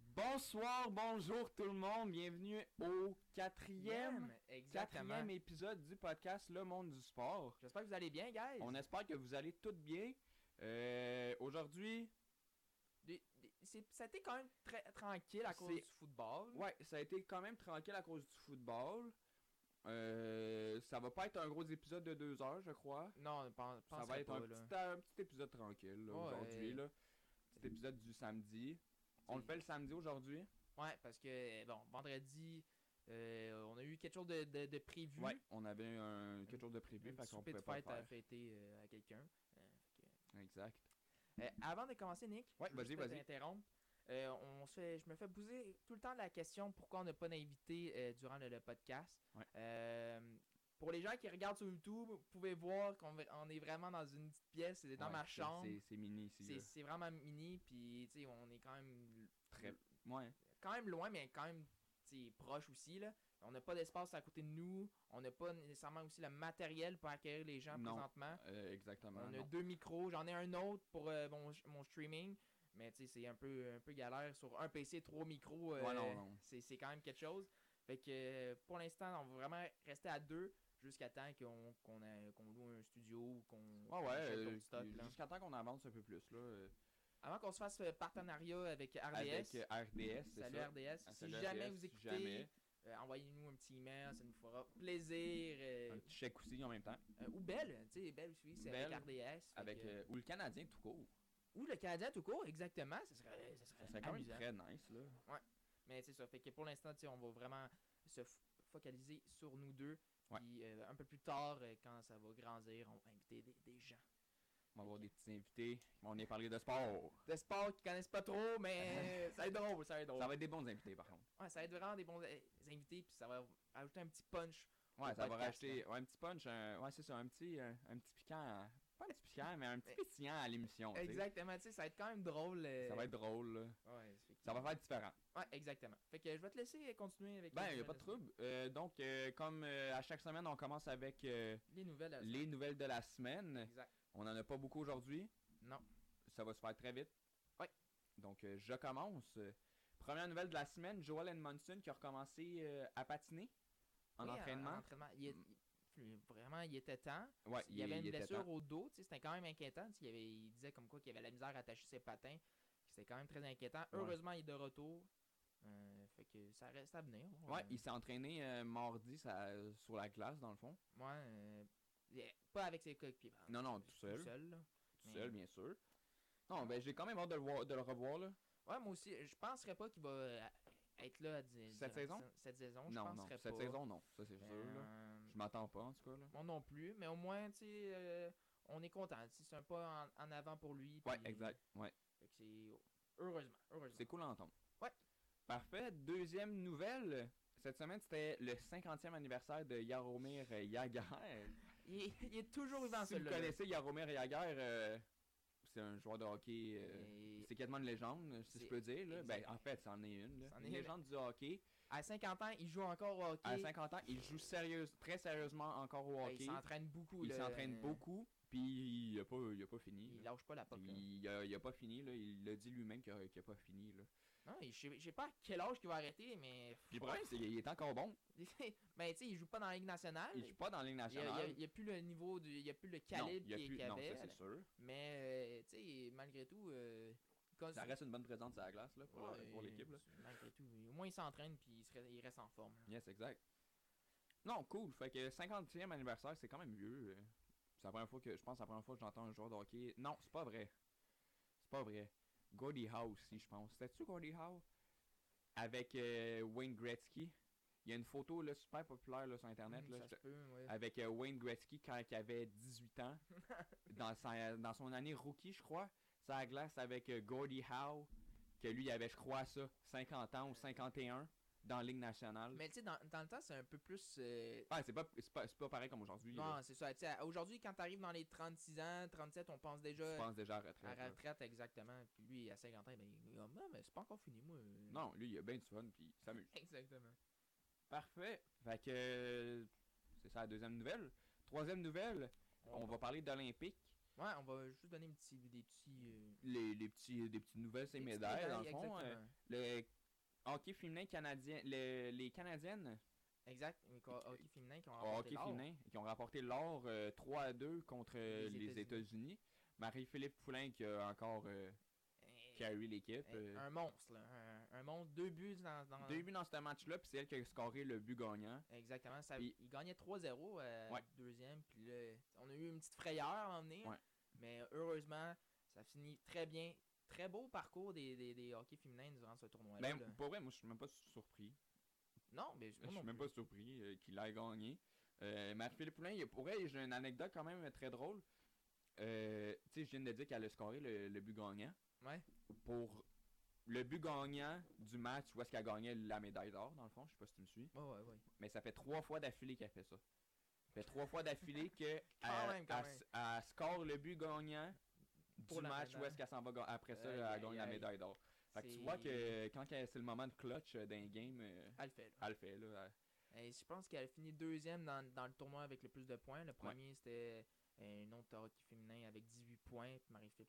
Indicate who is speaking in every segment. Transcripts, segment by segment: Speaker 1: Bonsoir, bonjour tout le monde, bienvenue au quatrième,
Speaker 2: exactement.
Speaker 1: quatrième épisode du podcast Le Monde du Sport.
Speaker 2: J'espère que vous allez bien, guys.
Speaker 1: On espère que vous allez toutes bien. Euh, Aujourd'hui,
Speaker 2: Des- des- c'est- ça a été quand même très tranquille à cause
Speaker 1: C'est-
Speaker 2: du football.
Speaker 1: ouais, ça a été quand même tranquille à cause du football. Euh, ça va pas être un gros épisode de deux heures, je crois.
Speaker 2: Non, je pense
Speaker 1: Ça va être
Speaker 2: pas,
Speaker 1: un
Speaker 2: là.
Speaker 1: petit, un petit épisode tranquille là,
Speaker 2: Ouais.
Speaker 1: aujourd'hui. là. Petit épisode du samedi. On le fait le samedi aujourd'hui.
Speaker 2: Ouais, parce que, bon, vendredi, euh, on a eu quelque chose de, de- de prévu.
Speaker 1: Ouais, on avait un, quelque chose de prévu,
Speaker 2: Un
Speaker 1: fait
Speaker 2: petit
Speaker 1: qu'on
Speaker 2: souper de
Speaker 1: pouvait pas le
Speaker 2: fête à
Speaker 1: faire.
Speaker 2: fêter euh, à quelqu'un. Euh, fait que-
Speaker 1: Exact.
Speaker 2: Euh, avant de commencer, Nick,
Speaker 1: Ouais,
Speaker 2: je veux
Speaker 1: vas-y,
Speaker 2: juste te
Speaker 1: vas-y.
Speaker 2: t'interrompre. Euh, on se fait- je me fais bouser tout le temps la question pourquoi on n'a pas d'invité euh, durant le, le podcast.
Speaker 1: Ouais.
Speaker 2: Euh, pour les gens qui regardent sur YouTube, vous pouvez voir qu'on va- on est vraiment dans une petite pièce, c'est dans
Speaker 1: Ouais,
Speaker 2: ma
Speaker 1: c'est-
Speaker 2: chambre.
Speaker 1: c'est- C'est mini ici.
Speaker 2: C'est
Speaker 1: là.
Speaker 2: c'est vraiment mini, puis tu sais, on est quand même,
Speaker 1: Très. Ouais.
Speaker 2: quand même loin, mais quand même tu sais, proche aussi. Là. On n'a pas d'espace à côté de nous, on n'a pas nécessairement aussi le matériel pour accueillir les gens
Speaker 1: Non.
Speaker 2: présentement.
Speaker 1: Euh, exactement.
Speaker 2: On a
Speaker 1: non.
Speaker 2: deux micros. J'en ai un autre pour euh, mon, mon streaming. Mais tu sais, c'est un peu, un peu galère. Sur un PC, trois micros, euh,
Speaker 1: Ouais, non, non.
Speaker 2: c'est c'est quand même quelque chose. Fait que euh, pour l'instant, on va vraiment rester à deux jusqu'à temps qu'on qu'on a- qu'on loue un studio ou qu'on
Speaker 1: Ouais,
Speaker 2: qu'on
Speaker 1: ouais.
Speaker 2: achète
Speaker 1: euh,
Speaker 2: d'autres stocks, là.
Speaker 1: Jusqu'à temps qu'on avance un peu plus. Là, euh,
Speaker 2: Avant qu'on se fasse euh, partenariat avec RDS.
Speaker 1: Avec euh, RDS. c'est
Speaker 2: Salut
Speaker 1: ça.
Speaker 2: RDS.
Speaker 1: Ah,
Speaker 2: Si
Speaker 1: salut
Speaker 2: jamais
Speaker 1: RDS,
Speaker 2: vous
Speaker 1: si
Speaker 2: écoutez,
Speaker 1: jamais.
Speaker 2: euh, envoyez-nous un petit email, ça nous fera plaisir. euh,
Speaker 1: Un petit chèque aussi en même temps.
Speaker 2: euh, ou Belle, tu sais, Belle aussi, c'est avec
Speaker 1: Belle,
Speaker 2: RDS. fait
Speaker 1: Avec,
Speaker 2: que-
Speaker 1: euh, ou le Canadien tout court.
Speaker 2: Ou le Canadien tout court, exactement. Ça serait, ça serait,
Speaker 1: Ça serait quand même
Speaker 2: Euh, amusant.
Speaker 1: très nice. Là.
Speaker 2: Mais c'est ça. Fait que pour l'instant, tu sais, on va vraiment se f- focaliser sur nous deux.
Speaker 1: Ouais.
Speaker 2: Puis euh, un peu plus tard, euh, quand ça va grandir, on va inviter des, des gens.
Speaker 1: On va avoir des petits invités. On est parlé de sport.
Speaker 2: Des sports qu'ils connaissent pas trop, mais ça va être drôle, ça va être drôle.
Speaker 1: Ça va être des bons invités par contre.
Speaker 2: Ouais, ça va être vraiment des bons euh, invités, puis ça va ajouter un petit punch.
Speaker 1: Ouais,
Speaker 2: Au
Speaker 1: ça va
Speaker 2: podcast, hein.
Speaker 1: rajouter ouais, un petit punch. Un... Ouais, c'est ça. Un petit, un, un petit piquant. à- Pas un petit piquant, mais un petit pétillant à l'émission. tu sais.
Speaker 2: Exactement, tu sais, ça va être quand même drôle. euh,
Speaker 1: Ça va être drôle. là.
Speaker 2: Ouais, fait que-
Speaker 1: Ça va faire différent.
Speaker 2: Ouais, exactement. Fait que euh, je vais te laisser euh, continuer avec
Speaker 1: Ben,
Speaker 2: les
Speaker 1: il a pas de
Speaker 2: nouvelles
Speaker 1: trouble. Euh, donc, euh, comme euh, à chaque semaine, on commence avec euh,
Speaker 2: Les nouvelles. euh,
Speaker 1: les nouvelles de la semaine.
Speaker 2: Exact.
Speaker 1: On n'en a pas beaucoup aujourd'hui.
Speaker 2: Non.
Speaker 1: Ça va se faire très vite.
Speaker 2: Ouais.
Speaker 1: Donc, euh, je commence. Euh, Première nouvelle de la semaine, Joel Edmondson qui a recommencé euh, à patiner en
Speaker 2: Oui, en
Speaker 1: entraînement.
Speaker 2: entraînement. Il est- il- vraiment, il était temps.
Speaker 1: Ouais,
Speaker 2: il y avait une
Speaker 1: était
Speaker 2: blessure
Speaker 1: temps.
Speaker 2: au dos, tu sais, c'était quand même inquiétant. tu sais, Il, avait- il disait comme quoi qu'il avait la misère à attacher ses patins. C'était quand même très inquiétant. Heureusement, il est de retour. Euh, fait que ça reste à venir.
Speaker 1: Ouais, il s'est entraîné euh, mardi ça- sur la glace, dans le fond.
Speaker 2: Moi, euh, il est- pas avec ses coéquipiers. par
Speaker 1: Non, non,
Speaker 2: exemple,
Speaker 1: tout seul.
Speaker 2: là.
Speaker 1: Tout
Speaker 2: Mais-
Speaker 1: seul, bien sûr. Non, ben, j'ai quand même hâte de le, voir- de le revoir, là.
Speaker 2: Ouais, moi aussi, je penserais pas qu'il va euh, être là à di-
Speaker 1: Cette
Speaker 2: durant
Speaker 1: saison?
Speaker 2: sa- Cette saison, je
Speaker 1: non, non,
Speaker 2: penserais
Speaker 1: cette
Speaker 2: pas.
Speaker 1: saison, non. Ça, c'est sûr,
Speaker 2: Euh,
Speaker 1: là. Je m'attends pas, en tout cas, là.
Speaker 2: Moi non plus, mais au moins, tu sais, euh, on est content. tu sais, C'est un pas en, en avant pour lui.
Speaker 1: Ouais,
Speaker 2: puis-
Speaker 1: exact. Ouais.
Speaker 2: Fait que c'est- oh, Heureusement, heureusement.
Speaker 1: C'est cool à entendre.
Speaker 2: Ouais.
Speaker 1: Parfait. Deuxième nouvelle. Cette semaine, c'était le 50e anniversaire de Yaromir euh, Jagr.
Speaker 2: Il est, il est toujours vivant,
Speaker 1: si vous
Speaker 2: celui-là.
Speaker 1: connaissez Yaromir Jagr, euh, c'est un joueur de hockey. euh,
Speaker 2: Et
Speaker 1: c'est quasiment une légende, si je
Speaker 2: c'est-
Speaker 1: peux dire. là. Ben,
Speaker 2: exact.
Speaker 1: en fait, c'en est une. là.
Speaker 2: C'en est
Speaker 1: Une
Speaker 2: une.
Speaker 1: légende du hockey.
Speaker 2: À 50 ans, il joue encore au hockey.
Speaker 1: À 50 ans, il joue sérieuse, très sérieusement encore au
Speaker 2: Ben,
Speaker 1: hockey.
Speaker 2: Il s'entraîne beaucoup.
Speaker 1: il
Speaker 2: là.
Speaker 1: s'entraîne beaucoup. Puis il a pas, il a pas fini.
Speaker 2: Il
Speaker 1: là.
Speaker 2: lâche pas la poque. là.
Speaker 1: Il, a, il a pas fini. Là. Il l'a dit lui-même qu'il a, qu'il a pas fini. Là.
Speaker 2: Non, il- je sais- je sais pas à quel âge qu'il va arrêter, mais.
Speaker 1: Puis bref, c'est- il est encore bon.
Speaker 2: ben, tu sais, il joue pas dans la Ligue nationale.
Speaker 1: Il joue pas dans la Ligue
Speaker 2: Il y a- il y a-
Speaker 1: nationale.
Speaker 2: il y a plus le niveau, du, il y a plus le
Speaker 1: Non,
Speaker 2: calibre
Speaker 1: il y a
Speaker 2: qu'il
Speaker 1: plus-
Speaker 2: qu'il
Speaker 1: non,
Speaker 2: avait.
Speaker 1: ça c'est sûr.
Speaker 2: mais, euh, tu sais, malgré tout. euh, il continue-
Speaker 1: Ça reste une bonne présence à la glace là, pour, le-
Speaker 2: Ouais,
Speaker 1: pour l'équipe. là.
Speaker 2: Malgré tout. Au moins, il s'entraîne puis il, serait- il reste en forme.
Speaker 1: Yes, exact. Non, cool. Fait que 50e anniversaire, c'est quand même vieux. euh. C'est la première fois que je pense, c'est la première fois que j'entends un joueur de hockey. Non, c'est pas vrai. C'est pas vrai. Gordie Howe aussi, je pense. C'était-tu Gordie Howe Avec euh, Wayne Gretzky. Il y a une photo là, super populaire là, sur internet.
Speaker 2: Hum,
Speaker 1: là,
Speaker 2: ça se
Speaker 1: je-
Speaker 2: peut, ouais.
Speaker 1: avec euh, Wayne Gretzky quand il avait 18 ans. dans, sa- dans son année rookie, je crois. Ça la glace avec euh, Gordie Howe. Que lui, il avait, je crois, ça, 50 ans ou 51 dans la Ligue nationale.
Speaker 2: Mais, tu sais, dans, dans le temps, c'est un peu plus. euh,
Speaker 1: Ouais, c'est pas, c'est pas, c'est pas pareil comme aujourd'hui.
Speaker 2: Non,
Speaker 1: là.
Speaker 2: c'est ça. Tu sais, Aujourd'hui, quand t'arrives dans les 36 ans, 37, on pense
Speaker 1: Tu
Speaker 2: déjà
Speaker 1: penses déjà à
Speaker 2: à
Speaker 1: retraite.
Speaker 2: la
Speaker 1: là.
Speaker 2: retraite exactement. Puis lui, à 50 ans, ben, il dit, Ah, mais c'est pas encore fini, moi.
Speaker 1: Non, lui, il a bien du fun, puis il s'amuse.
Speaker 2: Exactement.
Speaker 1: Parfait. Fait que. euh, C'est ça la deuxième nouvelle. Troisième nouvelle,
Speaker 2: Oh.
Speaker 1: on va parler d'Olympique.
Speaker 2: Ouais, on va juste donner un petit, des petits. euh,
Speaker 1: Les, les petits, des petites nouvelles, c'est
Speaker 2: des petites
Speaker 1: médailles, dans le fond.
Speaker 2: exactement.
Speaker 1: euh, le hockey féminin canadien, le- les Canadiennes
Speaker 2: Exact. mais qu'au hockey féminin qui ont
Speaker 1: au
Speaker 2: remporté
Speaker 1: hockey
Speaker 2: l'or.
Speaker 1: féminin qui ont rapporté l'or euh, 3 à 2 contre euh,
Speaker 2: Les
Speaker 1: les
Speaker 2: États-Unis.
Speaker 1: États-Unis. Marie-Philippe Poulain qui a encore euh,
Speaker 2: Eh,
Speaker 1: carry l'équipe.
Speaker 2: eh,
Speaker 1: euh.
Speaker 2: Un monstre, là. Un, un monstre, deux buts dans. dans-
Speaker 1: Deux buts dans ce match-là, puis c'est elle qui a scoré le but gagnant.
Speaker 2: Exactement. Ça,
Speaker 1: Puis-
Speaker 2: il gagnait 3-0 euh,
Speaker 1: Ouais.
Speaker 2: deuxième. Puis là, on a eu une petite frayeur à un moment donné, hein.
Speaker 1: Ouais.
Speaker 2: Mais heureusement, ça finit très bien. Très beau parcours des, des, des hockey féminins durant ce tournoi-là.
Speaker 1: Ben,
Speaker 2: là.
Speaker 1: pour vrai, moi, je suis même pas surpris.
Speaker 2: Non, mais moi
Speaker 1: Je
Speaker 2: non
Speaker 1: suis même
Speaker 2: plus.
Speaker 1: pas surpris euh, qu'il ait gagné. Euh, Marie-Philippe Poulin, il y a- pour elle, j'ai une anecdote quand même euh, très drôle. Euh, tu sais, je viens de dire qu'elle a scoré le, le but gagnant.
Speaker 2: Ouais.
Speaker 1: Pour le but gagnant du match où est-ce qu'elle gagnait la médaille d'or, dans le fond, je sais pas si tu me suis.
Speaker 2: Ouais, ouais, ouais.
Speaker 1: Mais ça fait trois fois d'affilée qu'elle fait ça. Ça fait trois fois d'affilée qu'elle
Speaker 2: Quand même, quand
Speaker 1: score le but gagnant
Speaker 2: Pour
Speaker 1: du
Speaker 2: la
Speaker 1: match où
Speaker 2: médaille.
Speaker 1: est-ce qu'elle s'en va. ga- Après ça,
Speaker 2: Aïe,
Speaker 1: elle
Speaker 2: aïe,
Speaker 1: gagne la
Speaker 2: aïe.
Speaker 1: médaille d'or. Fait que tu vois que quand qu'elle- c'est le moment de clutch euh, d'un game, euh,
Speaker 2: Elle le fait. là.
Speaker 1: elle le fait. Là, elle-
Speaker 2: Et je pense qu'elle a fini deuxième dans, dans le tournoi avec le plus de points. Le premier, c'était euh, une autre hockey féminin avec 18 points. puis Marie-Philippe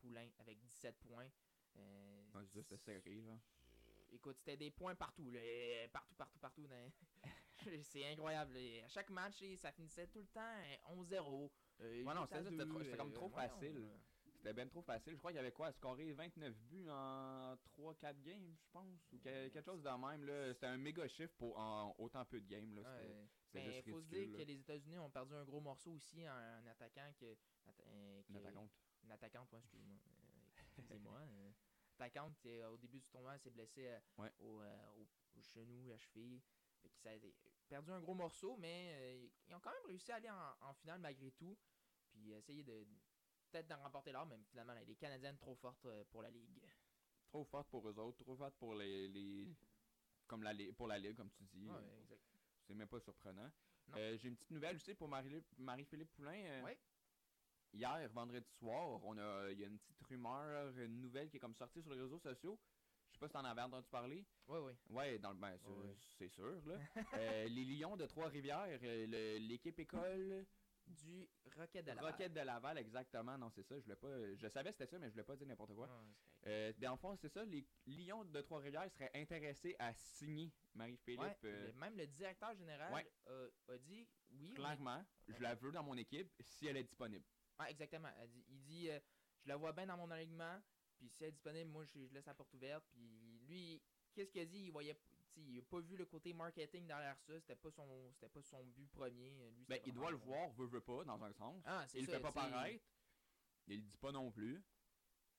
Speaker 2: Poulain avec 17 points. Euh,
Speaker 1: Ouais, c'est ça, c'était serré,
Speaker 2: hein.
Speaker 1: là.
Speaker 2: Écoute, c'était des points partout, là, euh, partout, partout, partout. dans- c'est incroyable. là. À chaque match, et ça finissait tout le temps euh, 11-0. euh,
Speaker 1: Ouais, non,
Speaker 2: 8 à euh,
Speaker 1: c'est ça, c'était trop-
Speaker 2: 2,
Speaker 1: c'était comme trop
Speaker 2: voyons,
Speaker 1: facile.
Speaker 2: là.
Speaker 1: C'était ben trop facile. Je crois qu'il y avait quoi? Scorer 29 buts en 3-4 games, je pense. Ou que-
Speaker 2: Ouais,
Speaker 1: quelque chose de même. là. C'était un méga chiffre pour en autant peu de games. là. C'était-
Speaker 2: Ouais.
Speaker 1: C'était
Speaker 2: Mais
Speaker 1: juste
Speaker 2: il faut se
Speaker 1: ridicule.
Speaker 2: dire
Speaker 1: là.
Speaker 2: que les États-Unis ont perdu un gros morceau aussi en, en attaquant que. atta- euh,
Speaker 1: Une
Speaker 2: que-
Speaker 1: attaquante.
Speaker 2: une attaquante, ouais, excuse-moi. euh, excusez-moi. euh, attaquante qui, euh, au début du tournoi, s'est blessée euh,
Speaker 1: Ouais.
Speaker 2: au, euh, au, au genou, la cheville. Fait que ça a été- perdu un gros morceau, mais euh, ils ont quand même réussi à aller en, en finale malgré tout. Puis essayer de peut-être d'en remporter l'or, mais finalement, là, les Canadiennes trop fortes euh, pour la Ligue.
Speaker 1: Trop forte pour eux autres, trop forte pour les. les- Comme la, li- pour la Ligue, comme tu dis.
Speaker 2: Hmm. Ouais, exact.
Speaker 1: C'est même pas surprenant.
Speaker 2: Non.
Speaker 1: Euh, J'ai une petite nouvelle aussi pour Marie- Marie-Philippe Poulain. euh,
Speaker 2: Ouais.
Speaker 1: Hier, vendredi soir, on a, il y a une petite rumeur, une nouvelle qui est comme sortie sur les réseaux sociaux. Je sais pas si t'en avais entendu parler.
Speaker 2: Ouais, ouais.
Speaker 1: Ouais, dans le ben, c'est-
Speaker 2: Ouais.
Speaker 1: c'est sûr là. Euh, les Lions de Trois-Rivières, euh, le- l'équipe école
Speaker 2: Du Rocket de la
Speaker 1: Roquette de Laval exactement, non, c'est ça, je voulais pas euh, je savais que c'était ça mais je voulais pas dire n'importe quoi. Euh, ben, en fond, c'est ça, les Lions de Trois-Rivières seraient intéressés à signer Marie-Philippe
Speaker 2: Ouais,
Speaker 1: euh,
Speaker 2: le- même le directeur général
Speaker 1: Ouais.
Speaker 2: euh, a dit oui. on est-
Speaker 1: clairement, je la veux dans mon équipe si elle est disponible.
Speaker 2: Ouais, exactement. Elle dit- il dit, euh, je la vois bien dans mon alignement, puis si elle est disponible, moi, je, je laisse la porte ouverte. Puis lui, qu'est-ce qu'il a dit? Il voyait, p- t'sais, il a pas vu le côté marketing derrière ça. C'était pas son, c'était pas son but premier. euh, Lui,
Speaker 1: Ben,
Speaker 2: c'était
Speaker 1: il doit
Speaker 2: vraiment-
Speaker 1: le voir veut veut pas dans un sens.
Speaker 2: Ah, c'est
Speaker 1: il le
Speaker 2: ça,
Speaker 1: fait pas
Speaker 2: t'sais,
Speaker 1: paraître. Il le dit pas non plus.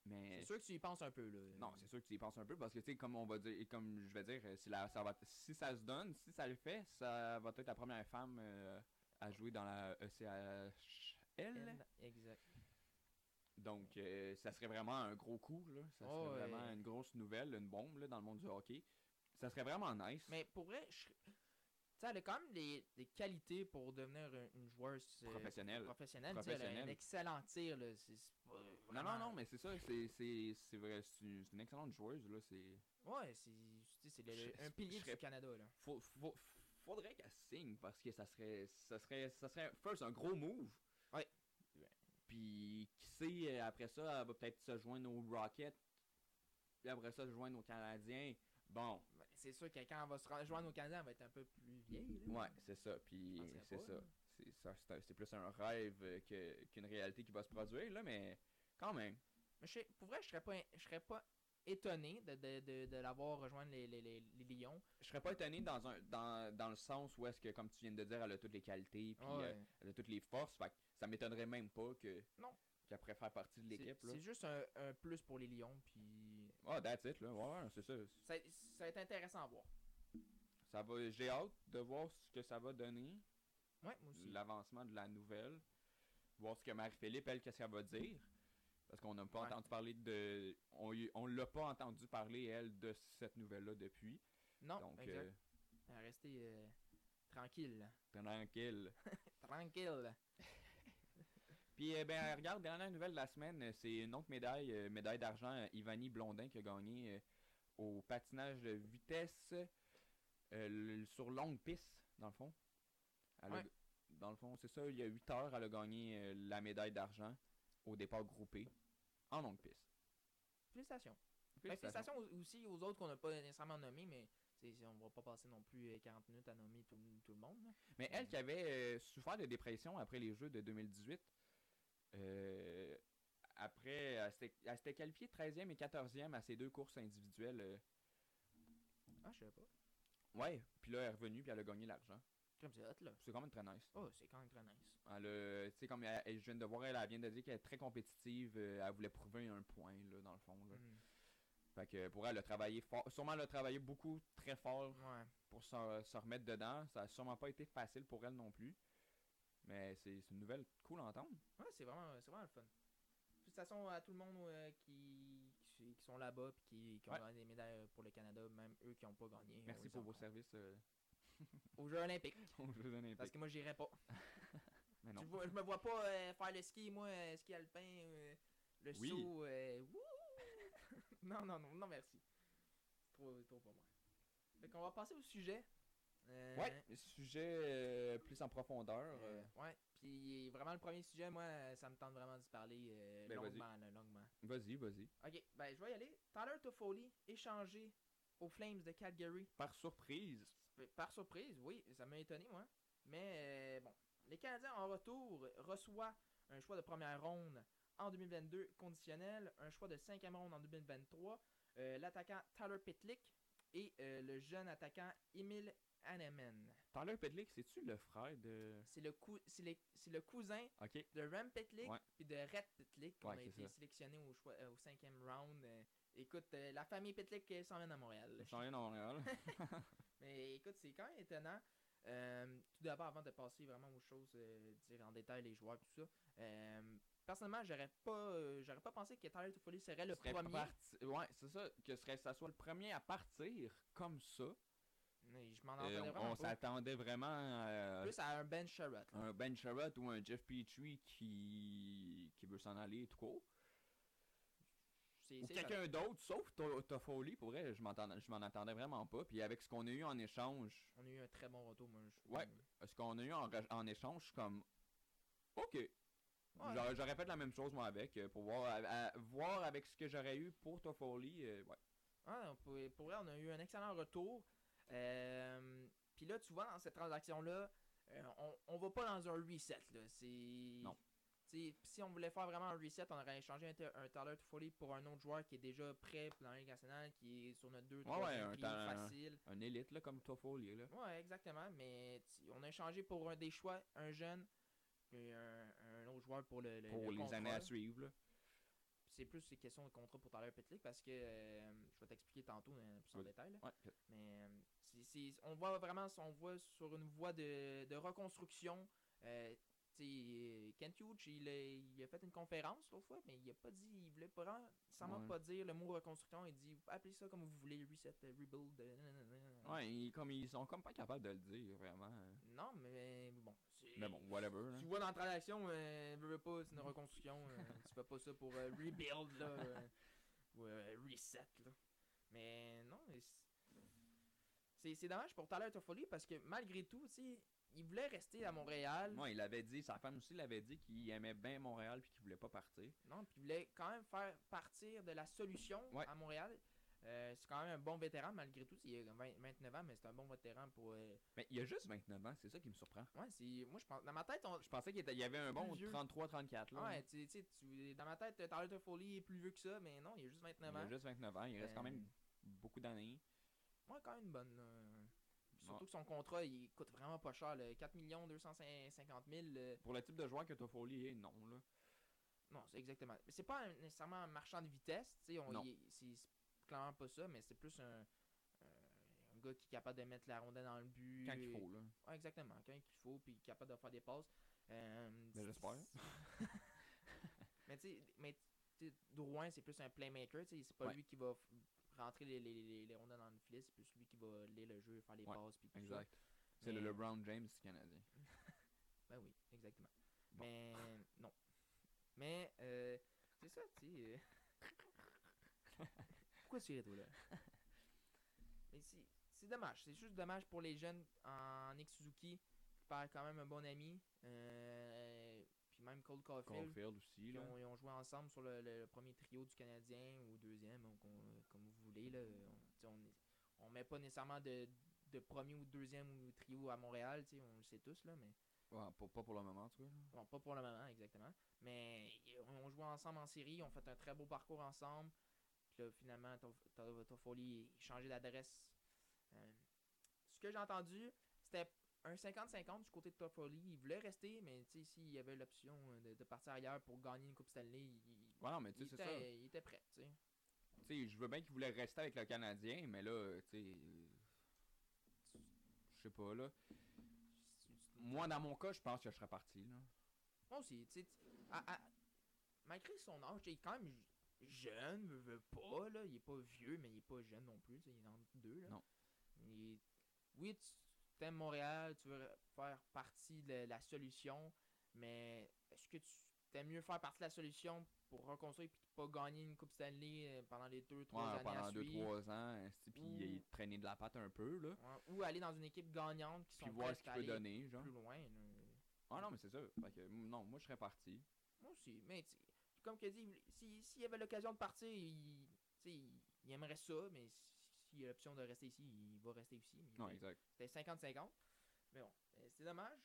Speaker 1: Mais
Speaker 2: C'est sûr que tu y penses un peu là.
Speaker 1: Non, c'est sûr que tu y penses un peu parce que tu sais, comme on va dire, comme je vais dire, euh, si, la- ça va, si ça se donne, si ça le fait, ça va être la première femme euh, à jouer dans la E ECHL.
Speaker 2: Elle- Exact.
Speaker 1: Donc, euh, ça serait vraiment un gros coup, là. Ça serait
Speaker 2: Oh, ouais.
Speaker 1: vraiment une grosse nouvelle, une bombe là, dans le monde du hockey. Ça serait vraiment nice.
Speaker 2: Mais pour vrai, je... serais- t'sais, elle a quand même les, les qualités pour devenir un- une, joueuse euh,
Speaker 1: Professionnelle.
Speaker 2: professionnelle. T'sais, elle a
Speaker 1: Professionnelle.
Speaker 2: un excellent tir. Là. C'est, c'est pas
Speaker 1: non,
Speaker 2: vraiment-
Speaker 1: non, non, mais c'est ça, c'est c'est- c'est vrai, c'est une c'est une excellente joueuse, là. C'est
Speaker 2: Ouais, c'est, t'sais, c'est le-
Speaker 1: Je-
Speaker 2: le-
Speaker 1: je
Speaker 2: un pilier
Speaker 1: serais-
Speaker 2: du Canada. Là.
Speaker 1: faut, faut- faudrait qu'elle signe parce que ça serait ça serait ça serait first un gros move.
Speaker 2: Ouais.
Speaker 1: Puis qui sait euh, après ça elle va peut-être se joindre aux Rockets. Puis après ça se joindre aux Canadiens. Bon,
Speaker 2: Ben, c'est sûr que quand on va se rejoindre au Canada, on va être un peu plus vieille. là.
Speaker 1: ouais, c'est ça. Puis
Speaker 2: Je penserais
Speaker 1: c'est
Speaker 2: pas, hein.
Speaker 1: ça.
Speaker 2: là.
Speaker 1: C'est ça, c'est un- c'est plus un rêve euh, que- qu'une réalité qui va se produire là, mais quand même.
Speaker 2: Mais je sais- pour vrai, je serais pas, je serais pas étonné de, de, de, de l'avoir rejoint les, les, les, les Lions.
Speaker 1: Je serais pas étonné dans un dans, dans le sens où est-ce que comme tu viens de dire elle a toutes les qualités puis
Speaker 2: Ah Ouais.
Speaker 1: euh, elle a toutes les forces. Fait que ça m'étonnerait même pas que
Speaker 2: Non.
Speaker 1: qu'elle pourrait faire partie de
Speaker 2: C'est-
Speaker 1: l'équipe là.
Speaker 2: c'est juste un, un plus pour les Lions. Puis
Speaker 1: Ah, that's it, là. Ouais, ouais, c'est ça.
Speaker 2: ça, ça va être intéressant à voir.
Speaker 1: ça va, j'ai hâte de voir ce que ça va donner,
Speaker 2: Ouais, moi aussi.
Speaker 1: l'avancement de la nouvelle. Voir ce que Marie-Philippe, elle, qu'est-ce qu'elle va dire. Parce qu'on n'a pas
Speaker 2: Ouais.
Speaker 1: entendu parler de. On, y- on l'a pas entendu parler, elle, de cette nouvelle-là depuis.
Speaker 2: Non,
Speaker 1: Donc,
Speaker 2: exact.
Speaker 1: euh,
Speaker 2: Restez euh, tranquille. là.
Speaker 1: tranquille.
Speaker 2: Tranquille.
Speaker 1: Puis, eh ben, regarde, dernière nouvelle de la semaine, euh, c'est une autre médaille, euh, médaille d'argent, euh, Ivani Blondin qui a gagné euh, au patinage de vitesse euh, le- sur longue piste, dans le fond. Elle a
Speaker 2: Ouais.
Speaker 1: g- dans le fond, c'est ça, il y a 8 heures, elle a gagné euh, la médaille d'argent au départ groupé en longue piste.
Speaker 2: Félicitations. Ben,
Speaker 1: Félicitations.
Speaker 2: Félicitations au- aussi aux autres qu'on n'a pas nécessairement nommés, mais tu sais, on va pas passer non plus euh, 40 minutes à nommer tout, tout le monde. là.
Speaker 1: Mais elle qui avait euh, souffert de dépression après les Jeux de 2018, euh, après, elle s'était- elle s'était qualifiée 13e et 14e à ses deux courses individuelles. euh.
Speaker 2: Ah, je sais pas.
Speaker 1: Ouais, puis là, elle est revenue puis elle a gagné l'argent.
Speaker 2: Comme c'est hot, là.
Speaker 1: C'est quand même très nice.
Speaker 2: Oh, c'est quand même très nice.
Speaker 1: Elle a- tu sais, comme elle- elle- je viens de voir, elle, elle vient de dire qu'elle est très compétitive, euh, elle voulait prouver un point, là, dans le fond. là.
Speaker 2: Mhm.
Speaker 1: Fait que pour elle, elle a travaillé fort. Sûrement, elle a travaillé beaucoup, très fort
Speaker 2: Ouais.
Speaker 1: pour se, se remettre dedans. Ça a sûrement pas été facile pour elle non plus. Mais c'est c'est une nouvelle cool à entendre.
Speaker 2: Ouais, c'est vraiment, c'est vraiment le fun. Félicitations à tout le monde euh, qui, qui, qui sont là-bas et qui, qui ont
Speaker 1: Ouais.
Speaker 2: gagné des médailles euh, pour le Canada, même eux qui n'ont pas gagné. on
Speaker 1: Merci
Speaker 2: les
Speaker 1: pour vos
Speaker 2: encourage.
Speaker 1: services euh,
Speaker 2: Aux Jeux Olympiques,
Speaker 1: aux Jeux Olympiques.
Speaker 2: parce que moi, j'irai pas.
Speaker 1: Mais
Speaker 2: Tu
Speaker 1: non.
Speaker 2: vois, je me vois pas euh, faire le ski, moi, euh, ski alpin, euh, le
Speaker 1: Oui.
Speaker 2: saut. euh, wouhou! non, non, non, non, merci. Trop, trop pour moi. Fait qu'on va passer au sujet. Euh,
Speaker 1: Ouais, sujet euh, plus en profondeur. euh,
Speaker 2: euh, ouais. Puis vraiment, le premier sujet, moi, euh, ça me tente vraiment d'y parler euh,
Speaker 1: Ben, vas-y.
Speaker 2: longuement, là, longuement.
Speaker 1: Vas-y, vas-y.
Speaker 2: Ok, ben je vais y aller. Tyler Toffoli échangé aux Flames de Calgary.
Speaker 1: Par surprise.
Speaker 2: P- Par surprise, oui, ça m'a étonné, moi. Mais euh, bon, les Canadiens en retour reçoivent un choix de première ronde en 2022 conditionnel, un choix de cinquième ronde en 2023, euh, l'attaquant Tyler Pitlick et euh, le jeune attaquant Emil Hanneman.
Speaker 1: Tyler Pedlick, c'est-tu le frère de.
Speaker 2: C'est le, cou- c'est les- c'est le cousin
Speaker 1: Ok.
Speaker 2: de Rem Pitlick
Speaker 1: Ouais.
Speaker 2: puis de Red Pitlick qu'on
Speaker 1: Ouais,
Speaker 2: a
Speaker 1: c'est
Speaker 2: été
Speaker 1: ça.
Speaker 2: sélectionné au, choix, euh, au cinquième round. Euh, écoute, euh, la famille Pitlick euh, s'emmène à Montréal.
Speaker 1: Je rien à Montréal.
Speaker 2: Mais écoute, c'est quand même étonnant. Euh, tout d'abord, avant de passer vraiment aux choses, euh, dire en détail les joueurs, tout ça. euh, personnellement, j'aurais pas, euh, j'aurais pas pensé que Tyler Toffoli serait le
Speaker 1: Serait
Speaker 2: premier.
Speaker 1: parti- Ouais, c'est ça. Que serait, ça soit le premier à partir comme ça.
Speaker 2: Mais je m'en
Speaker 1: Euh,
Speaker 2: entendais
Speaker 1: on- on
Speaker 2: vraiment pas.
Speaker 1: s'attendait vraiment à
Speaker 2: Plus à un Ben Sherrod. là.
Speaker 1: un Ben Sherrod ou un Jeff Petrie qui, qui veut s'en aller tout court.
Speaker 2: C'est-
Speaker 1: Ou
Speaker 2: c'est
Speaker 1: quelqu'un d'autre, sauf To- Toffoli, pour vrai, je m'entendais- je m'en attendais vraiment pas. Puis avec ce qu'on a eu en échange,
Speaker 2: On a eu un très bon retour, moi. je-
Speaker 1: Ouais. ce qu'on a eu en, re- en échange, je suis comme OK. J'aurais J'aurais fait la même chose moi avec euh, pour voir, à- à- voir avec ce que j'aurais eu pour Toffoli. euh, ouais.
Speaker 2: Ah, on peut- pour vrai, on a eu un excellent retour. Euh, Puis là, tu vois, dans cette transaction-là, euh, on, on va pas dans un reset. Là. C'est...
Speaker 1: Non.
Speaker 2: T'sais, pis si on voulait faire vraiment un reset, on aurait échangé un, T- un Tyler Toffoli pour un autre joueur qui est déjà prêt dans la Ligue nationale, qui est sur notre 2 3
Speaker 1: ouais, un talent- hein.
Speaker 2: facile.
Speaker 1: Un élite là, comme Toffoli là.
Speaker 2: Ouais, exactement. Mais tu- on a échangé pour un des choix, un jeune, et un, un autre joueur pour le, le-
Speaker 1: pour
Speaker 2: le
Speaker 1: les
Speaker 2: contrat.
Speaker 1: années à suivre. là.
Speaker 2: C'est plus ces questions de contrat pour Tyler Petlick parce que euh, je vais t'expliquer tantôt euh, plus en
Speaker 1: Vas-y.
Speaker 2: détail. là.
Speaker 1: Ouais.
Speaker 2: Mais euh, c'est- c'est- on voit vraiment, on voit sur une voie de, de reconstruction. Euh, tu sais, euh, Kent Hughes, il a, il a fait une conférence l'autre fois, mais il a pas dit, il voulait pas, vraiment- sûrement
Speaker 1: Ouais.
Speaker 2: pas dire le mot reconstruction. Il dit, appelez ça comme vous voulez, reset, euh, rebuild. euh, nanana.
Speaker 1: Ouais, ils, comme, ils sont comme pas capables de le dire vraiment.
Speaker 2: Non, mais bon. c'est-
Speaker 1: Mais bon, whatever. là.
Speaker 2: Tu vois dans la transaction, euh, veux, veux pas, c'est
Speaker 1: Mm.
Speaker 2: une reconstruction. euh, tu fais pas ça pour euh, rebuild, là. euh, ou euh, reset, là. Mais non, mais c'est- c'est, c'est dommage pour Tyler Toffoli parce que malgré tout, tu sais, il voulait rester à Montréal.
Speaker 1: Moi, il avait dit, sa femme aussi l'avait dit qu'il aimait bien Montréal puis qu'il voulait pas partir.
Speaker 2: Non, puis il voulait quand même faire partir de la solution
Speaker 1: Ouais.
Speaker 2: à Montréal. Euh, c'est quand même un bon vétéran malgré tout. Il a 20 29 ans, mais c'est un bon vétéran pour. euh,
Speaker 1: Mais il a juste 29 ans, c'est ça qui me surprend.
Speaker 2: Ouais, c'est. Moi, je pense. Dans ma tête, on,
Speaker 1: Je pensais qu'il était- il y avait un bon
Speaker 2: Plus vieux.
Speaker 1: 33-34 là. hein.
Speaker 2: Ouais, tu tu sais, tu- dans ma tête, Tyler Toffoli est plus vieux que ça, mais non, il a juste
Speaker 1: il
Speaker 2: 29 ans. Euh.
Speaker 1: a juste 29 ans, il reste quand même beaucoup d'années.
Speaker 2: Ouais, quand même une bonne. euh, Surtout
Speaker 1: Ouais.
Speaker 2: que son contrat, il coûte vraiment pas cher. Là. 4 250 000. euh,
Speaker 1: Pour le type de joueur que Toffoli est, non là.
Speaker 2: Non, c'est exactement. Mais c'est pas un- nécessairement un marchand de vitesse. tu sais, on
Speaker 1: Non.
Speaker 2: y- C'est c'est clairement pas ça, mais c'est plus un, un- un gars qui est capable de mettre la rondelle dans le but.
Speaker 1: Quand il faut là.
Speaker 2: Ouais, exactement. Quand il faut, puis capable de faire des passes. Euh,
Speaker 1: Ben, j'espère.
Speaker 2: mais tu sais, mais tu sais, Drouin, c'est plus un playmaker. tu sais, C'est pas
Speaker 1: Ouais.
Speaker 2: lui qui va f- rentrer les, les, les, les rondelles dans le filet. C'est plus lui qui va lire le jeu, faire les
Speaker 1: Ouais,
Speaker 2: passes. Puis tout ça.
Speaker 1: Exact. C'est le
Speaker 2: Mais-
Speaker 1: LeBron James canadien.
Speaker 2: Ben oui, exactement.
Speaker 1: Bon.
Speaker 2: Mais non. Mais euh, c'est ça, tu sais. euh. Pourquoi tu es là? Mais c'est c'est dommage. C'est juste dommage pour les jeunes en Nick Suzuki, qui perd quand même un bon ami. Euh, puis même Cole Caulfield.
Speaker 1: Caulfield aussi,
Speaker 2: Ils
Speaker 1: là.
Speaker 2: ont, ils ont joué ensemble sur le, le premier trio du Canadien ou deuxième, ou qu'on- comme vous voulez. Là. On, tu sais, on, on met pas nécessairement de, de premier ou deuxième ou trio à Montréal, tu sais, on le sait tous, là, mais
Speaker 1: Ouais, pour- pas pour le moment, tu vois. là.
Speaker 2: bon, pas pour le moment exactement. Mais ils ont- ils ont joué ensemble en série, ils ont fait un très beau parcours ensemble. Puis là, finalement, Toff- Toff- Toffoli a changé d'adresse. Euh, ce que j'ai entendu, c'était un 50-50 du côté de Toffoli. Il voulait rester, mais tu sais, s'il y avait l'option euh, de, de partir ailleurs pour gagner une Coupe Stanley, il,
Speaker 1: Ouais, non, mais
Speaker 2: il
Speaker 1: tu sais, c'est ça.
Speaker 2: était, il était prêt, tu sais.
Speaker 1: Tu sais, je veux bien qu'il voulait rester avec le Canadien, mais là, tu sais. euh, Je sais pas, là. Moi, dans mon cas, je pense que je serais parti, là.
Speaker 2: Moi aussi, tu sais, tu- à- à- malgré son âge, il est quand même jeune, veut, veut pas, là. Il est pas vieux, mais il est pas jeune non plus, tu sais, il est entre deux, là.
Speaker 1: Non.
Speaker 2: Il est- oui, tu t'aimes Montréal, tu veux faire partie de la solution, mais est-ce que tu t'aimes mieux faire partie de la solution pour reconstruire et pas gagner une Coupe Stanley euh, pendant les deux, trois
Speaker 1: Ouais,
Speaker 2: années à
Speaker 1: pendant
Speaker 2: suivre?
Speaker 1: 2-3 ans, esti, puis il
Speaker 2: Ou-
Speaker 1: est traîné de la patte un peu, là.
Speaker 2: Ouais, ou aller dans une équipe gagnante qui
Speaker 1: Puis
Speaker 2: sont
Speaker 1: voir
Speaker 2: prêtes
Speaker 1: ce qu'il
Speaker 2: à
Speaker 1: peut
Speaker 2: aller
Speaker 1: donner, genre.
Speaker 2: plus loin, là.
Speaker 1: Ah non, mais c'est ça. Fait que, m- non, moi, je serais parti.
Speaker 2: Moi aussi. Mais tu- comme que dit, s'il si, s'il avait l'occasion de partir, il, tu sais, il, il aimerait ça, mais s'il a l'option de rester ici, il va rester ici. mais
Speaker 1: Non,
Speaker 2: ben,
Speaker 1: exact.
Speaker 2: C'était 50-50. Mais bon, euh, c'est dommage.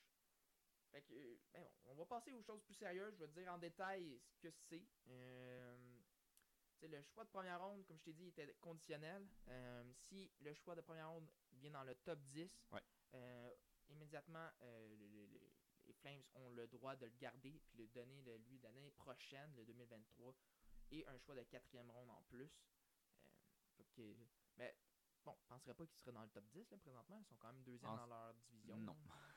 Speaker 2: Fait que, euh, ben bon, on va passer aux choses plus sérieuses. Je vais te dire en détail ce que c'est. Euh, tu sais, le choix de première ronde, comme je t'ai dit, était conditionnel. Euh, si le choix de première ronde vient dans le top 10,
Speaker 1: Ouais.
Speaker 2: euh, immédiatement, euh, le- le- le- les Flames ont le droit de le garder puis le donner de lui l'année prochaine, le 2023, et un choix de quatrième ronde en plus. Euh, fait que- mais bon, je penserais pas qu'ils seraient dans le top 10 là, présentement. Ils sont quand même deuxième
Speaker 1: En-
Speaker 2: dans leur division.
Speaker 1: Non.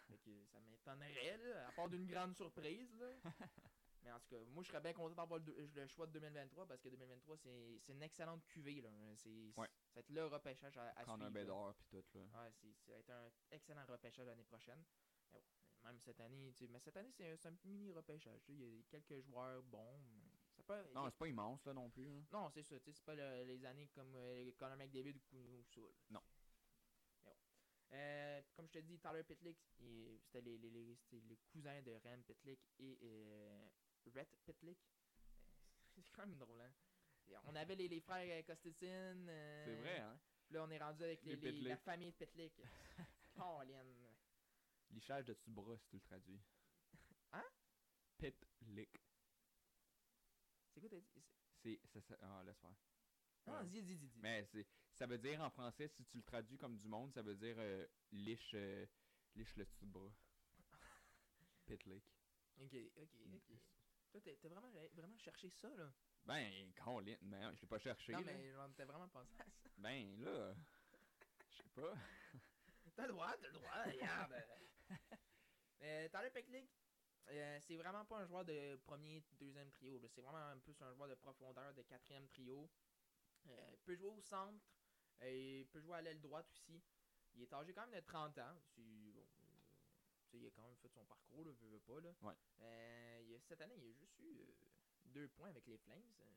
Speaker 2: Fait que ça m'étonnerait, là, à part d'une grande surprise. Là. Mais en tout cas, moi, je serais bien content d'avoir le, deux- le choix de 2023 parce que 2023, c'est c'est une excellente cuvée. Là. C'est,
Speaker 1: Ouais.
Speaker 2: Ça va être le repêchage à, à
Speaker 1: Prendre un
Speaker 2: suivre, là.
Speaker 1: bédard, puis tout, là.
Speaker 2: Ouais, c'est, ça va être un excellent repêchage l'année prochaine. Mais bon, même cette année, tu sais, mais cette année, c'est, un- c'est un mini repêchage. tu sais, Il y a quelques joueurs bons. mais Ça peut,
Speaker 1: Non, c'est pas immense, là, non plus. hein. là.
Speaker 2: non, c'est ça. tu sais, C'est pas le- les années comme euh, Conor McDavid ou, ou ça. là.
Speaker 1: Non.
Speaker 2: Mais bon. Euh, comme je te dis, Tyler Pitlick, il- c'était les, les, les- c'était le cousin de Ren Pitlick et euh, Rhett Pitlick. Euh, C'est quand même drôle, hein? Et On avait les, les frères Costitin.
Speaker 1: C'est vrai, hein.
Speaker 2: Là, on est rendu avec les,
Speaker 1: Les
Speaker 2: les- la
Speaker 1: Pitlick.
Speaker 2: famille Pitlick. Colin.
Speaker 1: Lichage de dessus bras, si tu le traduis.
Speaker 2: Hein?
Speaker 1: Pit lick.
Speaker 2: C'est quoi t'as dit?
Speaker 1: C'est. ça- ça- Ah, laisse faire.
Speaker 2: Non,
Speaker 1: Ouais.
Speaker 2: dis, dis, dis, dis.
Speaker 1: Mais c'est, ça veut dire en français, si tu le traduis comme du monde, ça veut dire euh, liche, euh, liche le dessus de bras. Pit lick.
Speaker 2: Ok, ok,
Speaker 1: Mm.
Speaker 2: ok. Toi, t'as t'as vraiment, vraiment cherché ça, là?
Speaker 1: Ben, Colin, ben, je l'ai pas cherché.
Speaker 2: Non,
Speaker 1: là.
Speaker 2: mais genre, t'as vraiment pensé à ça.
Speaker 1: Ben, là. Je sais pas.
Speaker 2: T'as le droit, t'as le droit, regarde. euh, Tyler Pecklick, euh, c'est vraiment pas un joueur de premier, deuxième trio. là. C'est vraiment un plus un joueur de profondeur, de quatrième trio. Euh, il peut jouer au centre, euh, il peut jouer à l'aile droite aussi. Il est âgé quand même de 30 ans. C'est- bon, euh, tu sais, il a quand même fait son parcours, là, veut, veut pas. Là.
Speaker 1: Ouais.
Speaker 2: Euh, il a- cette année, il a juste eu euh, deux points avec les Flames. Euh,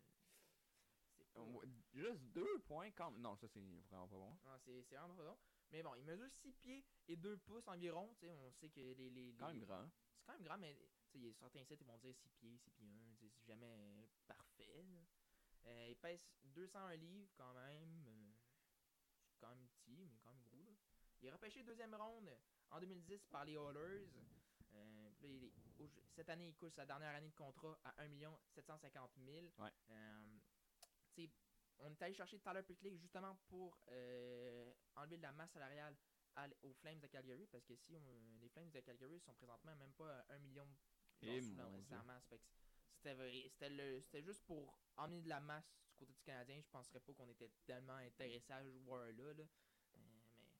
Speaker 2: c'est pas-
Speaker 1: Ouais, Juste deux points quand Non, ça c'est vraiment pas bon.
Speaker 2: non, Hein, c'est c'est vraiment pas bon. Mais bon, il mesure 6 pieds et 2 pouces environ. Tu sais, on sait que les. les, les-
Speaker 1: Quand même grand.
Speaker 2: C'est quand même grand, mais tu sais, il y a certains sites ils vont dire 6 pieds, 6 pieds 1. C'est jamais euh, parfait. là. Euh, il pèse 201 livres quand même. euh, c'est quand même petit, mais quand même gros. là. Il est repêché deuxième ronde en 2010 par les Oilers. Euh, puis là, il est- au- cette année, il coule sa dernière année de contrat à 1 750 000.
Speaker 1: Ouais.
Speaker 2: Euh, tu sais, on est allé chercher Tyler Pitlick justement pour euh, enlever de la masse salariale à l- aux Flames de Calgary parce que si on- les Flames de Calgary sont présentement même pas à 1 million genre,
Speaker 1: Et
Speaker 2: sous la,
Speaker 1: Eh, mon
Speaker 2: sous la
Speaker 1: Dieu.
Speaker 2: masse. Fait que c'était vrai- c'était le- c'était juste pour emmener de la masse du côté du Canadien. Je penserais pas qu'on était tellement intéressé à ce joueur-là. là. Euh, mais,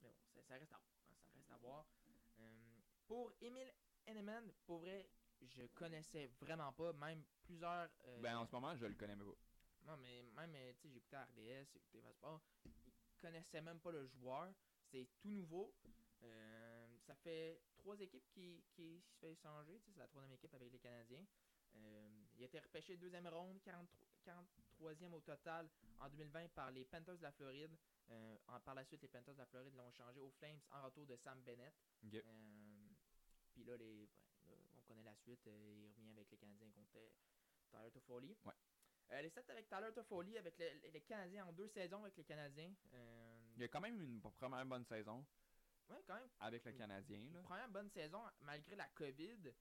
Speaker 2: mais bon, ça, ça reste à voir. hein, ça reste à voir. Euh, pour Emile Henneman, pour vrai, je connaissais vraiment pas, même plusieurs. euh,
Speaker 1: Ben, en ce moment, je le connais même pas.
Speaker 2: non, mais même, euh, tu sais, j'écoutais RDS, j'écoutais Passport, ils connaissaient même pas le joueur. C'est tout nouveau. Euh, ça fait trois équipes qui, qui se fait changer. tu sais, C'est la troisième équipe avec les Canadiens. Euh, il a été repêché deuxième ronde, 43, 43e au total en 2020 par les Panthers de la Floride. Euh, en- par la suite, les Panthers de la Floride l'ont changé aux Flames en retour de Sam Bennett.
Speaker 1: Ok.
Speaker 2: Euh, Puis là, les, ouais, là, on connaît la suite. euh, il revient avec les Canadiens contre euh, Tyler Toffoli.
Speaker 1: Ouais.
Speaker 2: Euh, les stats avec Tyler Toffoli, avec le- le- les Canadiens, en deux saisons avec les Canadiens. euh,
Speaker 1: Il y a quand même une bo- première bonne saison
Speaker 2: ouais, quand même.
Speaker 1: avec le
Speaker 2: Mm.
Speaker 1: Canadien. Là.
Speaker 2: Première bonne saison malgré la COVID.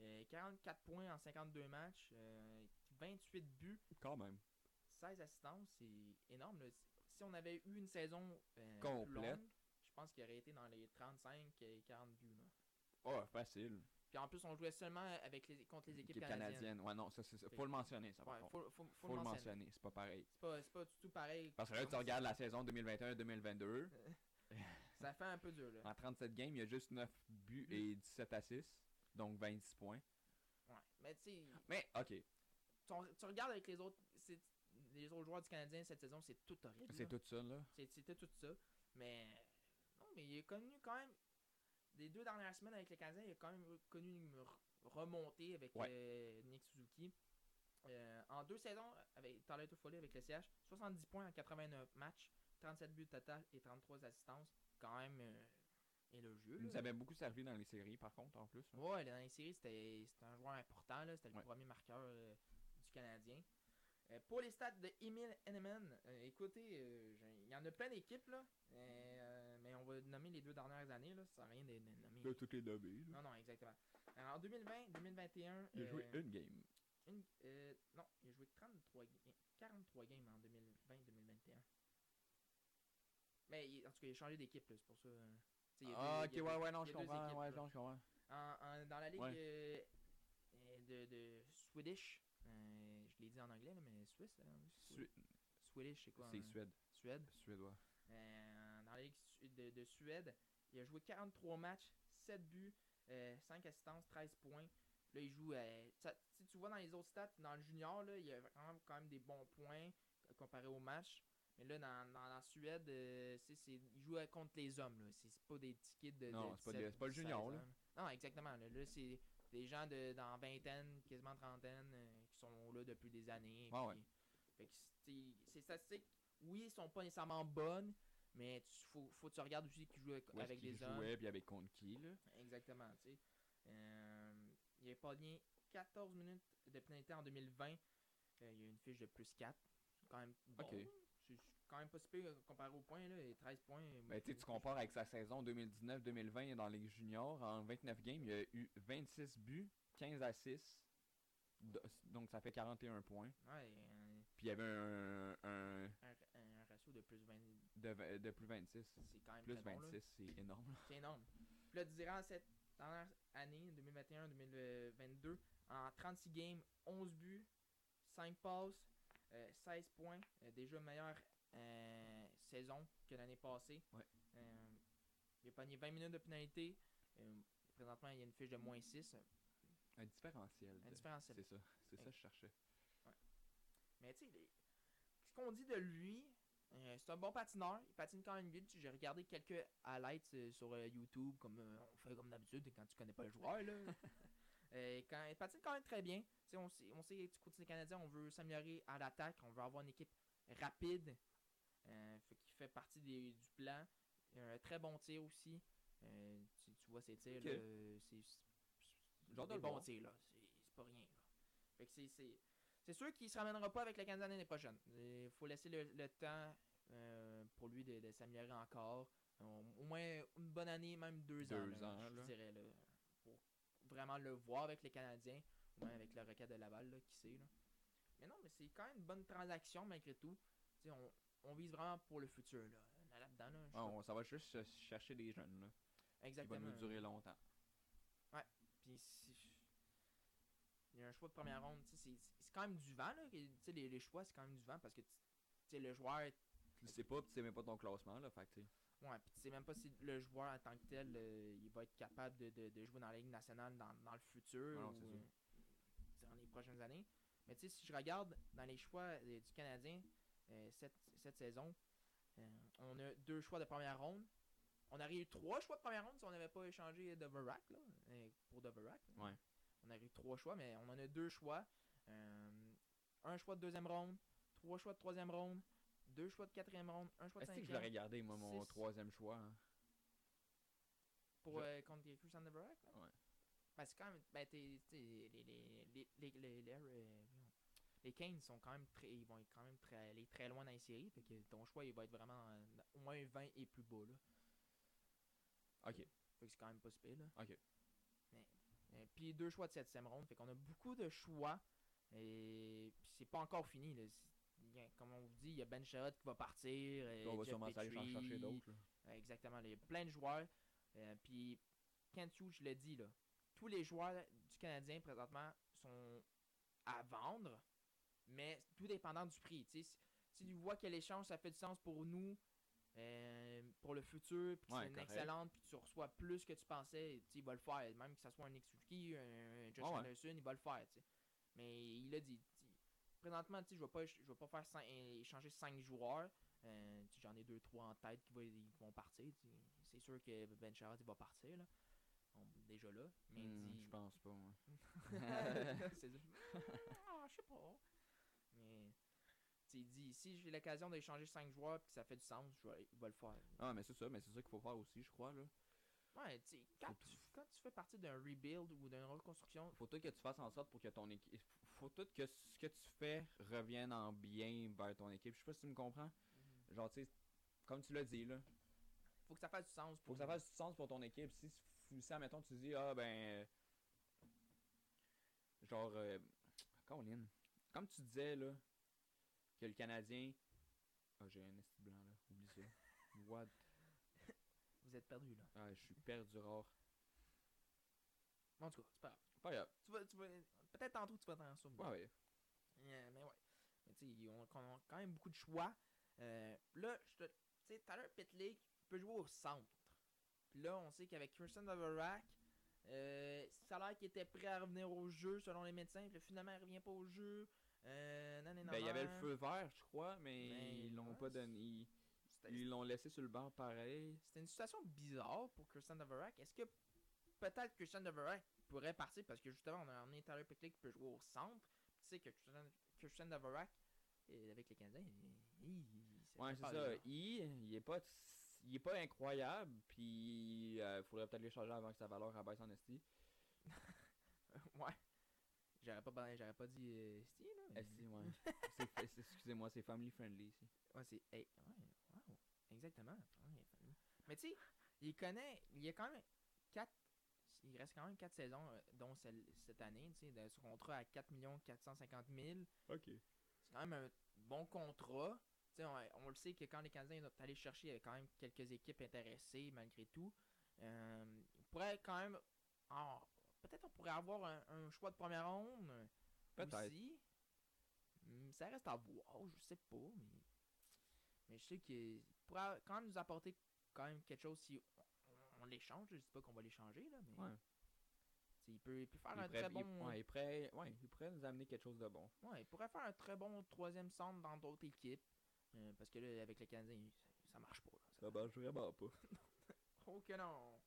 Speaker 2: euh, 44 points en 52 matchs. euh, 28 buts.
Speaker 1: Quand même.
Speaker 2: 16 assistances, c'est énorme. là. Si on avait eu une saison euh, plus
Speaker 1: Complète.
Speaker 2: longue, je pense qu'il aurait été dans les 35 et 40 buts. là.
Speaker 1: Oh, facile.
Speaker 2: Puis en plus, on jouait seulement avec les, contre les équipes
Speaker 1: Équipe
Speaker 2: canadiennes.
Speaker 1: Ouais, non, ça, c'est- ça,
Speaker 2: Fait
Speaker 1: faut le mentionner, ça, par
Speaker 2: Ouais,
Speaker 1: contre.
Speaker 2: faut, faut-
Speaker 1: Faut,
Speaker 2: faut le
Speaker 1: le
Speaker 2: mentionner.
Speaker 1: mentionner, c'est pas pareil.
Speaker 2: C'est pas, c'est pas du tout pareil.
Speaker 1: Parce que là, tu
Speaker 2: Comment
Speaker 1: regardes
Speaker 2: ça-
Speaker 1: la saison 2021-2022,
Speaker 2: Ça fait un peu dur, là.
Speaker 1: en 37 games, il y a juste 9 buts
Speaker 2: Mm.
Speaker 1: et 17 assists, donc 26 points.
Speaker 2: Ouais. Mais tu sais,
Speaker 1: Mais, ok,
Speaker 2: tu- tu regardes avec les autres, c'est- les autres joueurs du Canadien cette saison, c'est tout horrible. là.
Speaker 1: c'est tout ça, là.
Speaker 2: C'est- C'était tout ça. Mais non, mais il est connu quand même. Des deux dernières semaines avec les Canadiens, il a quand même connu une re- remontée avec
Speaker 1: Ouais.
Speaker 2: euh, Nick Suzuki. Euh, en deux saisons, avec Tyler Toffoli avec le CH, 70 points en 89 matchs, 37 buts total et 33 assistances. Quand même euh, élogieux.
Speaker 1: Il nous
Speaker 2: là.
Speaker 1: avait beaucoup servi dans les séries, par contre, en plus. hein. là.
Speaker 2: Ouais, dans les séries, c'était c'était un joueur important. là, C'était le
Speaker 1: Ouais.
Speaker 2: premier marqueur euh, du Canadien. Euh, pour les stats de Emil Henneman, euh, écoutez, euh, j'ai- il y en a plein d'équipes, là. euh, mais on va nommer les deux dernières années, là. Ça sert à rien de, de nommer.
Speaker 1: Là, toutes les données, là.
Speaker 2: Non, non, exactement. Alors, en 2020, 2021.
Speaker 1: Il a joué
Speaker 2: euh,
Speaker 1: une game.
Speaker 2: une- euh, non, il a joué 33 ga- 43 games en 2020-2021. Mais il- en tout cas, il a changé d'équipe, là, c'est pour ça. euh, tu sais, il y a
Speaker 1: Ah, ok,
Speaker 2: deux- il y a deux-
Speaker 1: ouais, ouais, non,
Speaker 2: il y
Speaker 1: je
Speaker 2: a deux
Speaker 1: comprends,
Speaker 2: équipes,
Speaker 1: ouais,
Speaker 2: là.
Speaker 1: non, je comprends.
Speaker 2: En- en- dans la ligue
Speaker 1: Ouais.
Speaker 2: euh, euh, de, de Swedish, euh, je l'ai dit en anglais, là, mais Suisse. hein, Swi-
Speaker 1: Su-
Speaker 2: Swedish, c'est quoi hein.
Speaker 1: C'est
Speaker 2: en-
Speaker 1: Suède.
Speaker 2: Suède.
Speaker 1: Suédois.
Speaker 2: Euh, dans la ligue su- de, de Suède, il a joué 43 matchs, 7 buts, euh, 5 assistances, 13 points. Là, il joue. euh, ça- si tu vois dans les autres stats, dans le junior, là, il a quand même, quand même des bons points euh, comparé au match. Mais là, dans, dans la Suède, euh, c'est- c'est- il joue euh, contre les hommes. là. C'est c'est pas des tickets de. de
Speaker 1: Non, c'est pas des-
Speaker 2: 17,
Speaker 1: c'est pas le
Speaker 2: 16
Speaker 1: junior, là.
Speaker 2: hommes. Non, exactement. Là, Là, c'est des gens de, dans vingtaine, quasiment trentaine, euh, qui sont là depuis des années.
Speaker 1: Ah ouais.
Speaker 2: puis- fait que c'est- ces statistiques, oui, sont pas nécessairement bonnes, mais tu- faut, faut que tu regardes aussi qu'ils jouent avec,
Speaker 1: Où est-ce
Speaker 2: avec
Speaker 1: qu'il
Speaker 2: des hommes.
Speaker 1: jouait, puis avec contre qui, là.
Speaker 2: Exactement, tu sais. Euh, il a pogné 14 minutes de pénalité en 2020. Euh, il y a une fiche de plus 4. C'est quand même bon.
Speaker 1: Ok.
Speaker 2: C'est c'est quand même pas si pire comparé aux points, là. Et 13 points.
Speaker 1: Ben, tu sais, tu compares avec sa saison 2019-2020 dans les juniors. En 29 games, il a eu 26 buts, 15 à 6. Donc, ça fait 41 points.
Speaker 2: Ouais, un,
Speaker 1: Puis, il y avait un, un
Speaker 2: un- un ratio de plus 20,
Speaker 1: de, v- de plus 26.
Speaker 2: c'est quand même
Speaker 1: Plus
Speaker 2: très bon, là.
Speaker 1: 26, c'est énorme. là.
Speaker 2: C'est énorme. Puis là, durant cette dernière année, 2021-2022, en 36 games, 11 buts, 5 passes, euh, 16 points, euh, déjà meilleure euh, saison que l'année passée.
Speaker 1: Ouais.
Speaker 2: Euh, il a pogné 20 minutes de pénalité. Euh, présentement, il y a une fiche de moins 6.
Speaker 1: Un différentiel.
Speaker 2: Un
Speaker 1: de-
Speaker 2: différentiel.
Speaker 1: C'est ça. C'est ça que je cherchais.
Speaker 2: Mais tu sais, les- ce qu'on dit de lui, euh, c'est un bon patineur. Il patine quand même vite. J'ai regardé quelques highlights euh, sur euh, YouTube, comme euh, on fait comme d'habitude quand tu connais pas le joueur. Là. Euh, quand, il patine quand même très bien. Tu sais, on sait, on sait du côté des Canadiens, on veut s'améliorer à l'attaque. On veut avoir une équipe rapide euh, fait qu'il fait partie des- du plan. Il a un très bon tir aussi. Euh, tu, tu vois ses tirs,
Speaker 1: Ok.
Speaker 2: là, euh, c'est c'est
Speaker 1: Genre de
Speaker 2: des
Speaker 1: le
Speaker 2: bons
Speaker 1: voir.
Speaker 2: tirs. là. C'est c'est pas rien. là. Fait que c'est- c'est- c'est sûr qu'il se ramènera pas avec le Canadien l'année prochaine. Il faut laisser le, le temps euh, pour lui de, de s'améliorer encore. On- au moins une bonne année, même deux, ans.
Speaker 1: Deux
Speaker 2: là,
Speaker 1: ans,
Speaker 2: je
Speaker 1: là.
Speaker 2: dirais, là, pour vraiment le voir avec les Canadiens, ou même avec le requête de Laval, là, qui sait. là. Mais non, mais c'est quand même une bonne transaction malgré tout. Tu sais, on, on vise vraiment pour le futur. Là, Là- là-dedans. Là, je
Speaker 1: Ah,
Speaker 2: sais
Speaker 1: on- ça va juste euh, chercher des jeunes. Là,
Speaker 2: pas-
Speaker 1: qui va
Speaker 2: Exactement.
Speaker 1: nous durer longtemps.
Speaker 2: Puis si- Il y a un choix de première ronde. tu sais, C'est c'est quand même du vent. Là, que- tu sais, les, les choix, c'est quand même du vent parce que tu tu sais, le joueur est
Speaker 1: Tu le sais pas, puis tu sais même pas ton classement. Là, fait que, tu sais,
Speaker 2: Ouais, puis tu sais même pas si le joueur en tant que tel, euh, il va être capable de, de- de jouer dans la Ligue nationale dans, dans le futur
Speaker 1: Ouais, Ah non,
Speaker 2: ou
Speaker 1: c'est sûr.
Speaker 2: euh, dans les prochaines années. Mais tu sais, si je regarde dans les choix euh, du Canadien euh, cette, cette saison, euh, on a deux choix de première ronde. On aurait eu trois choix de première ronde si on n'avait pas échangé Doverac, là, euh, pour Doverac.
Speaker 1: Ouais.
Speaker 2: On aurait eu trois choix, mais on en a deux choix. Euh, un choix de deuxième ronde, trois choix de troisième ronde, deux choix de quatrième ronde, un choix de
Speaker 1: Est-ce que
Speaker 2: cinquième.
Speaker 1: je l'aurais gardé, moi, mon
Speaker 2: six.
Speaker 1: troisième choix hein?
Speaker 2: Pour
Speaker 1: Je-
Speaker 2: euh, contre les Cruisers Neverac, là?
Speaker 1: Ouais.
Speaker 2: Ben, c'est quand même. Ben, t'es- t'sais, les, les, les, les, les, les- euh, les Canes sont quand même très. Ils vont être quand même très, aller très loin dans les séries. Fait que ton choix, il va être vraiment euh, au moins 20 et plus bas, là.
Speaker 1: Ok.
Speaker 2: Fait que c'est quand même pas si pire, là.
Speaker 1: Ok.
Speaker 2: Mais- euh, puis deux choix de septième ronde. Fait qu'on a beaucoup de choix. Et puis c'est pas encore fini, là. C'est- il y a- Comme on vous dit, il y a Ben Sherrod qui va partir. euh,
Speaker 1: on va
Speaker 2: Jeff
Speaker 1: sûrement aller s'en chercher
Speaker 2: Petrie,
Speaker 1: d'autres. là.
Speaker 2: euh, Exactement, là, il y a plein de joueurs. Euh, puis, Kent Hughes, je l'ai dit, là, tous les joueurs du Canadien présentement sont à vendre, mais tout dépendant du prix. tu sais. Si si tu vois quel échange ça fait du sens pour nous, euh, pour le futur, puis que
Speaker 1: Ouais,
Speaker 2: c'est une
Speaker 1: correct.
Speaker 2: excellente, puis tu reçois plus que tu pensais, tu sais, il va le faire. Même que ça soit un Nick Suzuki, un Josh
Speaker 1: Ouais, ouais.
Speaker 2: Anderson, il va le faire. tu sais. Mais il a dit. tu- Présentement, tu sais, je vais pas, je vais pas faire cinq- euh, échanger 5 joueurs. Euh, tu sais, J'en ai deux, trois en tête qui, va- qui vont partir. tu sais. C'est sûr que Ben Sherrod, il va partir. Là. Bon, déjà là. Mais
Speaker 1: Hmm,
Speaker 2: dis-
Speaker 1: Je pense pas, moi.
Speaker 2: c'est dur. Ah, je sais pas. Mais tu sais, il dit si j'ai l'occasion d'échanger 5 joueurs et que ça fait du sens, je vais, je vais le faire.
Speaker 1: Ah, mais c'est ça, mais c'est ça qu'il faut faire aussi, je crois. Là.
Speaker 2: Ouais, tu sais, quand, tu, quand tu fais partie d'un rebuild ou d'une reconstruction,
Speaker 1: Faut tout que tu fasses en sorte pour que ton équipe. Faut tout que ce que tu fais revienne en bien vers ton équipe. Je sais pas si tu me comprends.
Speaker 2: Mhm.
Speaker 1: Genre, tu sais, comme tu l'as dit, là.
Speaker 2: faut que ça fasse du sens.
Speaker 1: Faut
Speaker 2: Pour
Speaker 1: que ça fasse du sens pour ton équipe. Si, ça, mettons, tu dis, ah, ben. euh, Genre. Euh, Colin. Comme tu disais, là, que le Canadien. Ah, j'ai un esti de blanc, là. Oublie ça. What?
Speaker 2: Vous êtes perdu là.
Speaker 1: Ah, je suis perdu rare.
Speaker 2: En tout cas, c'est pas grave.
Speaker 1: Pas grave.
Speaker 2: Tu vas, tu vas, peut-être tantôt tu vas t'en souvenir.
Speaker 1: Ouais, ouais.
Speaker 2: Euh, mais ouais. Mais tu sais, ils ont quand même- quand même beaucoup de choix. Euh, là, je te. Tu sais, tout à l'heure, Pit Lake peut jouer au centre. Puis là, on sait qu'avec Kirsten Dvorak, euh, ça a l'air qu'il était prêt à revenir au jeu selon les médecins. Puis là, finalement, il revient pas au jeu. Euh, nan, nan,
Speaker 1: Ben, il y avait le
Speaker 2: nan.
Speaker 1: feu vert, je crois, mais
Speaker 2: Ben,
Speaker 1: ils l'ont
Speaker 2: ouais,
Speaker 1: pas
Speaker 2: c'est-
Speaker 1: donné. Ils-
Speaker 2: C'était-
Speaker 1: Ils l'ont laissé sur le banc pareil.
Speaker 2: C'était une situation bizarre pour Christian Dvorak. Est-ce que peut-être Christian Dvorak pourrait partir parce que justement, on a emmené Tyler Pickley qui peut jouer au centre. Puis Tu sais que Christian, Christian Dvorak, euh, avec les Canadiens, il- il- il-
Speaker 1: Ouais,
Speaker 2: fait
Speaker 1: c'est
Speaker 2: peur,
Speaker 1: ça.
Speaker 2: là.
Speaker 1: Il, il est pas il est pas incroyable, puis euh, faudrait peut-être l'échanger avant que sa valeur abaisse en esti.
Speaker 2: ouais. J'aurais pas, ben- j'aurais pas dit euh, esti, là. mais-
Speaker 1: Esti, ouais. C'est- c'est- Excusez-moi, c'est family friendly ici.
Speaker 2: Ouais, c'est. hey, ouais, wow, Exactement. Ouais, family. Mais tu sais, il connaît. Il y a quand même 4. Il reste quand même 4 saisons, euh, dont celle, cette année, tu sais, de son contrat à 4 450 000.
Speaker 1: Ok.
Speaker 2: C'est quand même un bon contrat. Tu sais, on, on le sait que quand les Canadiens sont allés chercher, il y avait quand même quelques équipes intéressées malgré tout. Euh, il pourrait quand même. en- Peut-être on pourrait avoir un, un choix de première ronde. euh,
Speaker 1: Peut-être.
Speaker 2: aussi. Hmm, Ça reste à voir, je sais pas, mais. Mais je sais qu'il pourrait quand même nous apporter quand même quelque chose si on, on l'échange. Je dis pas qu'on va l'échanger, là, mais.
Speaker 1: Ouais.
Speaker 2: Tu sais, Il peut, il peut faire
Speaker 1: Il
Speaker 2: un
Speaker 1: pourrait, il-
Speaker 2: très Ah, bon.
Speaker 1: ouais, il pourrait- ouais, il pourrait nous amener quelque chose de bon.
Speaker 2: Ouais, il pourrait faire un très bon troisième centre dans d'autres équipes. Euh, parce que là, avec les Canadiens, ça, ça marche pas. là. Ça-
Speaker 1: marche vraiment pas.
Speaker 2: Oh que non!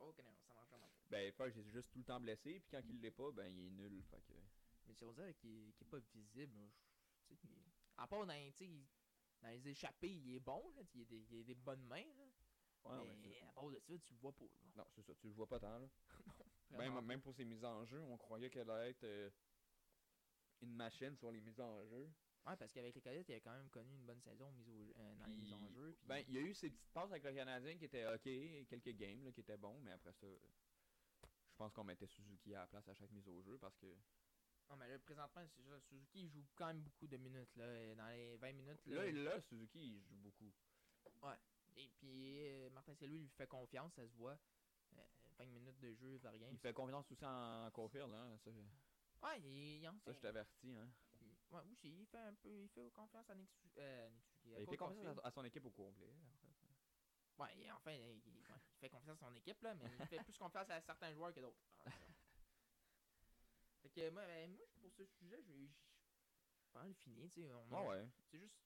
Speaker 2: Oh que non, ça marche vraiment pas.
Speaker 1: Ben, Fudge est juste tout le temps blessé, puis quand il l'est pas, ben, il est nul. Fait que...
Speaker 2: Mais c'est on dirait qu'il qu'il est pas visible. hein. Je- tu sais, il- À part dans, tu sais, il- dans les échappées, il est bon, là, il, a des, il a des bonnes mains. Là,
Speaker 1: Ouais, ouais,
Speaker 2: mais
Speaker 1: c'est-
Speaker 2: à part de ça, tu le vois pas. là.
Speaker 1: Non, c'est ça, tu le vois pas tant, là.
Speaker 2: Vraiment
Speaker 1: Même, même pour ses mises en jeu, on croyait qu'elle allait être euh, une machine sur les mises en jeu.
Speaker 2: pas. Ouais, parce qu'avec les Coyotes, il a quand même connu une bonne saison mise au, euh, dans les mises en
Speaker 1: Puis-
Speaker 2: jeu. puis-
Speaker 1: Ben, il y a eu ces petites passes avec le Canadien qui étaient OK, quelques games là, qui étaient bons, mais après ça, euh, je pense qu'on mettait Suzuki à la place à chaque mise au jeu parce que.
Speaker 2: Non, mais là, présentement, c'est ça, Suzuki il joue quand même beaucoup de minutes. Là, euh, dans les 20 minutes.
Speaker 1: Là, il- là Suzuki, il joue beaucoup.
Speaker 2: Et puis, euh, Martin Saint-Louis lui fait confiance, ça se voit. Euh, 20 minutes de jeu, va rien.
Speaker 1: Il fait confiance aussi en, en Caulfield, hein, ça,
Speaker 2: Ouais, il, il en
Speaker 1: ça
Speaker 2: sait.
Speaker 1: je t'avertis. Hein.
Speaker 2: Il- ouais, aussi, il fait un peu, il fait confiance à Nick Su- euh, Nick Suzuki, à
Speaker 1: Il fait
Speaker 2: Cole
Speaker 1: confiance
Speaker 2: Caulfield.
Speaker 1: à, à son équipe au complet. en fait.
Speaker 2: Ouais, et enfin, il, il- ouais, il fait confiance à son équipe, là, mais il fait plus confiance à certains joueurs que d'autres. fait que moi, ben, moi, pour ce sujet, je vais je vais le finir, tu sais. on a-
Speaker 1: Ouais, ouais.
Speaker 2: C'est juste.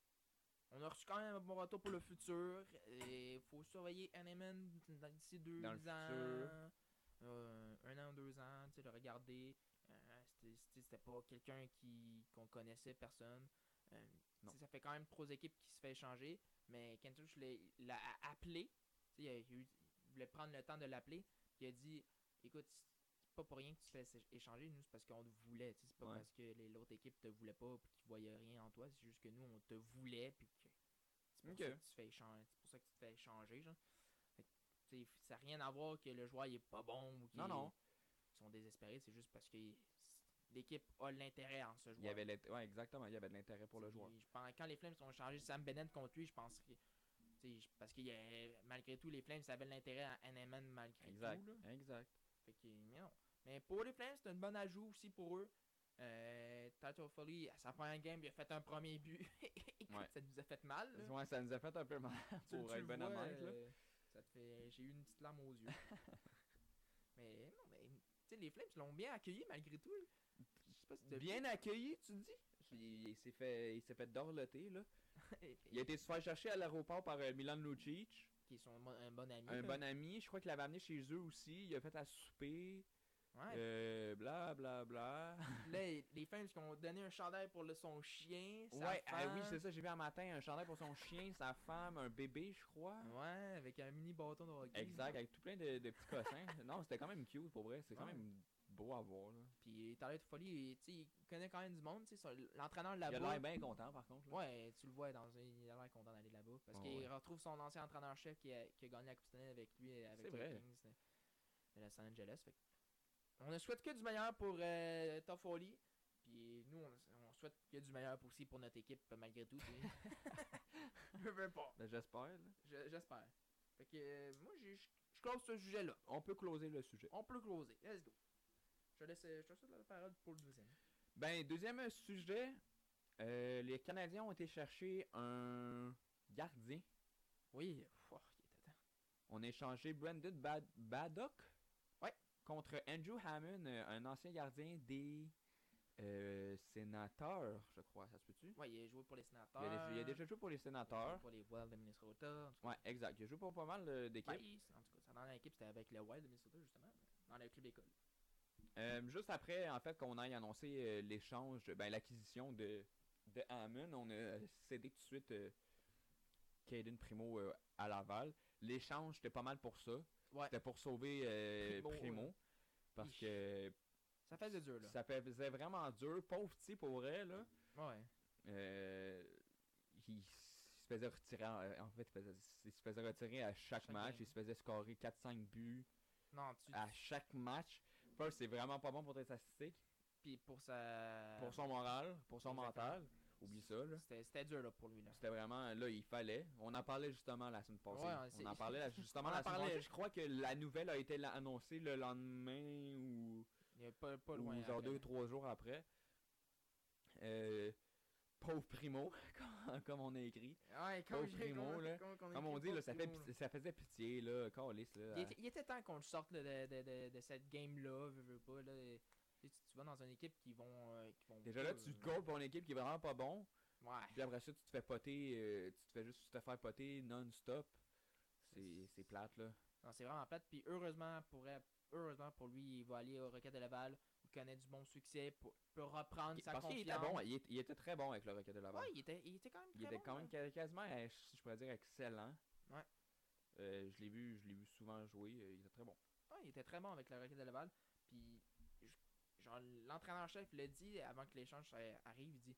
Speaker 2: On a reçu quand même un bon retour pour le futur. Il faut surveiller Hanneman dans- d'ici deux
Speaker 1: Dans le
Speaker 2: ans.
Speaker 1: futur.
Speaker 2: euh, un an, deux ans, tu sais, le regarder. Euh, c'était- c'était- C'était pas quelqu'un qui qu'on connaissait, personne. Euh, tu
Speaker 1: Non.
Speaker 2: sais, ça fait quand même trois équipes qui se fait échanger. Mais Kentouch l'a a appelé. Tu sais, Il, a- il a eu- il voulait prendre le temps de l'appeler. puis Il a dit Écoute, pas pour rien que tu te fais échanger. Nous, c'est parce qu'on te voulait. tu sais, C'est pas
Speaker 1: Ouais.
Speaker 2: parce que les- l'autre équipe te voulait pas puis qu'ils voyaient rien en toi. C'est juste que nous, on te voulait puis que. C'est pour,
Speaker 1: Ok.
Speaker 2: ça que tu te fais échan- c'est pour ça que tu te fais échanger. Genre. Fait que, tu sais, ça n'a rien à voir que le joueur il est pas bon ou qu'il
Speaker 1: Non, non.
Speaker 2: ils sont désespérés. C'est juste parce que l'équipe a l'intérêt en ce joueur.
Speaker 1: Il y avait l'int- ouais, exactement, il y avait de l'intérêt pour le joueur.
Speaker 2: Puis, je pense- quand les Flames ont changé Sam Bennett contre lui, je pense que. tu sais, je- Parce que malgré tout, les Flames avaient l'intérêt à Hanneman malgré
Speaker 1: Exact,
Speaker 2: tout. là.
Speaker 1: exact.
Speaker 2: Fait que, mais non. Mais pour les Flames, c'est une bonne ajout aussi pour eux. Euh, Tato Foley, à sa première game, il a fait un premier but. Écoute,
Speaker 1: Ouais.
Speaker 2: Ça nous a fait mal. là.
Speaker 1: Ouais, ça nous a fait un peu mal
Speaker 2: Tu-
Speaker 1: pour
Speaker 2: tu
Speaker 1: être
Speaker 2: le
Speaker 1: ben
Speaker 2: vois,
Speaker 1: honnête, là.
Speaker 2: euh, ça te fait- J'ai eu une petite larme aux yeux. mais non, mais tu sais, les Flames l'ont bien accueilli malgré tout. là. Je sais pas si t'as
Speaker 1: Bien accueilli, tu dis? Il, il s'est fait, il s'est fait dorloter, là.
Speaker 2: vu.
Speaker 1: Il a été se faire chercher à l'aéroport par euh, Milan Lucic,
Speaker 2: qui sont un bon- un bon ami.
Speaker 1: un
Speaker 2: là.
Speaker 1: bon ami. Je crois qu'il l'avait amené chez eux aussi. Il a fait à souper,
Speaker 2: Ouais,
Speaker 1: euh, bla bla bla.
Speaker 2: Là, les fans qui ont donné un chandail pour le, son chien. Sa
Speaker 1: Ouais, ah
Speaker 2: femme.
Speaker 1: oui, c'est ça, j'ai vu un matin un chandail pour son chien, sa femme, un bébé, je crois.
Speaker 2: Ouais, avec un mini bâton de hockey.
Speaker 1: Exact, avec tout plein de, de petits cossins. non, c'était quand même cute pour vrai, c'est quand
Speaker 2: Ouais.
Speaker 1: même beau à voir. Là.
Speaker 2: Puis Tyler Toffoli, il- tu sais, il connaît quand même du monde. tu sais, son- L'entraîneur
Speaker 1: Il a l'air
Speaker 2: là-bas.
Speaker 1: bien content par contre. là.
Speaker 2: Ouais, tu le vois, dans un- il a l'air content d'aller là-bas. Parce
Speaker 1: Ah
Speaker 2: qu'il
Speaker 1: ouais.
Speaker 2: retrouve son ancien entraîneur-chef qui a, qui a gagné la Coupe Stanley avec lui, euh, avec
Speaker 1: C'est
Speaker 2: les
Speaker 1: vrai.
Speaker 2: Kings de, de Los Angeles. Fait que On ne souhaite que du meilleur pour euh, Toffoli. Puis nous, on, on souhaite que du meilleur aussi pour notre équipe, malgré tout. tu sais. Je veux pas.
Speaker 1: Ben, J'espère. là.
Speaker 2: Je- J'espère. Fait que euh, moi, j'ai- je je close ce sujet-là.
Speaker 1: On peut closer le sujet.
Speaker 2: On peut closer. Let's go. Je te laisse, euh, je te laisse la parole pour le deuxième.
Speaker 1: Ben, deuxième sujet, euh, les Canadiens ont été chercher un gardien.
Speaker 2: Oui, oh, il était temps.
Speaker 1: On a échangé Brandon Bad- Baddock
Speaker 2: Ouais.
Speaker 1: contre Andrew Hammond, euh, un ancien gardien des euh, sénateurs, je crois, ça se peut-tu?
Speaker 2: Ouais, il a joué pour les sénateurs.
Speaker 1: Il a, dé- il a déjà joué pour les
Speaker 2: il a joué
Speaker 1: sénateurs.
Speaker 2: pour les Wild de Minnesota.
Speaker 1: Ouais, exact. Il a joué pour pas mal euh, d'équipes.
Speaker 2: Ben, il- en tout cas, ça dans l'équipe, c'était avec le Wild de Minnesota, justement. Dans le club d'école.
Speaker 1: Euh, juste après, en fait, qu'on aille annoncer euh, l'échange, ben, l'acquisition de, de Hammond, on a cédé tout de suite euh, Caden Primo euh, à Laval. L'échange, c'était pas mal pour ça.
Speaker 2: Ouais.
Speaker 1: C'était pour sauver euh,
Speaker 2: Primo,
Speaker 1: Primo.
Speaker 2: euh,
Speaker 1: parce
Speaker 2: ich.
Speaker 1: que
Speaker 2: Ça fait de dur, là.
Speaker 1: ça faisait vraiment dur. Pauvre petit pour elle, là.
Speaker 2: Ouais.
Speaker 1: Euh, il se faisait retirer, en, en fait, il, faisait- il se faisait retirer à chaque,
Speaker 2: Chaque
Speaker 1: match.
Speaker 2: game.
Speaker 1: Il se faisait scorer 4-5 buts
Speaker 2: Non, tu.
Speaker 1: à chaque match. First, c'est vraiment pas bon pour tes statistiques.
Speaker 2: Puis pour sa.
Speaker 1: pour son moral, pour son
Speaker 2: Euh, exactement.
Speaker 1: mental. Oublie ça, là.
Speaker 2: C'était c'était dur, là, pour lui, là.
Speaker 1: C'était vraiment, là, il fallait. On en parlait justement la semaine passée.
Speaker 2: Ouais,
Speaker 1: on
Speaker 2: c'est-
Speaker 1: en parlait la- justement
Speaker 2: On en
Speaker 1: la semaine
Speaker 2: parlait.
Speaker 1: passée. Je crois que la nouvelle a été la- annoncée le lendemain ou,
Speaker 2: Il est pas, pas
Speaker 1: ou
Speaker 2: loin.
Speaker 1: genre
Speaker 2: après.
Speaker 1: deux, trois jours après. Euh, pauvre primo, comme- comme on a écrit.
Speaker 2: Ouais, comme
Speaker 1: Pauvre
Speaker 2: j'ai-
Speaker 1: Primo,
Speaker 2: comme-
Speaker 1: là.
Speaker 2: comme-
Speaker 1: Comme on dit,
Speaker 2: écrit
Speaker 1: là,
Speaker 2: pas
Speaker 1: ça, fait,
Speaker 2: Primo,
Speaker 1: piti- ça faisait pitié, là, câlisse, là.
Speaker 2: Il était, il était temps qu'on le sorte là, de, de- de- de cette game-là, veux, veux pas. Là, Et, tu, sais, tu- tu vas dans une équipe qui vont. euh, qui vont
Speaker 1: Déjà
Speaker 2: pas,
Speaker 1: là, tu
Speaker 2: euh,
Speaker 1: te goals pour une équipe qui est vraiment pas bon.
Speaker 2: Ouais.
Speaker 1: Puis après ça, tu te fais poter, euh, tu te fais juste te faire poter non-stop. C'est c'est plate, là.
Speaker 2: Non, c'est vraiment plate. Puis heureusement pour, elle- heureusement pour lui, il va aller au Rocket de Laval. Il connaît du bon succès. Pour, peut reprendre
Speaker 1: Il-
Speaker 2: sa
Speaker 1: Parce qu'il était
Speaker 2: confiance.
Speaker 1: bon, il, est- il était très bon avec le Rocket de Laval.
Speaker 2: Ouais, il était, il était quand même
Speaker 1: il
Speaker 2: très
Speaker 1: était
Speaker 2: bon, hein.
Speaker 1: quand
Speaker 2: là.
Speaker 1: même ca- quasiment, euh, je je pourrais dire, excellent.
Speaker 2: Ouais.
Speaker 1: Euh, je l'ai vu, je l'ai vu souvent jouer, euh, il était très bon.
Speaker 2: Ouais, Ah, il était très bon avec le Rocket de Laval. Puis, je- genre, l'entraîneur-chef l'a dit avant que l'échange euh, arrive. Il dit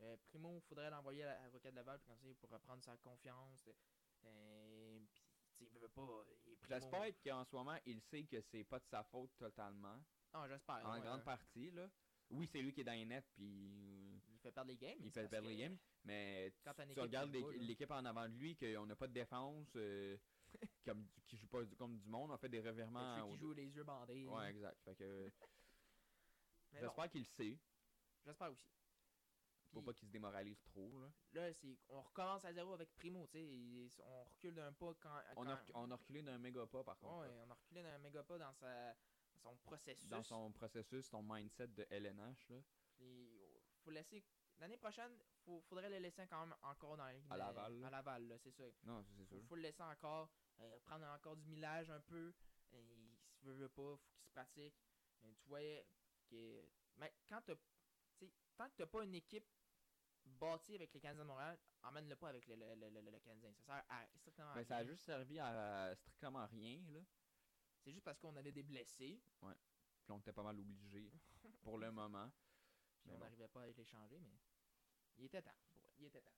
Speaker 2: euh, Primo, faudrait l'envoyer à la- au Rocket de Laval puis comme ça, pour reprendre sa confiance. Euh, puis, tu sais, il veut pas. il est Primo.
Speaker 1: J'espère qu'en ce moment, il sait que c'est pas de sa faute totalement,
Speaker 2: Non, j'espère.
Speaker 1: en
Speaker 2: ouais,
Speaker 1: grande
Speaker 2: euh,
Speaker 1: partie, là. Oui, c'est lui qui est dans les nets, puis euh,
Speaker 2: Il fait perdre les games.
Speaker 1: il
Speaker 2: mais
Speaker 1: fait
Speaker 2: c'est parce
Speaker 1: perdre
Speaker 2: que-
Speaker 1: les games, mais tu,
Speaker 2: quand t'as une
Speaker 1: tu
Speaker 2: équipe qui
Speaker 1: regardes
Speaker 2: joue pas,
Speaker 1: l'équ-
Speaker 2: là.
Speaker 1: l'équipe en avant de lui, qu'on n'a pas de défense, euh, comme, du- qui joue pas du- comme du monde, on fait des revirements.
Speaker 2: Celui
Speaker 1: aux
Speaker 2: qui joue les yeux bandés.
Speaker 1: deux- Ouais, exact. Fait que,
Speaker 2: Mais bon,
Speaker 1: j'espère qu'il le sait,
Speaker 2: J'espère aussi.
Speaker 1: pour
Speaker 2: Puis
Speaker 1: pas qu'il se démoralise trop, là.
Speaker 2: là, c'est, on recommence à zéro avec Primo, tu sais. il- On recule d'un pas quand.
Speaker 1: On a,
Speaker 2: quand-
Speaker 1: rec- on a reculé d'un méga pas, par contre.
Speaker 2: Ouais, on a reculé d'un méga pas dans sa, dans son processus.
Speaker 1: dans son processus, son mindset de LNH là,
Speaker 2: Puis, oh, faut laisser. L'année prochaine, faut, faudrait le laisser quand même encore dans la ligue
Speaker 1: À
Speaker 2: de-
Speaker 1: Laval, là.
Speaker 2: À Laval, là, c'est ça.
Speaker 1: Non, ça, c'est
Speaker 2: Faut,
Speaker 1: sûr.
Speaker 2: faut le laisser encore. euh, prendre encore du millage un peu. Et il se veut, veut pas, faut qu'il se pratique. Mais tu voyais que. Mais quand t'as. tu sais, tant que t'as pas une équipe bâtie avec les Canadiens de Montréal, emmène-le pas avec le, le, le- le- le Canadien. Ça sert à strictement à
Speaker 1: Mais ça a
Speaker 2: rien.
Speaker 1: juste servi à strictement rien là.
Speaker 2: C'est juste parce qu'on avait des blessés.
Speaker 1: Ouais. Puis on était pas mal obligé pour le moment.
Speaker 2: Puis
Speaker 1: Mais
Speaker 2: on
Speaker 1: bon.
Speaker 2: n'arrivait pas à l'échanger, mais il était temps. pour vrai, Il était temps.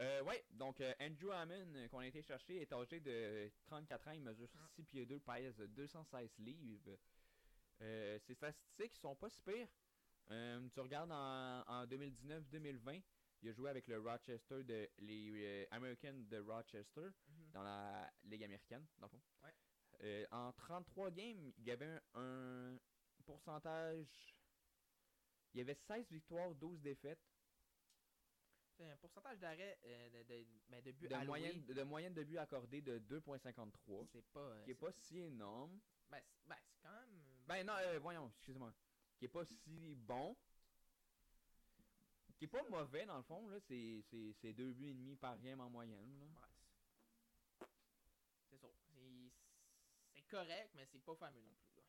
Speaker 1: Euh, ouais, donc euh, Andrew Hammond euh, qu'on a été chercher est âgé de 34 ans, il mesure 6 pieds 2, pèse 216 livres. Euh, ses statistiques sont pas si pires. Euh, tu regardes en, en 2019-2020, il a joué avec le Rochester de les euh, Americans de Rochester
Speaker 2: Mhm.
Speaker 1: dans la Ligue américaine, dans le fond.
Speaker 2: Ouais.
Speaker 1: Euh, en 33 games, il y avait un, un pourcentage. Il y avait 16 victoires, 12 défaites.
Speaker 2: C'est un pourcentage d'arrêt euh, de, de, ben, de but
Speaker 1: de
Speaker 2: alloué,
Speaker 1: moyenne, de moyenne de but accordé de 2.53,
Speaker 2: C'est pas. euh,
Speaker 1: qui est
Speaker 2: c'est-
Speaker 1: pas si énorme.
Speaker 2: Ben, c'est ben, c'est quand même. euh,
Speaker 1: Ben non, euh, voyons, excuse-moi. Qui est pas si bon. Qui est pas mauvais dans le fond, là. C'est c'est- c'est deux buts et demi par game en moyenne. là.
Speaker 2: ouais, c'est- C'est ça. C'est- C'est correct, mais c'est pas fameux non plus. là.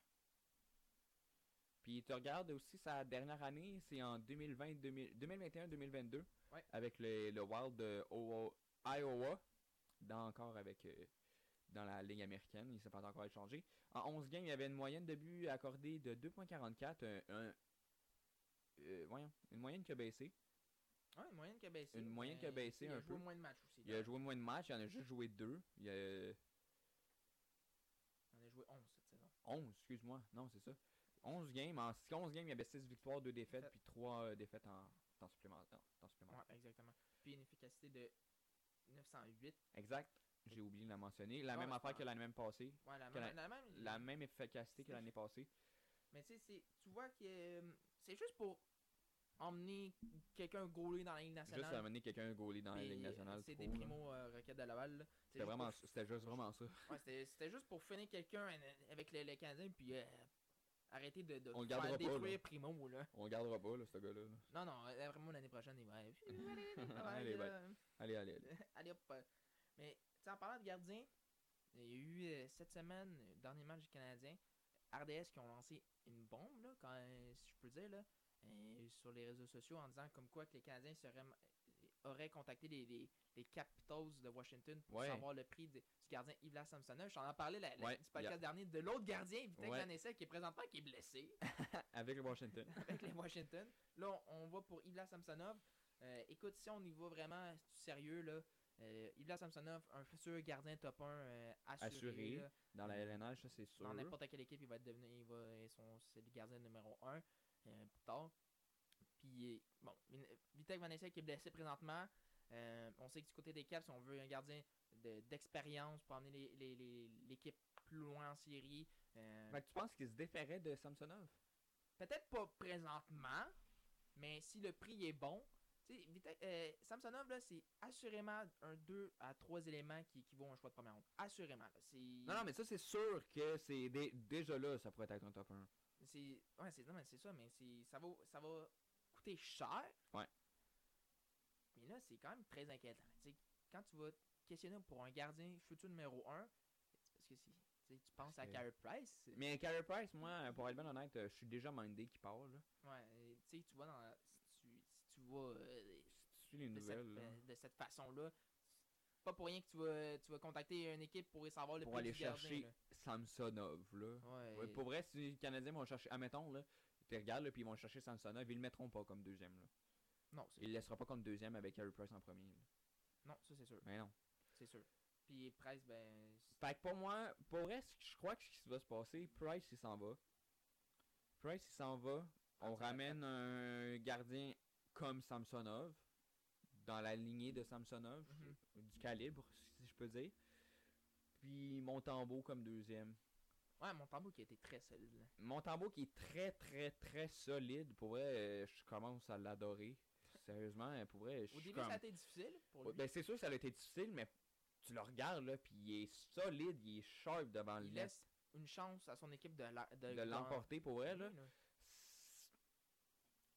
Speaker 1: Puis tu regardes aussi sa dernière année, c'est en 2020-2021-2022
Speaker 2: Ouais.
Speaker 1: avec le, le Wild de Owa- Iowa, dans, encore avec euh, dans la Ligue américaine, il s'est pas encore échangé. En 11 games, il y avait une moyenne de buts accordée de 2.44, un, un- euh, voyons, une moyenne qui a baissé.
Speaker 2: Ouais, une moyenne qui a baissé.
Speaker 1: Une moyenne qui a
Speaker 2: mais
Speaker 1: baissé
Speaker 2: il a
Speaker 1: un
Speaker 2: joué
Speaker 1: peu.
Speaker 2: moins de matchs aussi.
Speaker 1: Il a
Speaker 2: donc.
Speaker 1: joué moins de matchs, il en a juste joué deux. Il y a euh,
Speaker 2: On a joué 11 cette saison.
Speaker 1: 11, excuse-moi, non, c'est ça. 11 games, en 11 games, il y avait 6 victoires, 2 défaites, puis 3 défaites en temps supplémentaire. temps supplémentaire.
Speaker 2: Ouais, exactement. Puis une efficacité de 908.
Speaker 1: Exact. J'ai oublié de la mentionner. La
Speaker 2: Non,
Speaker 1: même
Speaker 2: mais c'est
Speaker 1: affaire
Speaker 2: pas
Speaker 1: que l'année même passée.
Speaker 2: Ouais, la
Speaker 1: Que
Speaker 2: même. La même,
Speaker 1: La même efficacité que
Speaker 2: C'est-
Speaker 1: l'année passée.
Speaker 2: Mais tu sais, c'est- tu vois que euh, c'est juste pour emmener quelqu'un gauler dans la Ligue
Speaker 1: Juste
Speaker 2: nationale.
Speaker 1: amener quelqu'un gaulé dans la
Speaker 2: puis,
Speaker 1: Ligue
Speaker 2: euh,
Speaker 1: nationale.
Speaker 2: C'est
Speaker 1: trop,
Speaker 2: des
Speaker 1: là.
Speaker 2: primo euh, requêtes de Laval. là. C'est
Speaker 1: C'était
Speaker 2: juste
Speaker 1: vraiment,
Speaker 2: pour-
Speaker 1: c'était juste vraiment ça.
Speaker 2: ouais, c'était- C'était juste pour finir quelqu'un en- avec les, les Canadiens puis euh, arrêter de, de
Speaker 1: On le
Speaker 2: faire
Speaker 1: gardera pas, là.
Speaker 2: détruire Primo. Là.
Speaker 1: On le gardera pas, là, ce gars-là. là.
Speaker 2: Non, non, euh, vraiment l'année prochaine, il va.
Speaker 1: Allez,
Speaker 2: Allez,
Speaker 1: bye.
Speaker 2: là.
Speaker 1: Allez, allez, allez.
Speaker 2: Allez hop. euh. Mais tu sais, en parlant de gardien, il y a eu euh, cette semaine, euh, dernier match du Canadien, RDS qui ont lancé une bombe, là, quand, euh, si je peux dire, là, euh, sur les réseaux sociaux en disant comme quoi que les Canadiens seraient m- euh, auraient contacté les, les, les Capitals de Washington pour
Speaker 1: Ouais.
Speaker 2: savoir le prix de- du gardien Yves Samsonov. Je t'en ai parlé la, la-
Speaker 1: Ouais,
Speaker 2: du podcast dernier de l'autre gardien, Vitek
Speaker 1: Ouais.
Speaker 2: Vanessa, qui est présentement qui est blessé
Speaker 1: Avec le Washington.
Speaker 2: avec les Washington. Là, on, on va pour Ivla Samsonov. Euh, écoute, si on y va vraiment du sérieux, là, euh, Ivla Samsonov, un futur gardien top 1 euh, assuré.
Speaker 1: Assuré,
Speaker 2: là.
Speaker 1: Dans la LNH, ça, c'est sûr.
Speaker 2: dans n'importe quelle équipe, il va être devenu, il va, ils sont- c'est le gardien numéro 1 plus tard. Puis, euh, bon, Vin- Vitek Vanessa qui est blessé présentement. Euh, on sait que du côté des Caps, on veut un gardien de- d'expérience pour amener les- les- les- l'équipe plus loin en série. Euh,
Speaker 1: Fait que tu penses qu'il se déférait de Samsonov?
Speaker 2: Peut-être pas présentement, mais si le prix est bon. tu sais, Vite- euh, Samsonov, là, c'est assurément un 2 à 3 éléments qui, qui vont un choix de première ronde. Assurément. là. C'est,
Speaker 1: Non, non, mais ça, c'est sûr que c'est dé- déjà là, ça pourrait être un top 1.
Speaker 2: c'est, ouais, c'est, non, mais c'est ça, mais c'est, ça, va, ça va coûter cher.
Speaker 1: Ouais.
Speaker 2: Mais là, c'est quand même très inquiétant. Tu sais, quand tu vas te questionner pour un gardien futur numéro 1, parce que c'est, tu sais, tu penses à
Speaker 1: C'est-
Speaker 2: Carey Price. c'est-
Speaker 1: Mais Carey Price, moi, pour être bien honnête, euh, je suis déjà mindé qui part, là.
Speaker 2: Ouais, et tu sais, tu vois, dans, si tu, si tu vois euh,
Speaker 1: Si tu les
Speaker 2: de cette,
Speaker 1: nouvelles, là,
Speaker 2: euh, de cette façon-là. C'est Pas pour rien que tu vas, tu vas contacter une équipe pour y savoir le
Speaker 1: pour
Speaker 2: prix
Speaker 1: aller
Speaker 2: du gardien,
Speaker 1: chercher
Speaker 2: là.
Speaker 1: Samsonov, là.
Speaker 2: Ouais,
Speaker 1: Ouais, pour vrai, si les Canadiens vont chercher, admettons, là, tu regardes, là, puis ils vont chercher Samsonov, ils le mettront pas comme deuxième. Là.
Speaker 2: Non, c'est-
Speaker 1: Ils le laisseront pas comme deuxième avec Harry Price en premier. là.
Speaker 2: non, ça c'est sûr.
Speaker 1: Mais non.
Speaker 2: C'est sûr. Puis Price, ben. c'est-
Speaker 1: Fait que pour moi, pour vrai, ce que je crois que ce qui va se passer, Price, il s'en va. Price, il s'en va. On
Speaker 2: Samsonov.
Speaker 1: ramène un gardien comme Samsonov, dans la lignée de Samsonov,
Speaker 2: Mhm.
Speaker 1: du calibre, si je peux dire. Puis Montembeau comme deuxième.
Speaker 2: Ouais, mon tambour qui a été très solide. là.
Speaker 1: Montembeau qui est très très très solide. Pour vrai, euh, je commence à l'adorer. Sérieusement, euh, pour vrai, je
Speaker 2: Au
Speaker 1: suis
Speaker 2: début,
Speaker 1: comme...
Speaker 2: ça a été difficile pour lui.
Speaker 1: Ouais, ben, c'est sûr que ça a été difficile, mais tu le regardes là, puis il est solide, il est sharp devant le
Speaker 2: il
Speaker 1: net
Speaker 2: laisse une chance à son équipe de la-
Speaker 1: de l'emporter pour vrai là.
Speaker 2: Oui, là.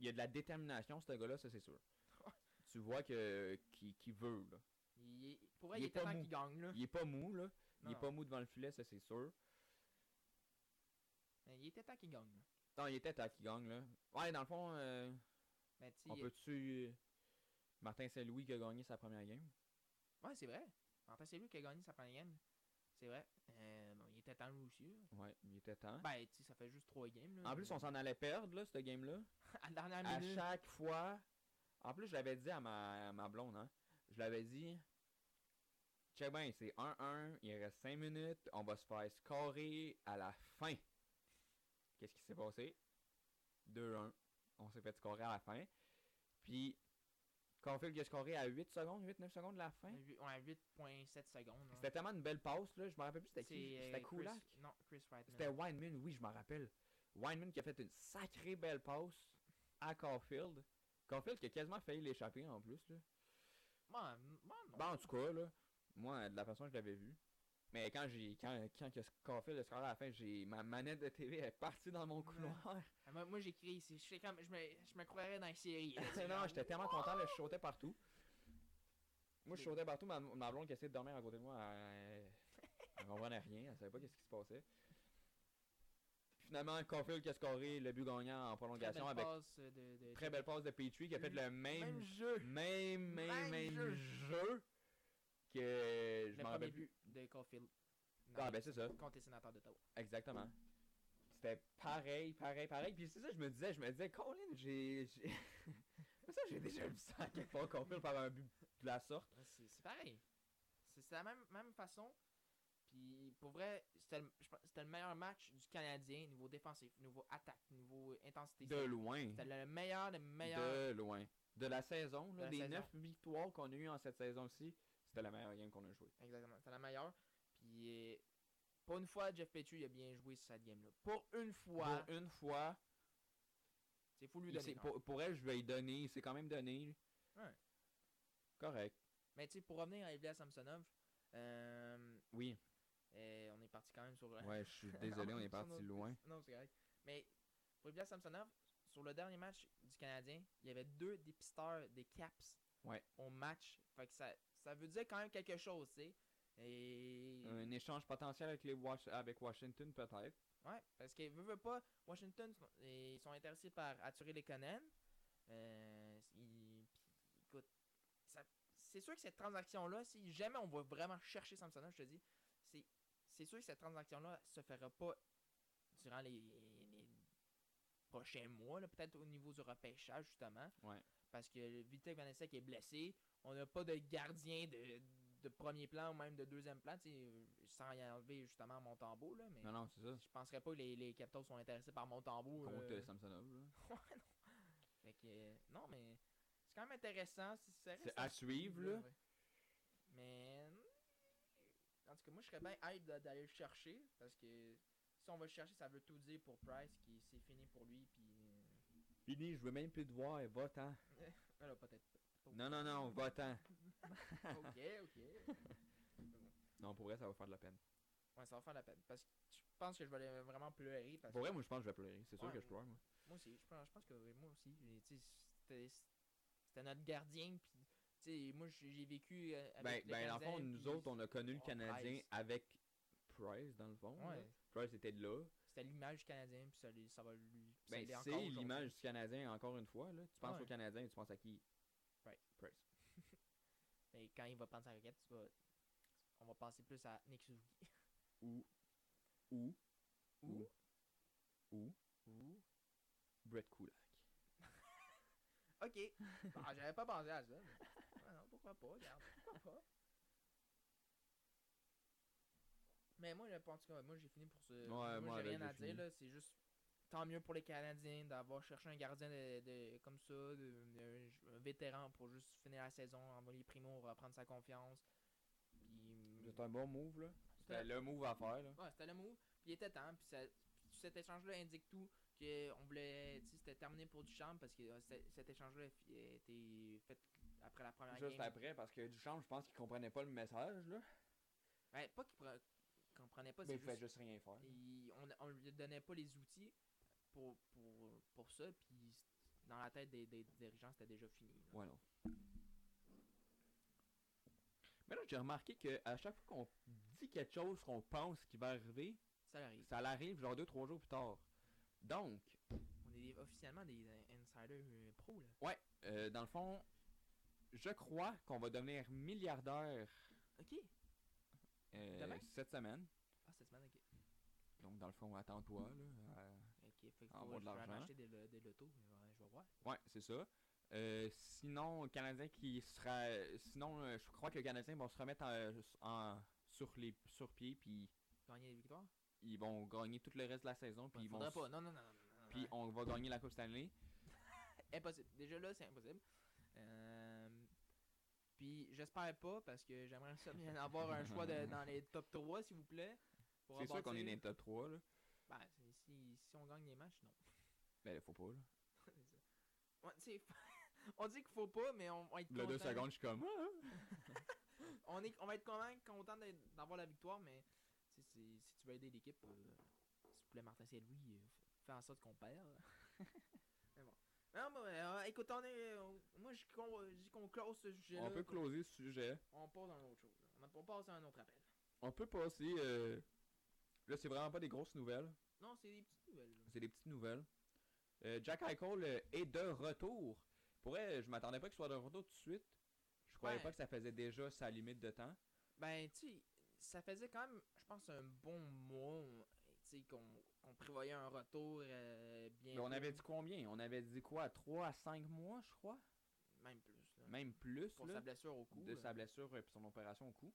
Speaker 1: Il y a de la détermination ce gars-là, ça c'est sûr. tu vois que qui veut là.
Speaker 2: Il est- pour vrai,
Speaker 1: Il
Speaker 2: il,
Speaker 1: est
Speaker 2: était
Speaker 1: pas
Speaker 2: temps
Speaker 1: mou.
Speaker 2: qu'il gagne. Là.
Speaker 1: Il est pas mou là,
Speaker 2: Ah. Non,
Speaker 1: il est pas mou devant le filet, ça c'est sûr.
Speaker 2: mais il était temps qu'il gagne. là.
Speaker 1: Non, il était à qui gagne là. Ouais, dans le fond, euh,
Speaker 2: Mais Ben, tu sais,
Speaker 1: on peut-tu euh, Martin Saint-Louis qui a gagné sa première game.
Speaker 2: Ouais, c'est vrai. Martin, c'est lui qui a gagné sa première game. C'est vrai. Euh, bon, il était temps lui aussi. là.
Speaker 1: Ouais, il était temps.
Speaker 2: Ben, tu sais, ça fait juste trois games. Là,
Speaker 1: Hein? en plus, on s'en allait perdre, là, cette game-là.
Speaker 2: À la dernière
Speaker 1: à
Speaker 2: minute.
Speaker 1: chaque fois. En plus, je l'avais dit à ma, à ma blonde, hein. Je l'avais dit. Check bien, c'est 1-1, il reste 5 minutes, on va se faire scorer à la fin. Qu'est-ce qui s'est passé? 2-1. On s'est fait scorer à la fin. Puis, Caulfield qui a scoré à 8 secondes, 8-9 secondes de la fin.
Speaker 2: On a 8.7 secondes. hein.
Speaker 1: C'était tellement une belle passe, là. Je me rappelle plus c'était qui.
Speaker 2: C'est, euh,
Speaker 1: C'était cool,
Speaker 2: Chris- Non, Chris Whiteman.
Speaker 1: c'était Wineman, oui, je m'en rappelle. Wineman qui a fait une sacrée belle passe à Caulfield. Caulfield qui a quasiment failli l'échapper en plus. Là.
Speaker 2: Moi, moi, non.
Speaker 1: Ben, en tout cas, là, moi, de la façon que je l'avais vu. Mais quand j'ai quand, quand que Caulfield a scoré à la fin, j'ai ma manette de TV est partie dans mon couloir.
Speaker 2: Ah, Moi, moi j'écris ici. Je, fais comme, je, me, je me croirais dans la série. là, tu sais,
Speaker 1: non,
Speaker 2: genre,
Speaker 1: j'étais tellement content, là, je sautais partout. Moi, je sautais partout, ma, ma blonde qui essayait de dormir à côté de moi, elle, elle comprenait rien, elle savait pas qu'est-ce qui se passait. Finalement, Caulfield qui a scoré le but gagnant en
Speaker 2: très belle
Speaker 1: prolongation avec
Speaker 2: passe euh, de- de-
Speaker 1: Très belle passe de Petrie qui a fait le
Speaker 2: Même
Speaker 1: même
Speaker 2: jeu.
Speaker 1: même même,
Speaker 2: Même
Speaker 1: même
Speaker 2: jeu.
Speaker 1: jeu que je
Speaker 2: le
Speaker 1: m'en
Speaker 2: premier
Speaker 1: rappelle
Speaker 2: but de Caulfield.
Speaker 1: Ah ben c'est ça,
Speaker 2: Contre les sénateurs d'Ottawa.
Speaker 1: exactement. C'était pareil, pareil, pareil. Puis c'est ça, je me disais, je me disais, Colin, j'ai, j'ai... ça j'ai déjà vu ça à quelque part qu'on peut par un but de la sorte.
Speaker 2: Ouais, C'est c'est pareil. C'est c'est la même, même façon. Puis pour vrai, c'était le, je pense- c'était le meilleur match du Canadien, niveau défensif, niveau attaque, niveau intensité.
Speaker 1: De loin,
Speaker 2: C'était le meilleur, le meilleur.
Speaker 1: de loin, de la saison, là,
Speaker 2: De la
Speaker 1: des
Speaker 2: saison.
Speaker 1: 9 victoires qu'on a eues en cette saison-ci, c'était la meilleure game qu'on a joué.
Speaker 2: Exactement. C'était la meilleure. Puis euh, pour une fois, Jeff Petrie il a bien joué sur cette game-là. Pour une fois,
Speaker 1: Pour une fois,
Speaker 2: c'est fou lui
Speaker 1: il
Speaker 2: donner.
Speaker 1: s'est- pour, pour elle, je vais y donner, c'est quand même donné.
Speaker 2: Ouais.
Speaker 1: Correct.
Speaker 2: Mais tu sais, pour revenir à Evgeny Samsonov, euh,
Speaker 1: Oui.
Speaker 2: euh, on est parti quand même sur.
Speaker 1: Ouais, je suis
Speaker 2: Ah,
Speaker 1: désolé, on est parti loin.
Speaker 2: Non, c'est correct. Mais pour Evgeny Samsonov, sur le dernier match du Canadien, il y avait deux dépisteurs des Caps
Speaker 1: Ouais.
Speaker 2: au match. Fait que ça, ça veut dire quand même quelque chose, tu sais. Et.
Speaker 1: Un échange potentiel avec, les Wash- avec Washington, peut-être.
Speaker 2: Ouais, parce que veut, veut pas, Washington, sont- ils sont intéressés par attirer les Conan. Euh, ils- puis, écoute, ça- c'est sûr que cette transaction-là, si jamais on va vraiment chercher Samsonov, je te dis, c'est, c'est sûr que cette transaction-là se fera pas durant les, les prochains mois, là, peut-être au niveau du repêchage, justement.
Speaker 1: Ouais.
Speaker 2: Parce que Vitek Vanessek est blessé, on n'a pas de gardien de, de premier plan ou même de deuxième plan, tu sais, sans y enlever justement Montembeau, là, mais...
Speaker 1: Non, non, c'est ça.
Speaker 2: Je penserais pas que les, les Capitals sont intéressés par Montembeau.
Speaker 1: Contre
Speaker 2: euh,
Speaker 1: euh, Samsonov. là.
Speaker 2: ouais, non. Fait que, euh, non, mais c'est quand même intéressant. si ça reste
Speaker 1: C'est à suivre, là.
Speaker 2: ouais. Mais, en tout cas, moi, je serais bien hype d'a- d'aller le chercher. Parce que si on va le chercher, ça veut tout dire pour Price, qui c'est fini pour lui. Puis, euh,
Speaker 1: Fini, je veux même plus te voir, et va-t'en.
Speaker 2: voilà, peut-être.
Speaker 1: Non, non, non, va-t'en.
Speaker 2: ok, ok.
Speaker 1: Non, pour vrai, ça va faire de la peine.
Speaker 2: Ouais, ça va faire la peine. Parce que je pense que je vais aller vraiment pleurer. Parce que
Speaker 1: Pour vrai, moi, je pense que je vais pleurer. C'est sûr
Speaker 2: Ouais,
Speaker 1: que je pleure, moi.
Speaker 2: Moi aussi, je pense, je pense que oui, moi aussi. j'ai- tu sais, C'était c'était notre gardien. Puis, tu sais, moi, j'ai j'ai vécu euh,
Speaker 1: Ben,
Speaker 2: avec. le
Speaker 1: ben, dans le fond,
Speaker 2: Canadien,
Speaker 1: nous
Speaker 2: puis
Speaker 1: autres, on a connu le
Speaker 2: Oh,
Speaker 1: Canadien
Speaker 2: Price.
Speaker 1: avec Price, dans le fond. là.
Speaker 2: Ouais,
Speaker 1: Price était de là.
Speaker 2: c'était l'image du Canadien, puis ça, lui- ça va lui. puis ça
Speaker 1: Ben,
Speaker 2: l'est encore
Speaker 1: c'est
Speaker 2: aujourd'hui.
Speaker 1: l'image du Canadien, encore une fois. Là. Tu penses
Speaker 2: Ouais.
Speaker 1: au Canadien, tu penses à qui
Speaker 2: Price.
Speaker 1: Price.
Speaker 2: Mais quand il va prendre sa requête, tu vas- on va penser plus à Nick Suzuki.
Speaker 1: Ou. Ou.
Speaker 2: Ou-
Speaker 1: Ou.
Speaker 2: Ou.
Speaker 1: Brett Kulak.
Speaker 2: Ok. Ah, J'avais pas pensé à ça. mais- Ah non, pourquoi pas, regarde. Pourquoi pas. Mais moi, je pense que moi, j'ai fini pour ce. moi,
Speaker 1: moi,
Speaker 2: j'ai
Speaker 1: là,
Speaker 2: rien
Speaker 1: j'ai
Speaker 2: à dire,
Speaker 1: fini.
Speaker 2: là. C'est juste. Tant mieux pour les Canadiens d'avoir cherché un gardien de, de- comme ça, de- de- un vétéran pour juste finir la saison, envoyer Primo, reprendre sa confiance. Puis,
Speaker 1: C'est un bon move, là.
Speaker 2: c'était-
Speaker 1: C'était Ben, le move à faire, là.
Speaker 2: Ouais, c'était le move. Puis il était temps. Puis, ça, puis cet échange-là indique tout. Que on voulait. Tu sais, c'était terminé pour Duchamp parce que euh, c'était- cet échange-là a été fait après la première
Speaker 1: Juste
Speaker 2: game.
Speaker 1: après, parce que Duchamp, je pense qu'il comprenait pas le message, là.
Speaker 2: Ouais, pas qu'il pre- comprenait pas.
Speaker 1: mais
Speaker 2: c'est
Speaker 1: il fait juste
Speaker 2: juste,
Speaker 1: rien faire.
Speaker 2: il- on, on lui donnait pas les outils pour, pour, pour ça. Puis dans la tête des, des dirigeants, c'était déjà fini. là.
Speaker 1: Ouais, non. Mais là, j'ai remarqué que à chaque fois qu'on dit quelque chose qu'on pense qui va arriver,
Speaker 2: Ça arrive.
Speaker 1: ça l'arrive genre 2-3 jours plus tard. Donc,
Speaker 2: On est des- officiellement des euh, insiders euh, pro là.
Speaker 1: ouais, euh, dans le fond, je crois qu'on va devenir milliardaire
Speaker 2: Ok.
Speaker 1: euh,
Speaker 2: Demain?
Speaker 1: cette semaine.
Speaker 2: Ah, cette semaine, ok.
Speaker 1: Donc, dans le fond, attends-toi. Là, à-
Speaker 2: Ok, fait que
Speaker 1: Ah,
Speaker 2: faut-
Speaker 1: bon, de
Speaker 2: je vais aller
Speaker 1: l'argent.
Speaker 2: m'acheter des, lo- des lotos, je vais, je vais voir.
Speaker 1: Ouais, c'est ça. Euh, sinon, le Canadien qui sera. Sinon, euh, je crois que le Canadien va se remettre en, en- sur, les, sur pied, puis
Speaker 2: Gagner des victoires.
Speaker 1: ils vont gagner tout le reste de la saison, puis
Speaker 2: Ouais,
Speaker 1: ils vont.
Speaker 2: faudrait
Speaker 1: s-
Speaker 2: pas. Non, non, non, non, non, non,
Speaker 1: Puis
Speaker 2: non.
Speaker 1: on va gagner la Coupe Stanley.
Speaker 2: Impossible. Déjà là, c'est impossible. Euh, Puis j'espère pas parce que j'aimerais ça bien avoir un choix de- dans les top 3, s'il vous plaît. pour
Speaker 1: C'est sûr qu'on est
Speaker 2: rebâtir.
Speaker 1: dans le top 3, là.
Speaker 2: Ben, c'est- si, si on gagne les matchs, non.
Speaker 1: Ben, faut pas, là.
Speaker 2: Ouais, tu sais, on dit qu'il faut pas, mais on va être
Speaker 1: Le deux
Speaker 2: content.
Speaker 1: secondes, je suis comme. Ah,
Speaker 2: On, est, on va être quand même content d'être- d'avoir la victoire, mais tu sais, c'est- si tu veux aider l'équipe, euh, s'il vous plaît, Martin Saint-Louis, euh, fais en sorte qu'on perd. mais bon. Non, mais, euh, écoute, on est, on- moi, je con- je dis qu'on close ce sujet-là.
Speaker 1: On peut
Speaker 2: qu'on-
Speaker 1: closer ce sujet.
Speaker 2: On passe dans autre chose. là. On, on passe à un autre appel.
Speaker 1: On peut passer. euh, Là, c'est vraiment pas des grosses nouvelles.
Speaker 2: Non, c'est des petites nouvelles. là.
Speaker 1: C'est des petites nouvelles. Euh, Jack Eichel euh, est de retour. Pour vrai, je m'attendais pas qu'il soit de retour tout de suite. Je croyais
Speaker 2: Ouais.
Speaker 1: pas que ça faisait déjà sa limite de temps.
Speaker 2: Ben, tu sais, ça faisait quand même, je pense, un bon mois tu sais, qu'on qu'on prévoyait un retour euh, bien.
Speaker 1: Puis Ben, on avait dit combien On avait dit quoi 3 à 5 mois, je crois
Speaker 2: Même plus. là.
Speaker 1: Même plus
Speaker 2: pour
Speaker 1: là,
Speaker 2: sa blessure au cou.
Speaker 1: de
Speaker 2: là.
Speaker 1: sa blessure et son opération au cou.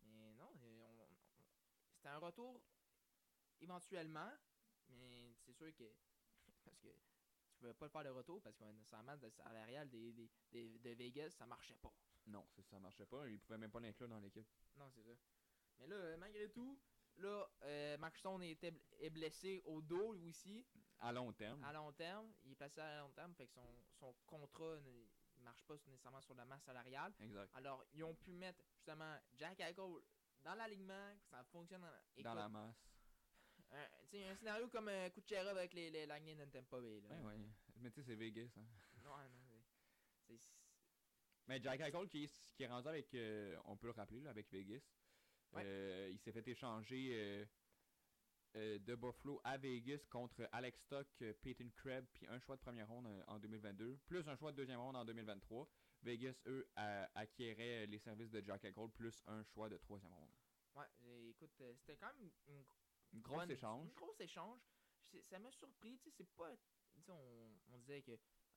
Speaker 2: Mais non, euh, on- on- c'était un retour éventuellement, mais c'est sûr que. Parce que tu pouvais pas le faire de retour parce que euh, sa masse de salariale des, des, des- de Vegas, ça marchait pas.
Speaker 1: Non, ça, ça marchait pas. Il pouvait même pas l'inclure dans l'équipe.
Speaker 2: Non, c'est ça. Mais là, euh, malgré tout, là, euh, Mark Stone était, bl- est blessé au dos lui aussi.
Speaker 1: À long terme.
Speaker 2: à long terme. Il est placé à long terme, fait que son, son contrat ne il marche pas nécessairement sur la masse salariale.
Speaker 1: Exact.
Speaker 2: Alors, ils ont pu mettre justement Jack Eichel dans l'alignement, que ça fonctionne. en- écoute,
Speaker 1: Dans la masse.
Speaker 2: un, tu sais, un scénario comme euh, Kucherov avec les, les Lightning de Tampa Bay. Là.
Speaker 1: Ouais, ouais. Mais tu sais, c'est Vegas. hein.
Speaker 2: Non, non, c'est- c'est-
Speaker 1: Mais Jack Eichel qui, est- qui est rendu avec, euh, on peut le rappeler, là, avec Vegas,
Speaker 2: Ouais.
Speaker 1: Euh, il s'est fait échanger euh, euh, de Buffalo à Vegas contre Alex Stock, euh, Peyton Krebs, puis un choix de première ronde euh, en 2022, plus un choix de deuxième ronde en 2023. Vegas, eux, a- acquéraient euh, les services de Jack Eichel, plus un choix de troisième ronde.
Speaker 2: ouais, j'ai- écoute, euh, c'était quand même une
Speaker 1: Gros
Speaker 2: bonne-
Speaker 1: échange.
Speaker 2: une grosse échange. C'est- Ça m'a surpris, tu sais, c'est pas. tu sais, on, on disait que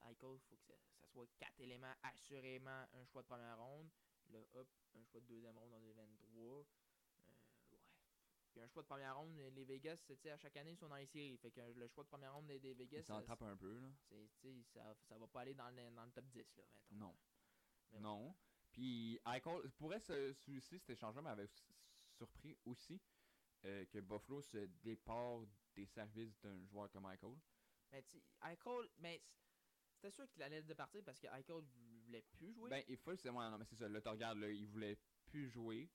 Speaker 2: Eichel, faut que ça, ça soit quatre éléments, assurément un choix de première ronde. Là, hop, un choix de deuxième ronde en 2023. Euh, ouais. Puis un choix de première ronde, les Vegas, tu sais, à chaque année, ils sont dans les séries. Fait que le choix de première ronde des, des
Speaker 1: Il
Speaker 2: Vegas,
Speaker 1: s'en
Speaker 2: ça,
Speaker 1: tape un peu, là.
Speaker 2: c'est- tu sais, ça, ça va pas aller dans le, dans le top 10, là, mettons.
Speaker 1: Non.
Speaker 2: Mais bon.
Speaker 1: Non. Puis, Eichel, pourrait ce, celui-ci, cet échangement m'avait s- surpris aussi euh, que Buffalo se départ des services d'un joueur comme Eichel.
Speaker 2: Mais tu Eichel, mais c- c'était sûr qu'il allait de partir parce que Eichel voulait plus jouer.
Speaker 1: Ben, il faut, c'est ouais, non, mais c'est ça. Là, tu regardes, là, il voulait plus jouer.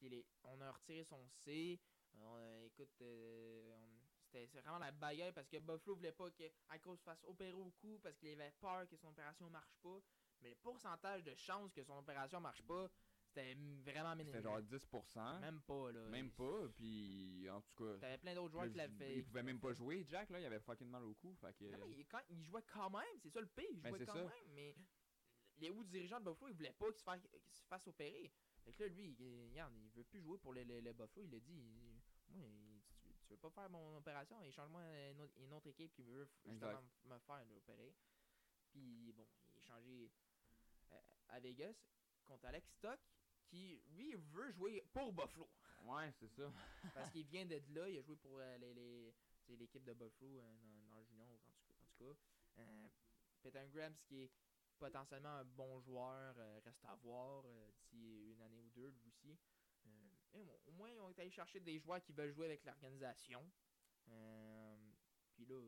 Speaker 2: Puis les- on a retiré son C. On a- écoute, euh, on- c'était c'est vraiment la bagarre parce que Buffalo voulait pas que Eichel se fasse opérer au cou parce qu'il avait peur que son opération marche pas. Mais le pourcentage de chances que son opération marche pas, c'était m- vraiment
Speaker 1: C'était
Speaker 2: minime.
Speaker 1: genre 10%. Même,
Speaker 2: Même pas, là.
Speaker 1: pas. Puis, en tout cas,
Speaker 2: T'avais plein d'autres joueurs
Speaker 1: là,
Speaker 2: qui l'avaient
Speaker 1: il-
Speaker 2: fait.
Speaker 1: il pouvait même pas jouer. Jack, là, il avait fucking mal au cou. Fait que.
Speaker 2: Non, mais il, quand, il jouait quand même, c'est ça le pire, il
Speaker 1: Ben,
Speaker 2: jouait
Speaker 1: c'est
Speaker 2: quand
Speaker 1: ça.
Speaker 2: même, mais les hauts dirigeants de Buffalo, ils voulaient pas qu'il se, fasse- qu'il se fasse opérer. Fait que là, lui, il, regarde, il veut plus jouer pour les, les, les Buffalo, il a dit, il- moi, il- tu, tu veux pas faire mon opération, et change-moi une autre, une autre équipe qui veut f- justement m- me faire opérer. Puis bon, il est changé euh, à Vegas contre Alex Stock, qui, lui, veut jouer pour Buffalo.
Speaker 1: Ouais, c'est ça.
Speaker 2: Parce qu'il vient d'être là, il a joué pour euh, les- les- c'est l'équipe de Buffalo euh, dans, dans le junior, en tout, cas- en tout cas. Euh, Peyton Graham, ce qui est potentiellement un bon joueur, euh, reste à voir euh, d'ici une année ou deux, lui aussi. Euh, mais bon, au moins, on est allé chercher des joueurs qui veulent jouer avec l'organisation. Euh, Puis là,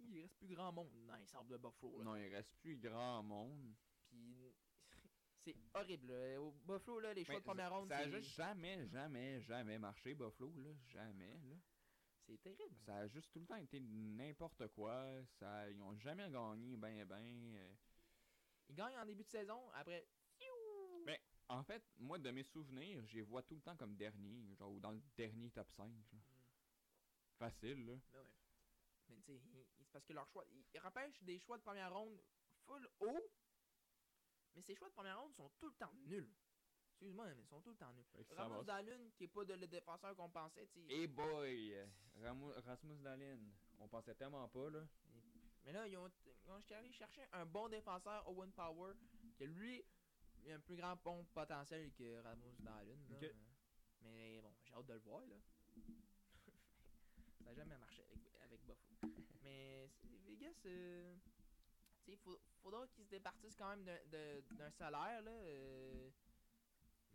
Speaker 2: il reste plus grand monde dans les sables de Buffalo. là.
Speaker 1: Non, il reste plus grand monde.
Speaker 2: Puis c'est horrible. là. Au Buffalo, là, les choix
Speaker 1: Mais
Speaker 2: de première ronde,
Speaker 1: ça a
Speaker 2: c'est-
Speaker 1: juste jamais, jamais, jamais marché, Buffalo, là. Jamais, là.
Speaker 2: c'est terrible.
Speaker 1: Ça a juste tout le temps été n'importe quoi. Ça, ils ont jamais gagné, ben, ben. euh.
Speaker 2: Ils gagnent en début de saison, après
Speaker 1: En fait, moi, de mes souvenirs, je les vois tout le temps comme dernier, genre, ou dans le dernier top 5. là. Facile, là.
Speaker 2: Ben ouais. Mais tu sais, il- c'est parce que leur choix. Ils ils repêchent des choix de première ronde full haut. Mais ces choix de première ronde sont tout le temps nuls. Excuse-moi, mais ils sont tout le temps nuls.
Speaker 1: Fait que ça
Speaker 2: Ramos
Speaker 1: va.
Speaker 2: Dalun, qui est pas de, le défenseur qu'on pensait, tu sais.
Speaker 1: Hey boy! Ramo- Rasmus Dalin. On pensait tellement pas, là.
Speaker 2: Mais là, ils ont, ils ont allé chercher un bon défenseur, Owen Power, que lui, il a un plus grand bon potentiel que Ramos dans la lune. là.
Speaker 1: Ok.
Speaker 2: Mais bon, j'ai hâte de le voir. là. Ça n'a jamais marché avec, avec Buffalo. Mais c'est- Vegas, euh, tu sais, il faudra qu'ils se départissent quand même d'un- de- d'un salaire. Là, euh,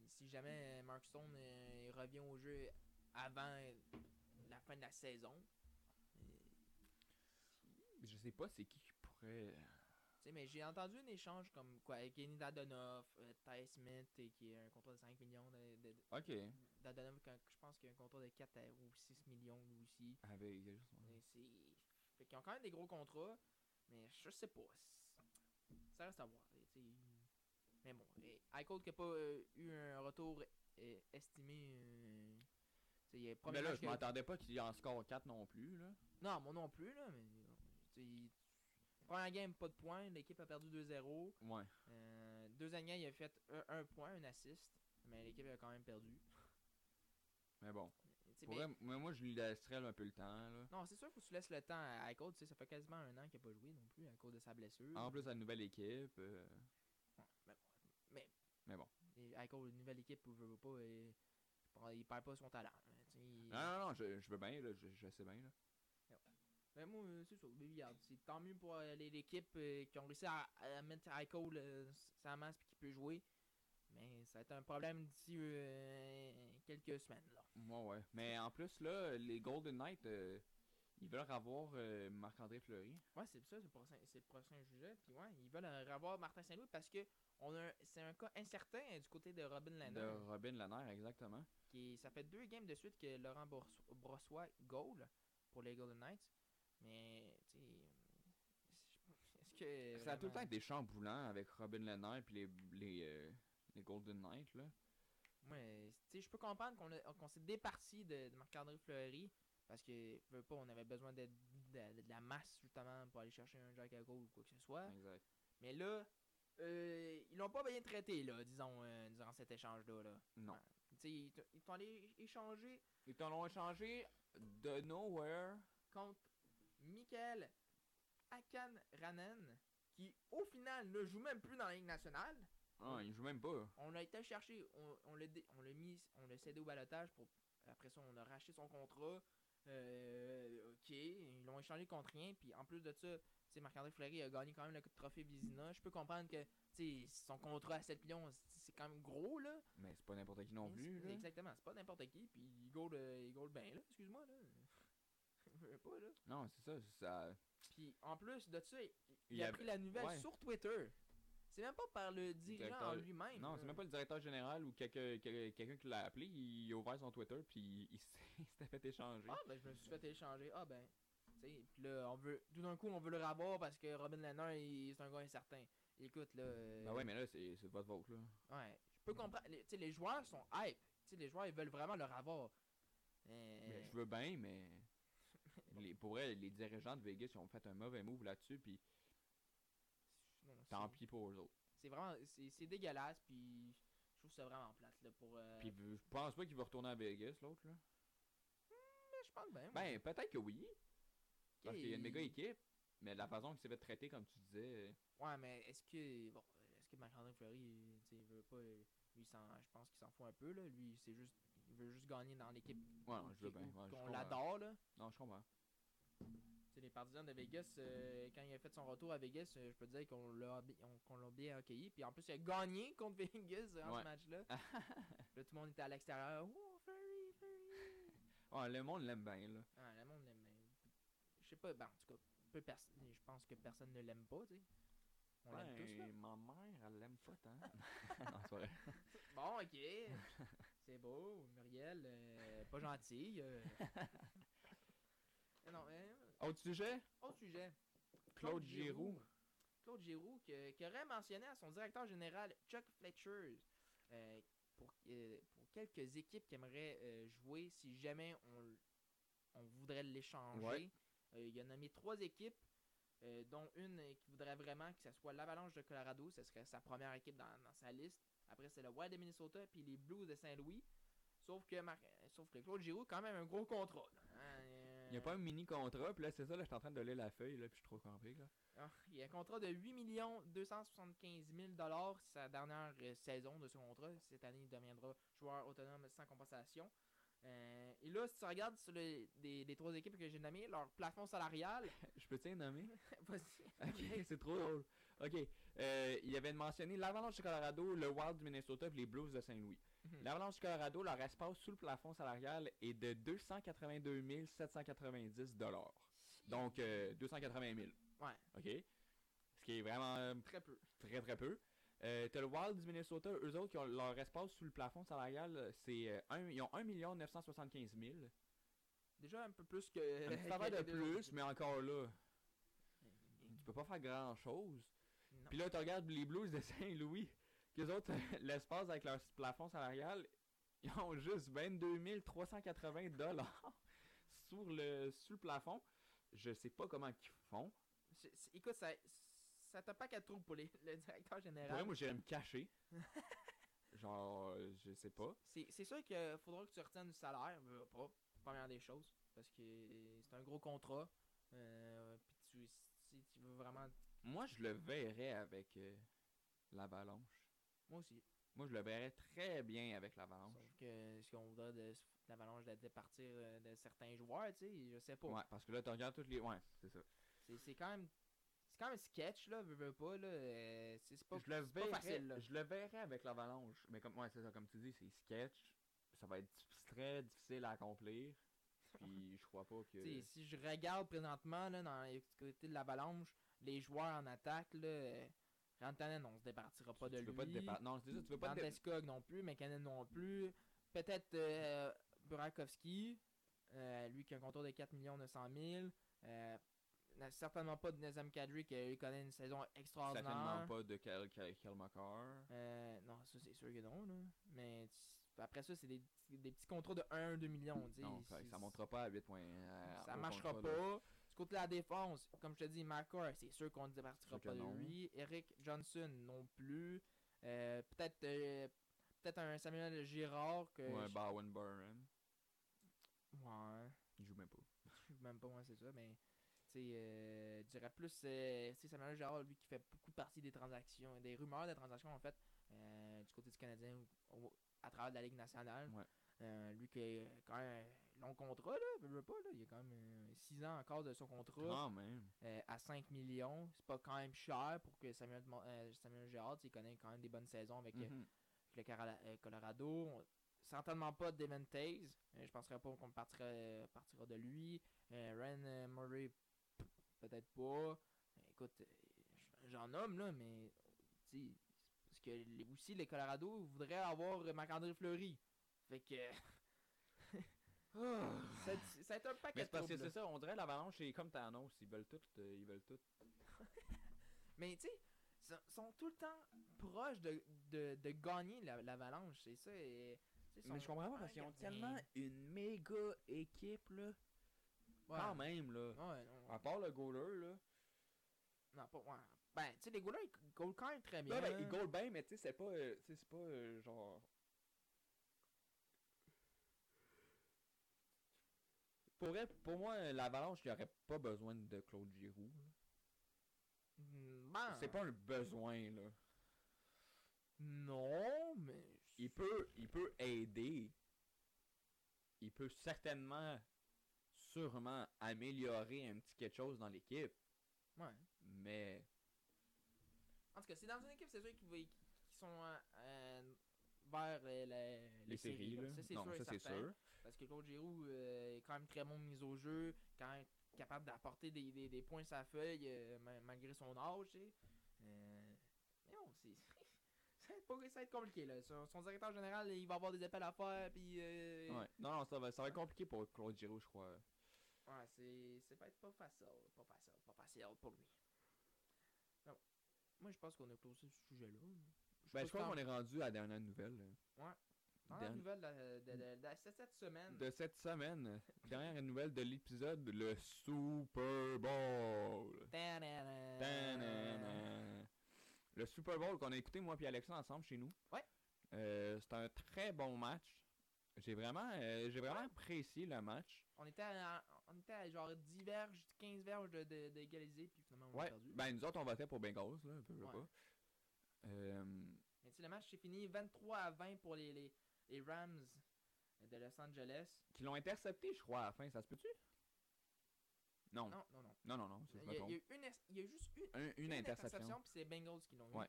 Speaker 2: si jamais Mark Stone euh, il revient au jeu avant la fin de la saison.
Speaker 1: Je sais pas c'est qui qui pourrait. euh,
Speaker 2: Tu sais, mais j'ai entendu un échange comme quoi avec Kenny Dadonov, euh, Ty Smith, et qui a un contrat de 5 millions. De, de- de-
Speaker 1: Ok.
Speaker 2: Dadonov, quand- je pense qu'il a un contrat de 4 à- ou 6 millions lui aussi.
Speaker 1: Avec.
Speaker 2: Mais c'est. Fait qu'ils ont quand même des gros contrats, mais je sais pas. C'est- Ça reste à voir. tu sais. Mais bon, et Eichel qui n'a pas euh, eu un retour euh, estimé. euh, tu sais, il y a le premier
Speaker 1: Mais là,
Speaker 2: match
Speaker 1: je
Speaker 2: que-
Speaker 1: m'attendais pas qu'il y en score 4 non plus, là.
Speaker 2: non, moi non plus, là, mais. euh, tu sais, il- Première game, pas de points, l'équipe a perdu 2-0.
Speaker 1: Ouais.
Speaker 2: Euh, deux années, il a fait un, un point, un assist, mais l'équipe a quand même perdu.
Speaker 1: Mais bon.
Speaker 2: Tu sais,
Speaker 1: Pour
Speaker 2: mais-
Speaker 1: vrai, moi, moi, je lui laisserais un peu le temps, là.
Speaker 2: non, c'est sûr faut que tu laisses le temps à Eichel, tu sais, ça fait quasiment un an qu'il n'a pas joué non plus à cause de sa blessure.
Speaker 1: En plus, la nouvelle équipe. euh,
Speaker 2: Ouais, mais, mais,
Speaker 1: Mais bon.
Speaker 2: Et Eichel, une nouvelle équipe, il veut veut pas, et, il perd pas son talent. hein, tu sais, il-
Speaker 1: Non, non, non, je, je veux bien, là. Je, je sais bien, là.
Speaker 2: Mais moi, euh, c'est ça, mais regarde, c'est tant mieux pour euh, les- l'équipe euh, qui ont réussi à, à mettre Eichel euh, sa masse et qui peut jouer. Mais ça va être un problème d'ici euh, quelques semaines. Là.
Speaker 1: Ouais, ouais. Mais en plus, là, les Golden Knights, euh, ils veulent avoir euh, Marc-André Fleury.
Speaker 2: Ouais, c'est ça, c'est le prochain, c'est le prochain sujet. Puis ouais, ils veulent euh, revoir Martin Saint-Louis parce que on a, un- c'est un cas incertain euh, du côté de Robin Laner.
Speaker 1: De Robin Lanner, exactement.
Speaker 2: Qui, ça fait deux games de suite que Laurent Bors- Brossois goal pour les Golden Knights. Mais, tu sais, est-ce que.
Speaker 1: Ça a tout le temps
Speaker 2: vraiment-
Speaker 1: été chamboulant avec Robin Lanner puis les, les, euh, les Golden Knights, là.
Speaker 2: Ouais, tu sais, je peux comprendre qu'on a- qu'on s'est départi de, de Marc-André Fleury parce que, veux pas, on avait besoin d'être- de, de la masse justement pour aller chercher un Jack à goal ou quoi que ce soit.
Speaker 1: Exact.
Speaker 2: Mais là, euh, ils l'ont pas bien traité, là, disons, euh, durant cet échange-là. Là.
Speaker 1: Non.
Speaker 2: Tu sais, ils t- ils t'ont allé échanger
Speaker 1: Ils t'en ont échangé de nowhere.
Speaker 2: contre Michael Akan Ranen, qui au final ne joue même plus dans la Ligue nationale.
Speaker 1: Ah, ils jouent même pas.
Speaker 2: On l'a été chercher, on, on l'a dé- on l'a mis, on l'a cédé au balotage pour. Après ça, on a racheté son contrat. Euh, ok, ils l'ont échangé contre rien. Puis en plus de ça, tu sais, Marc-André Fleury a gagné quand même le trophée Vizina. Je peux comprendre que tu sais, son contrat à 7 millions, c'est quand même gros là.
Speaker 1: Mais c'est pas n'importe qui non
Speaker 2: Mais
Speaker 1: plus,
Speaker 2: c'est-
Speaker 1: là.
Speaker 2: Exactement, c'est pas n'importe qui, puis il goal, euh, il goal bien là, excuse-moi là. Je veux pas là.
Speaker 1: Non, c'est ça. ça...
Speaker 2: Puis en plus de ça, il, il
Speaker 1: Il
Speaker 2: a
Speaker 1: avait-
Speaker 2: pris la nouvelle
Speaker 1: ouais.
Speaker 2: sur Twitter. C'est même pas par le dirigeant en
Speaker 1: Directeur-
Speaker 2: lui-même.
Speaker 1: Non,
Speaker 2: là.
Speaker 1: c'est même pas le directeur général ou quelqu'un quel- quelqu'un qui l'a appelé. Il a ouvert son Twitter puis il, il s'est- il s'était fait échanger.
Speaker 2: Ah ben je me suis fait échanger. Ah ben. tu sais, Puis là, on veut. Tout d'un coup, on veut le ravoir parce que Robin Lehner, il c'est un gars incertain. Écoute, là. euh,
Speaker 1: Bah ouais, mais là, c'est c'est votre vote, là.
Speaker 2: ouais, Je peux comprendre. Les, tu sais, les joueurs sont hype. Tu sais, les joueurs, ils veulent vraiment le ravoir. Euh,
Speaker 1: Mais je veux bien, mais. Les, pour vrai, les dirigeants de Vegas ils ont fait un mauvais move là-dessus, puis
Speaker 2: non, c'est-
Speaker 1: tant pis pour eux autres.
Speaker 2: C'est vraiment. C'est c'est dégueulasse, puis. Je trouve ça vraiment plate, là, pour. euh,
Speaker 1: Puis v- je pense pas qu'il va retourner à Vegas, l'autre, là.
Speaker 2: mais je pense bien. moi.
Speaker 1: Ben, peut-être que oui, parce qu'il y a une
Speaker 2: Ok,
Speaker 1: méga équipe, mais de la façon qu'il s'est fait traiter, comme tu disais. euh,
Speaker 2: Ouais, mais est-ce que. Bon, est-ce que Marc-André Fleury, euh, tu sais, il veut pas. euh, Lui, il s'en- je pense qu'il s'en fout un peu, là. Lui, c'est juste. Il veut juste gagner dans l'équipe.
Speaker 1: Ouais,
Speaker 2: où-
Speaker 1: je veux
Speaker 2: qui-
Speaker 1: bien.
Speaker 2: où-
Speaker 1: ouais, je
Speaker 2: qu'on
Speaker 1: comprends.
Speaker 2: l'adore, là.
Speaker 1: Non, je comprends.
Speaker 2: Tu sais, les partisans de Vegas, euh, quand il a fait son retour à Vegas, euh, je peux te dire qu'on l'a bi- on- qu'on l'a bien accueilli. Puis en plus, il a gagné contre Vegas euh, en
Speaker 1: Ouais.
Speaker 2: ce match-là. là, tout le monde était à l'extérieur. Oh, Fleury, Fleury.
Speaker 1: Ah, le monde l'aime bien, là.
Speaker 2: Ah, le monde l'aime. euh, Je sais pas, ben, en tout cas, peu pers- je pense que personne ne l'aime pas, tu sais. On l'aime tous, là.
Speaker 1: Ben, ma mère, elle l'aime pas tant. non, c'est vrai.
Speaker 2: Bon, ok. C'est beau, Muriel, euh, pas gentil. euh. Mais non, hein,
Speaker 1: Autre sujet
Speaker 2: autre sujet.
Speaker 1: Claude Giroux.
Speaker 2: Claude Giroux, que- qui aurait mentionné à son directeur général Chuck Fletcher euh, pour, euh, pour quelques équipes qui aimeraient euh, jouer si jamais on, l- on voudrait l'échanger.
Speaker 1: Ouais.
Speaker 2: Euh, il a nommé trois équipes euh, dont une euh, qui voudrait vraiment que ce soit l'Avalanche de Colorado, ce serait sa première équipe dans, dans sa liste. Après, c'est le Wild de Minnesota, puis les Blues de Saint-Louis. Sauf que, Mar- euh, sauf que Claude Giroux, quand même, un gros contrat. là. Hein,
Speaker 1: Il n'y a
Speaker 2: euh,
Speaker 1: pas un mini contrat, puis là, c'est ça, là, je suis en train de lire la feuille, là, puis je suis trop compris, là.
Speaker 2: Ah, il y a un contrat de 8 275 000 dollars sa dernière euh, saison de ce contrat. Cette année, il deviendra joueur autonome sans compensation. Euh, et là, si tu regardes sur le- des, des trois équipes que j'ai nommées, leur plafond salarial,
Speaker 1: Je peux t'y nommer?
Speaker 2: vas-y.
Speaker 1: Ok, c'est trop drôle. Ok, euh, il avait mentionné l'Avalanche du Colorado, le Wild du Minnesota puis les Blues de Saint-Louis.
Speaker 2: Mhm.
Speaker 1: L'Avalanche du Colorado, leur espace sous le plafond salarial est de 282 790 dollars. Donc euh, 280 000.
Speaker 2: Ouais.
Speaker 1: Ok, ce qui est vraiment euh,
Speaker 2: Très peu.
Speaker 1: très très peu. Euh, T'as le Wild du Minnesota, eux autres, qui ont leur espace sous le plafond salarial, c'est euh, un- ils ont 1 975 000.
Speaker 2: Déjà un peu plus que.
Speaker 1: Un petit affaire de
Speaker 2: que les deux
Speaker 1: plus,
Speaker 2: autres.
Speaker 1: mais encore là, tu peux pas faire grand chose.
Speaker 2: Non.
Speaker 1: Puis là, tu regardes les Blues de Saint-Louis, qu'eux autres, euh, l'espace avec leur plafond salarial, ils ont juste 22 380 dollars sur le, sur le plafond. Je sais pas comment ils font.
Speaker 2: C'est- c'est- écoute, ça, ça t'a pas qu'à trou pour les- le directeur
Speaker 1: Pour vrai,
Speaker 2: général.
Speaker 1: moi, j'irais me cacher. Genre, euh, je sais pas.
Speaker 2: C'est c'est sûr qu'il faudra que tu retiennes du salaire, mais pas, première des choses, parce que c'est un gros contrat. euh, puis tu, si tu veux vraiment.
Speaker 1: Moi, je le verrais avec euh, l'avalanche.
Speaker 2: Moi aussi.
Speaker 1: Moi, je le verrais très bien avec l'avalanche.
Speaker 2: Sauf que ce qu'on voudrait de s- l'avalanche de départir euh, de certains joueurs, tu sais, je sais pas.
Speaker 1: Ouais, parce que là, tu regardes toutes les. Ouais, c'est ça.
Speaker 2: C'est- C'est quand même. C'est quand même sketch, là, veux, veux pas, là. euh, c'est c'est pas.
Speaker 1: je le
Speaker 2: pas
Speaker 1: verrais,
Speaker 2: facile, là.
Speaker 1: je le verrais avec l'avalanche. Mais comme ouais, c'est ça, comme tu dis, c'est sketch. Ça va être diffi- très difficile à accomplir. Puis je crois pas que.
Speaker 2: Tu sais, si je regarde présentement là, dans les côtés de l'avalanche, les joueurs en attaque, là, euh, Rantanen, on se départira pas de
Speaker 1: tu
Speaker 2: lui.
Speaker 1: veux pas te dépa- Non, c'est ça, tu veux pas te dé-
Speaker 2: Landeskog non plus, McKinnon non plus. Peut-être euh, Burakovsky, euh, lui qui a un contour de 4 900 000. Euh, n'a- certainement pas de Nazem Kadri qui euh, connaît une saison
Speaker 1: Certainement
Speaker 2: extraordinaire.
Speaker 1: pas de Kel- Kel- Kelmakar.
Speaker 2: Euh, non, ça c'est sûr que non. Là. Mais tu- après ça, c'est des, des petits contrats de 1-2 millions. tu sais,
Speaker 1: Non, ça,
Speaker 2: c'est-
Speaker 1: ça montera pas à 8 points. euh,
Speaker 2: ça
Speaker 1: au
Speaker 2: marchera
Speaker 1: contrat,
Speaker 2: pas.
Speaker 1: là.
Speaker 2: Du côté de la défense, comme je te dis, Marker, c'est sûr qu'on ne départira
Speaker 1: Sûr que
Speaker 2: pas de
Speaker 1: non.
Speaker 2: lui. Eric Johnson non plus. Euh, peut-être euh, peut-être un Samuel Girard que
Speaker 1: Ou un
Speaker 2: euh, je-
Speaker 1: Bowen Burren.
Speaker 2: Ouais,
Speaker 1: Il joue même pas.
Speaker 2: je sais même pas moi c'est ça, mais tu sais, euh, je dirais plus euh, tu sais, Samuel Girard, lui qui fait beaucoup partie des transactions, des rumeurs de transactions en fait, euh, du côté du Canadien au- au- à travers la Ligue nationale.
Speaker 1: Ouais.
Speaker 2: Euh, lui qui a quand même un long contrat, là, veux, veux pas, là, il a quand même 6 ans encore de son contrat.
Speaker 1: Quand même.
Speaker 2: euh, à 5 millions. C'est pas quand même cher pour que Samuel, Mon- euh, Samuel Girard, tu sais, il connaît quand même des bonnes saisons avec, euh,
Speaker 1: Mhm.
Speaker 2: avec le Carala- euh, Colorado. On- Certainement pas Devin Taze. Euh, je penserais pas qu'on partira, partira de lui. Euh, Ren euh, Murray, p- peut-être pas. Euh, écoute, euh, j- j'en nomme là, mais tu sais, parce que les- aussi les Colorado voudraient avoir euh, Marc-André Fleury. Fait que ça, ça a été un
Speaker 1: Mais
Speaker 2: paquet de
Speaker 1: c'est parce que
Speaker 2: troubles, là.
Speaker 1: c'est ça, on dirait l'avalanche, et comme t'annonces, ils veulent tout. euh, ils veulent tout.
Speaker 2: Mais tu sais, ils sont- sont tout le temps proches de, de, de gagner la- l'avalanche, c'est ça. Et, tu sais,
Speaker 1: Mais
Speaker 2: sont- Ah,
Speaker 1: je comprends pas parce qu'ils ont
Speaker 2: Ouais,
Speaker 1: tellement une méga équipe là.
Speaker 2: ouais.
Speaker 1: Quand même là.
Speaker 2: Ouais, non,
Speaker 1: À part le goaler là.
Speaker 2: non, pas, ouais. Ben, tu sais, les goalers, ils goalent quand même très bien.
Speaker 1: Ouais, ben,
Speaker 2: hein.
Speaker 1: il goal bien, mais tu sais, c'est pas, euh, tu sais, c'est pas euh, genre. Pour, vrai, pour moi, euh, l'Avalanche, il aurait pas besoin de Claude Giroux. là.
Speaker 2: Mm, ben,
Speaker 1: C'est pas un besoin, là.
Speaker 2: Non, mais.
Speaker 1: Il peut, il peut aider. Il peut certainement, sûrement, améliorer un petit quelque chose dans l'équipe.
Speaker 2: Ouais.
Speaker 1: Mais,
Speaker 2: En tout cas, c'est dans une équipe, c'est sûr qu'ils vont- qu'ils sont euh, euh, vers euh, la-
Speaker 1: les séries, là.
Speaker 2: Ça, c'est
Speaker 1: non,
Speaker 2: sûr. et
Speaker 1: ça, c'est
Speaker 2: certain.
Speaker 1: sûr.
Speaker 2: Parce que Claude Giroux euh, est quand même très bon mise au jeu, quand même capable d'apporter des, des, des points à sa feuille euh, ma- malgré son âge. tu sais. Euh, mais non, c'est. ça, va être pas- ça va être compliqué là. Son, son directeur général, il va avoir des appels à faire, puis. euh,
Speaker 1: Ouais. Non, non, ça va, ça va être compliqué pour Claude Giroux, je crois.
Speaker 2: ouais, c'est. Ça va être pas facile, pas facile, pas facile pour lui. Non. Moi, je pense qu'on a closé ce sujet là.
Speaker 1: Ben, je crois qu'on est rendu à la dernière nouvelle. là.
Speaker 2: Ouais. Dernière
Speaker 1: Dernier-
Speaker 2: nouvelle de, la- de- de- de- de cette semaine.
Speaker 1: De cette semaine, dernière nouvelle de l'épisode, le Super Bowl.
Speaker 2: Tadadam.
Speaker 1: Ta-na-na. Le Super Bowl qu'on a écouté moi puis Alexa ensemble chez nous.
Speaker 2: Ouais.
Speaker 1: Euh, C'était un très bon match. J'ai vraiment, euh, j'ai vraiment apprécié le match.
Speaker 2: On était à, on était à genre 10 verges, 15 verges de, de, d'égaliser, puis finalement on a
Speaker 1: Ouais.
Speaker 2: perdu.
Speaker 1: Ben nous autres on votait pour Bengals là, un peu, je sais
Speaker 2: Ouais.
Speaker 1: pas. Euh,
Speaker 2: Mais tu sais, le match s'est fini 23 à 20 pour les, les, les Rams de Los Angeles.
Speaker 1: qui l'ont intercepté, je crois, à la fin, ça se peut-tu? Non,
Speaker 2: Non, non, non.
Speaker 1: non, non, non, si
Speaker 2: Il
Speaker 1: je me
Speaker 2: y, a, il y
Speaker 1: trompe.
Speaker 2: a eu une, es- il y a eu juste une,
Speaker 1: Un- une, interception.
Speaker 2: puis c'est les Bengals qui l'ont eu.
Speaker 1: Ouais.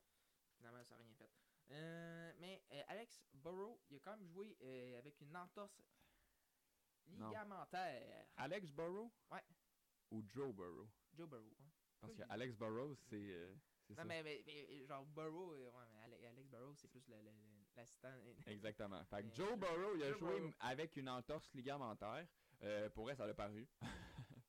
Speaker 2: Finalement, ça n'a rien fait. Euh, mais euh, Alex Burrow, il a quand même joué euh, avec une entorse
Speaker 1: Non.
Speaker 2: ligamentaire.
Speaker 1: Alex Burrow?
Speaker 2: Ouais.
Speaker 1: Ou Joe Burrow?
Speaker 2: Joe Burrow. hein.
Speaker 1: Parce que
Speaker 2: Oui.
Speaker 1: Alex Burrow, c'est euh, c'est
Speaker 2: Non,
Speaker 1: ça.
Speaker 2: mais, mais- mais, genre Burrow, euh, ouais, mais Ale- Alex Burrow, c'est plus le- le- le- l'assistant.
Speaker 1: Exactement. Fait
Speaker 2: Mais
Speaker 1: que Joe Burrow, il a
Speaker 2: Joe
Speaker 1: joué
Speaker 2: Burrow.
Speaker 1: m- avec une entorse ligamentaire. Euh, pour elle, ça l'a paru.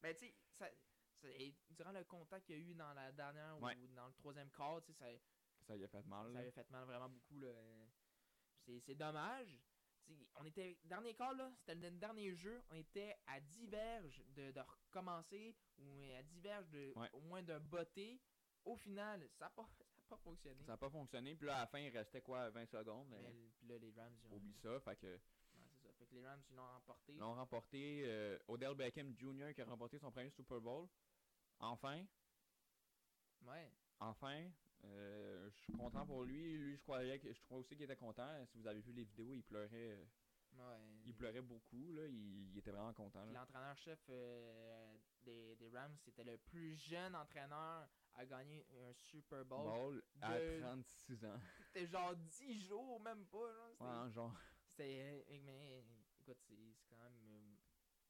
Speaker 2: Mais tu sais, ça- ça- et durant le contact qu'il y a eu dans la dernière
Speaker 1: Ouais.
Speaker 2: ou dans le troisième quart, tu sais, ça,
Speaker 1: Ça lui a fait mal.
Speaker 2: ça
Speaker 1: là.
Speaker 2: avait fait mal vraiment beaucoup. là. C'est, c'est dommage. Tu sais, on était, dernier quart, là, c'était le dernier jeu, on était à 10 verges de, de recommencer ou à 10 verges de,
Speaker 1: Ouais.
Speaker 2: au moins de botter. Au final, ça n'a pas, ça a pas fonctionné.
Speaker 1: Ça n'a pas fonctionné. Puis là, à la fin, il restait quoi, 20 secondes.
Speaker 2: Mais
Speaker 1: Mais
Speaker 2: l- puis là, les Rams, ils ont,
Speaker 1: oublie ça. Fait que
Speaker 2: ouais, c'est ça. Fait que les Rams, ils l'ont remporté.
Speaker 1: ils l'ont remporté. euh, Odell Beckham Jr. qui a remporté son premier Super Bowl. Enfin,
Speaker 2: Ouais.
Speaker 1: enfin. euh, je suis content pour lui. Lui, je croyais que je crois aussi qu'il était content. Si vous avez vu les vidéos, il pleurait. euh,
Speaker 2: ouais.
Speaker 1: Il pleurait beaucoup. Là. Il, il était vraiment content.
Speaker 2: Puis
Speaker 1: là.
Speaker 2: L'entraîneur-chef euh, des, des Rams, c'était le plus jeune entraîneur à gagner un Super Bowl.
Speaker 1: Ball à
Speaker 2: de-
Speaker 1: 36 ans.
Speaker 2: C'était genre 10 jours, même pas. genre, c'était-
Speaker 1: Ouais, hein, genre.
Speaker 2: C'était. euh, Mais écoute, c'est c'est quand même. euh,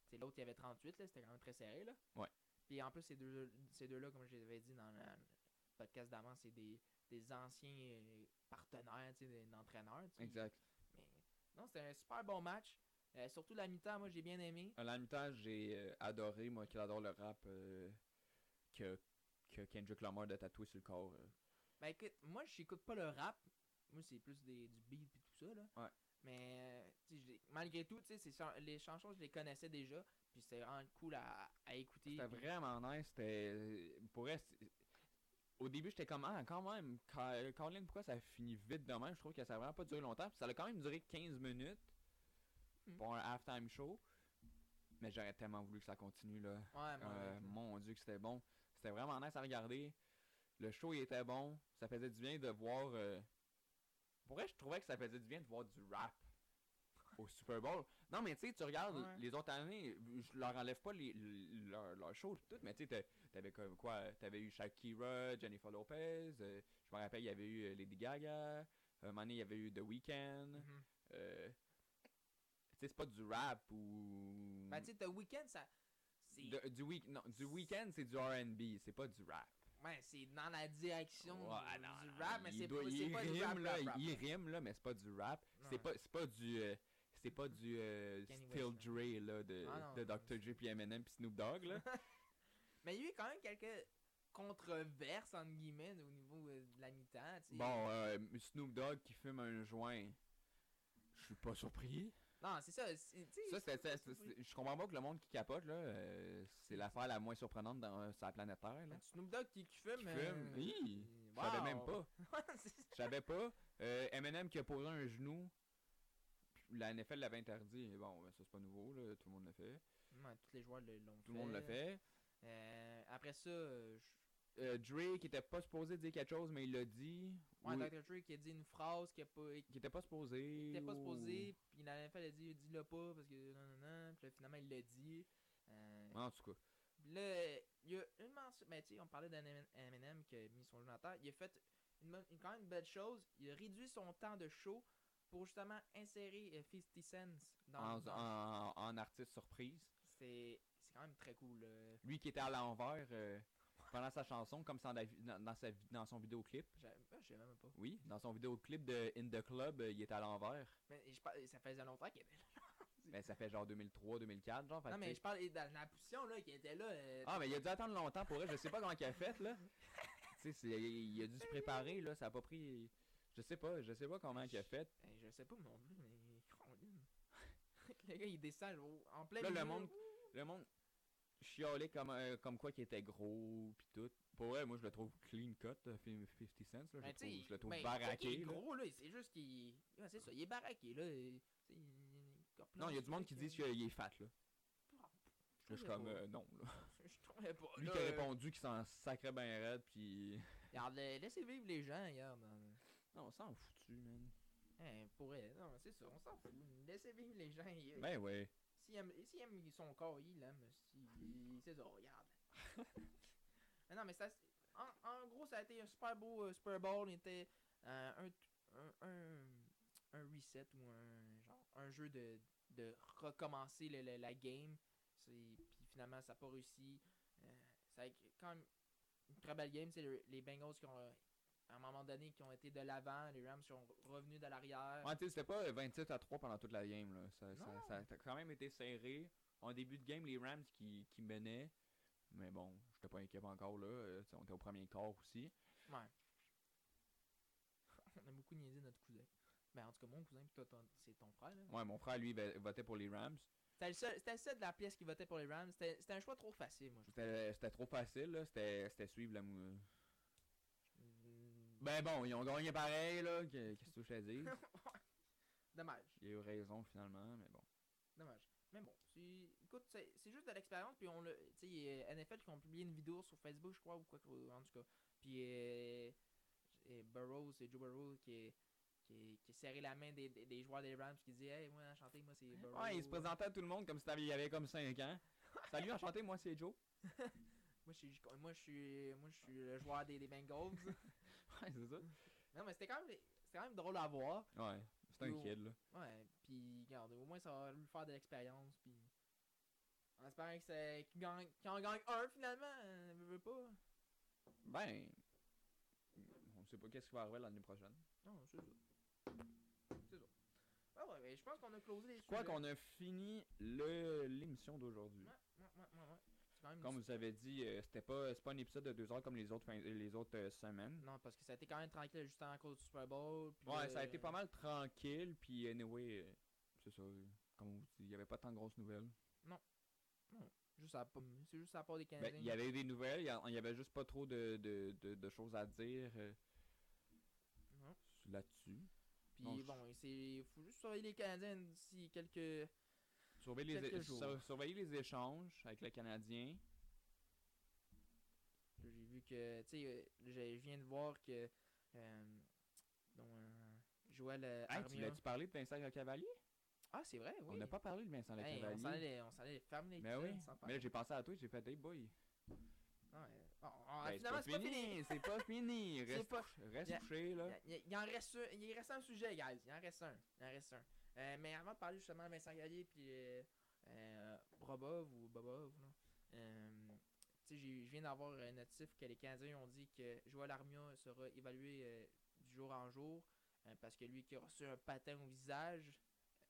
Speaker 2: c'est L'autre, il y avait 38, là, c'était quand même très serré. Là.
Speaker 1: Ouais.
Speaker 2: Puis en plus, ces deux- ces deux-là, comme je l'avais dit dans le podcast d'avant, c'est des, des anciens euh, partenaires tu sais, des- d'entraîneurs. tu sais.
Speaker 1: Exact.
Speaker 2: Mais non, c'était un super bon match. Euh, surtout la mi-temps, moi, j'ai bien aimé.
Speaker 1: À la mi-temps, j'ai euh, adoré, moi qui adore le rap, euh, que, que Kendrick Lamar de tatoué sur le corps. euh.
Speaker 2: Ben écoute, moi j'écoute pas le rap. Moi c'est plus des, du beat et tout ça là.
Speaker 1: Ouais.
Speaker 2: Mais euh, tu sais, je les- malgré tout, tu sais, ces chan- les chansons je les connaissais déjà. Puis c'était vraiment cool à, à écouter.
Speaker 1: C'était
Speaker 2: puis-
Speaker 1: vraiment nice. C'était. euh, Pour vrai, c'est- au début, j'étais comme, ah, quand même, Ca- Colin, pourquoi ça finit vite demain Je trouve que ça a vraiment pas duré longtemps. Puis ça a quand même duré 15 minutes
Speaker 2: Mhm.
Speaker 1: pour un halftime show. Mais j'aurais tellement voulu que ça continue, là.
Speaker 2: Ouais, moi,
Speaker 1: Euh,
Speaker 2: avec-
Speaker 1: mon dieu que c'était bon. C'était vraiment nice à regarder. Le show il était bon. Ça faisait du bien de voir. euh, Pour vrai, je trouvais que ça faisait du bien de voir du rap au Super Bowl. Non mais tu sais, tu regardes
Speaker 2: Ouais.
Speaker 1: les autres années, je leur enlève pas les, leur, leur show pis tout, mais tu sais, t'a- t'avais comme quoi, t'avais eu Shakira, Jennifer Lopez, euh, je me rappelle il y avait eu euh, Lady Gaga, un moment donné, il y avait eu The Weeknd.
Speaker 2: Mhm.
Speaker 1: euh, tu sais, c'est pas du rap ou.
Speaker 2: Ben tu sais, The Weeknd, ça. C'est
Speaker 1: De- du week non, du week-end c'est du R&B, c'est pas du rap.
Speaker 2: ouais, c'est dans la direction
Speaker 1: Ouais, ah,
Speaker 2: du,
Speaker 1: non,
Speaker 2: du
Speaker 1: non,
Speaker 2: rap, mais
Speaker 1: il
Speaker 2: c'est pas,
Speaker 1: doit-
Speaker 2: c'est
Speaker 1: il
Speaker 2: pas du
Speaker 1: rime,
Speaker 2: rap.
Speaker 1: là,
Speaker 2: rap, rap.
Speaker 1: il rime là, mais c'est pas du rap.
Speaker 2: Ouais.
Speaker 1: C'est pas c'est pas du euh, c'est pas du euh,
Speaker 2: Kanye
Speaker 1: Still
Speaker 2: West,
Speaker 1: Dre là de,
Speaker 2: Ah non,
Speaker 1: de
Speaker 2: non,
Speaker 1: Dr Dre puis Eminem puis Snoop Dogg là.
Speaker 2: Mais il y a eu quand même quelques controverses entre guillemets au niveau euh, de la mi-temps. tu sais.
Speaker 1: bon, euh, Snoop Dogg qui fume un joint. Je suis pas surpris.
Speaker 2: Non, c'est ça.
Speaker 1: Ça
Speaker 2: c'est- tu sais, je suis
Speaker 1: c'est
Speaker 2: pas
Speaker 1: c'est-
Speaker 2: surpris.
Speaker 1: c'est- je comprends pas que le monde qui capote là, euh, c'est l'affaire la moins surprenante dans euh, sur la planète Terre là.
Speaker 2: Snoop Dogg qui, qui fume.
Speaker 1: Qui
Speaker 2: euh,
Speaker 1: fume, hi,
Speaker 2: euh,
Speaker 1: Je savais même
Speaker 2: wow.
Speaker 1: pas.
Speaker 2: Ouais, c'est ça.
Speaker 1: Je savais pas. Euh, Eminem qui a posé un genou. Puis La NFL l'avait interdit. Bon, ben, ça c'est pas nouveau, là. tout le monde le fait.
Speaker 2: Ouais, tous les joueurs le- l'ont fait.
Speaker 1: Tout le monde le fait.
Speaker 2: Euh, après ça, euh, je-
Speaker 1: Euh, Dre qui était pas supposé dire quelque chose, mais il l'a dit.
Speaker 2: ouais,
Speaker 1: Ou-
Speaker 2: Dr. Dre qui a dit une phrase qui a pas-
Speaker 1: Qui était pas supposé.
Speaker 2: qui était pas
Speaker 1: ou-
Speaker 2: supposée, puis la NFL a dit dis-le pas parce que non, non, non, puis là, finalement il l'a dit. Euh,
Speaker 1: En tout cas.
Speaker 2: puis Là, il y a une mention, mais tu sais, on parlait d'Eminem qui a mis son jeu dans la terre. Il a fait une, bonne- une- quand même une belle chose. Il a réduit son temps de show pour justement insérer euh, 50 Cent dans,
Speaker 1: En,
Speaker 2: dans-
Speaker 1: en- en artiste surprise.
Speaker 2: C'est c'est quand même très cool. euh,
Speaker 1: Lui qui était à l'envers euh, pendant sa chanson, comme dans, la vi- dans, dans sa vi- dans son vidéoclip.
Speaker 2: j'a- ah, Je sais même pas.
Speaker 1: Oui, dans son vidéoclip de In the Club, euh, il était à l'envers.
Speaker 2: Mais je par- ça faisait longtemps qu'il était
Speaker 1: Ben, ça fait genre 2003-2004, genre. fait
Speaker 2: Non,
Speaker 1: que,
Speaker 2: mais
Speaker 1: tu
Speaker 2: je parle dans la position là, qui était là. euh,
Speaker 1: Ah, mais il a dû attendre longtemps pour elle. Je sais pas comment il a fait, là. tu sais, c'est- il a dû se préparer, là. Ça a pas pris. Je sais pas, je sais pas comment il a fait.
Speaker 2: ben, je sais pas non plus, mais. Le gars, il descend au- en plein
Speaker 1: Là, le
Speaker 2: milieu,
Speaker 1: monde, le monde chialait comme, euh, comme quoi qu'il était gros pis tout. Pour vrai, moi je le trouve clean cut, euh, fi- 50 cents. Là. Je,
Speaker 2: Ben,
Speaker 1: le
Speaker 2: tu sais,
Speaker 1: trouve, je le trouve
Speaker 2: ben, tu sais
Speaker 1: baraqué.
Speaker 2: qu'il est
Speaker 1: là.
Speaker 2: gros, là, c'est juste qu'il. Ouais, c'est ça, il est baraqué, là. il- tu sais, il- il corpulent,
Speaker 1: Non, il y a
Speaker 2: c'est
Speaker 1: du monde
Speaker 2: vrai
Speaker 1: qui
Speaker 2: que-
Speaker 1: dit qu'il est fat là. Je suis
Speaker 2: trouvais
Speaker 1: comme
Speaker 2: pas.
Speaker 1: euh, non là.
Speaker 2: Je trouvais pas.
Speaker 1: Lui
Speaker 2: là,
Speaker 1: qui a
Speaker 2: euh,
Speaker 1: répondu qu'il s'en sacrait ben raide pis.
Speaker 2: Regarde, la- laissez vivre les gens, regarde. hein.
Speaker 1: Non, on s'en foutu, man.
Speaker 2: Hein, pour elle. Non, mais c'est ça, on s'en fout. Laissez vivre les gens. ils-
Speaker 1: Ben ouais.
Speaker 2: S'ils aiment, s'ils aiment son corps, ils l'aiment. Si- C'est ça, regarde. Ah non, mais ça. c'est- En, en gros, ça a été un super beau euh, Super Bowl. Il était euh, un, t- un, un, un reset ou un genre un jeu de, de recommencer le- le- la game. C'est- Puis finalement, ça n'a pas réussi. Euh, ça a été quand même une très belle game. C'est le- les Bengals qui ont, euh, à un moment donné, qui ont été de l'avant. Les Rams qui ont revenu de l'arrière.
Speaker 1: Ouais, tu sais, c'était pas euh, 27 à 3 pendant toute la game. Là. Ça, ça,
Speaker 2: Non.
Speaker 1: ça- ça a quand même été serré. En début de game, les Rams qui, qui menaient. Mais bon, j'étais pas inquiet encore là. Euh, tu sais, on était au premier quart aussi.
Speaker 2: On a beaucoup niaisé notre cousin. Ben, en tout cas, mon cousin, puis toi, ton- c'est ton frère. Là.
Speaker 1: Ouais, mon frère, lui, va- votait pour les Rams.
Speaker 2: C'était le seul, c'était le seul de la pièce qui votait pour les Rams. C'était c'était un choix trop facile, moi. je trouve.
Speaker 1: C'était c'était trop facile, là. C'était c'était suivre la mou...
Speaker 2: Mm.
Speaker 1: Ben bon, ils ont gagné pareil, là. que- Qu'est-ce que je te dis?
Speaker 2: dommage,
Speaker 1: Il a eu raison, finalement, mais bon.
Speaker 2: dommage. Mais bon, c'est- écoute, c'est c'est juste de l'expérience. Puis on le, tu sais, euh, NFL qui ont publié une vidéo sur Facebook, je crois, ou quoi que en tout cas. Puis euh, et Burrow, c'est Joe Burrow qui est qui, est- qui serrait la main des, des, des joueurs des Rams qui dit hey moi enchanté moi c'est Burrow
Speaker 1: Ouais, il se présentait à tout le monde comme s'il avait comme 5 ans. Salut, enchanté, moi, c'est Joe.
Speaker 2: moi je suis moi je suis moi je suis le joueur des, des Bengals
Speaker 1: Ouais, c'est ça.
Speaker 2: non mais c'était quand même c'était quand même drôle à voir
Speaker 1: Ouais, c'est un
Speaker 2: Yo.
Speaker 1: kid, là.
Speaker 2: Ouais, puis regarde, au moins ça va lui faire de l'expérience, puis en espérant que c'est qu'il gagne, qu'il en gagne un finalement, euh, veux, veux pas.
Speaker 1: Ben. On sait pas qu'est-ce qui va arriver l'année prochaine.
Speaker 2: Non, c'est ça. C'est ça. Ah Ouais, ouais, mais je pense qu'on a closé les
Speaker 1: Je crois
Speaker 2: sujets.
Speaker 1: qu'on a fini le l'émission d'aujourd'hui.
Speaker 2: Ouais, ouais, ouais, ouais, ouais. C'est quand même
Speaker 1: Comme vous avez dit, euh, c'était pas, c'est pas un épisode de deux heures comme les autres, fins- les autres euh, semaines.
Speaker 2: Non, parce que ça a été quand même tranquille juste en cause du Super Bowl. puis
Speaker 1: Ouais,
Speaker 2: là,
Speaker 1: ça a été pas
Speaker 2: euh,
Speaker 1: mal tranquille, puis anyway, euh, c'est ça. euh, Comme on vous dit, il y avait pas tant de grosses nouvelles.
Speaker 2: Juste à, pas- c'est juste à la part des Canadiens.
Speaker 1: Ben, il y avait eu des nouvelles, il y a- il y, avait juste pas trop de, de, de- de choses à dire euh,
Speaker 2: Non.
Speaker 1: là-dessus.
Speaker 2: Puis
Speaker 1: non, je-
Speaker 2: bon, et c'est il faut juste surveiller les Canadiens d'ici quelques.
Speaker 1: Surveillez les,
Speaker 2: Quelques
Speaker 1: é-
Speaker 2: jours.
Speaker 1: sur- surveillez les échanges avec le Canadien.
Speaker 2: J'ai vu que, tu sais, euh, j'ai- je viens de voir que. Euh, dont, euh, Joël euh,
Speaker 1: Hey, tu
Speaker 2: Armia-
Speaker 1: l'as-tu parlé de Vincent Cavalier?
Speaker 2: Ah, c'est vrai, oui.
Speaker 1: On n'a pas parlé de Vincent
Speaker 2: Hey, on s'en
Speaker 1: Cavalier.
Speaker 2: allait, on s'en allait fermer les
Speaker 1: Mais oui,
Speaker 2: sans
Speaker 1: mais
Speaker 2: parler.
Speaker 1: là, j'ai pensé à toi, j'ai fait hey boy.
Speaker 2: Non, mais- ah, ah,
Speaker 1: Ben,
Speaker 2: finalement, c'est pas fini.
Speaker 1: c'est pas fini.
Speaker 2: C'est
Speaker 1: Reste,
Speaker 2: pas-
Speaker 1: couché- reste
Speaker 2: Y a-
Speaker 1: couché, là.
Speaker 2: Euh, Il, il- il en reste un, il reste un sujet, guys. Il en reste un. Il en reste un. Euh, mais avant de parler justement de Vincent Gallier puis euh, euh, Brobov ou Bobov, là, euh, tu sais, j'ai- je viens d'avoir un notif que les Canadiens ont dit que Joël Armia sera évalué euh, du jour en jour euh, parce que lui qui a reçu un patin au visage.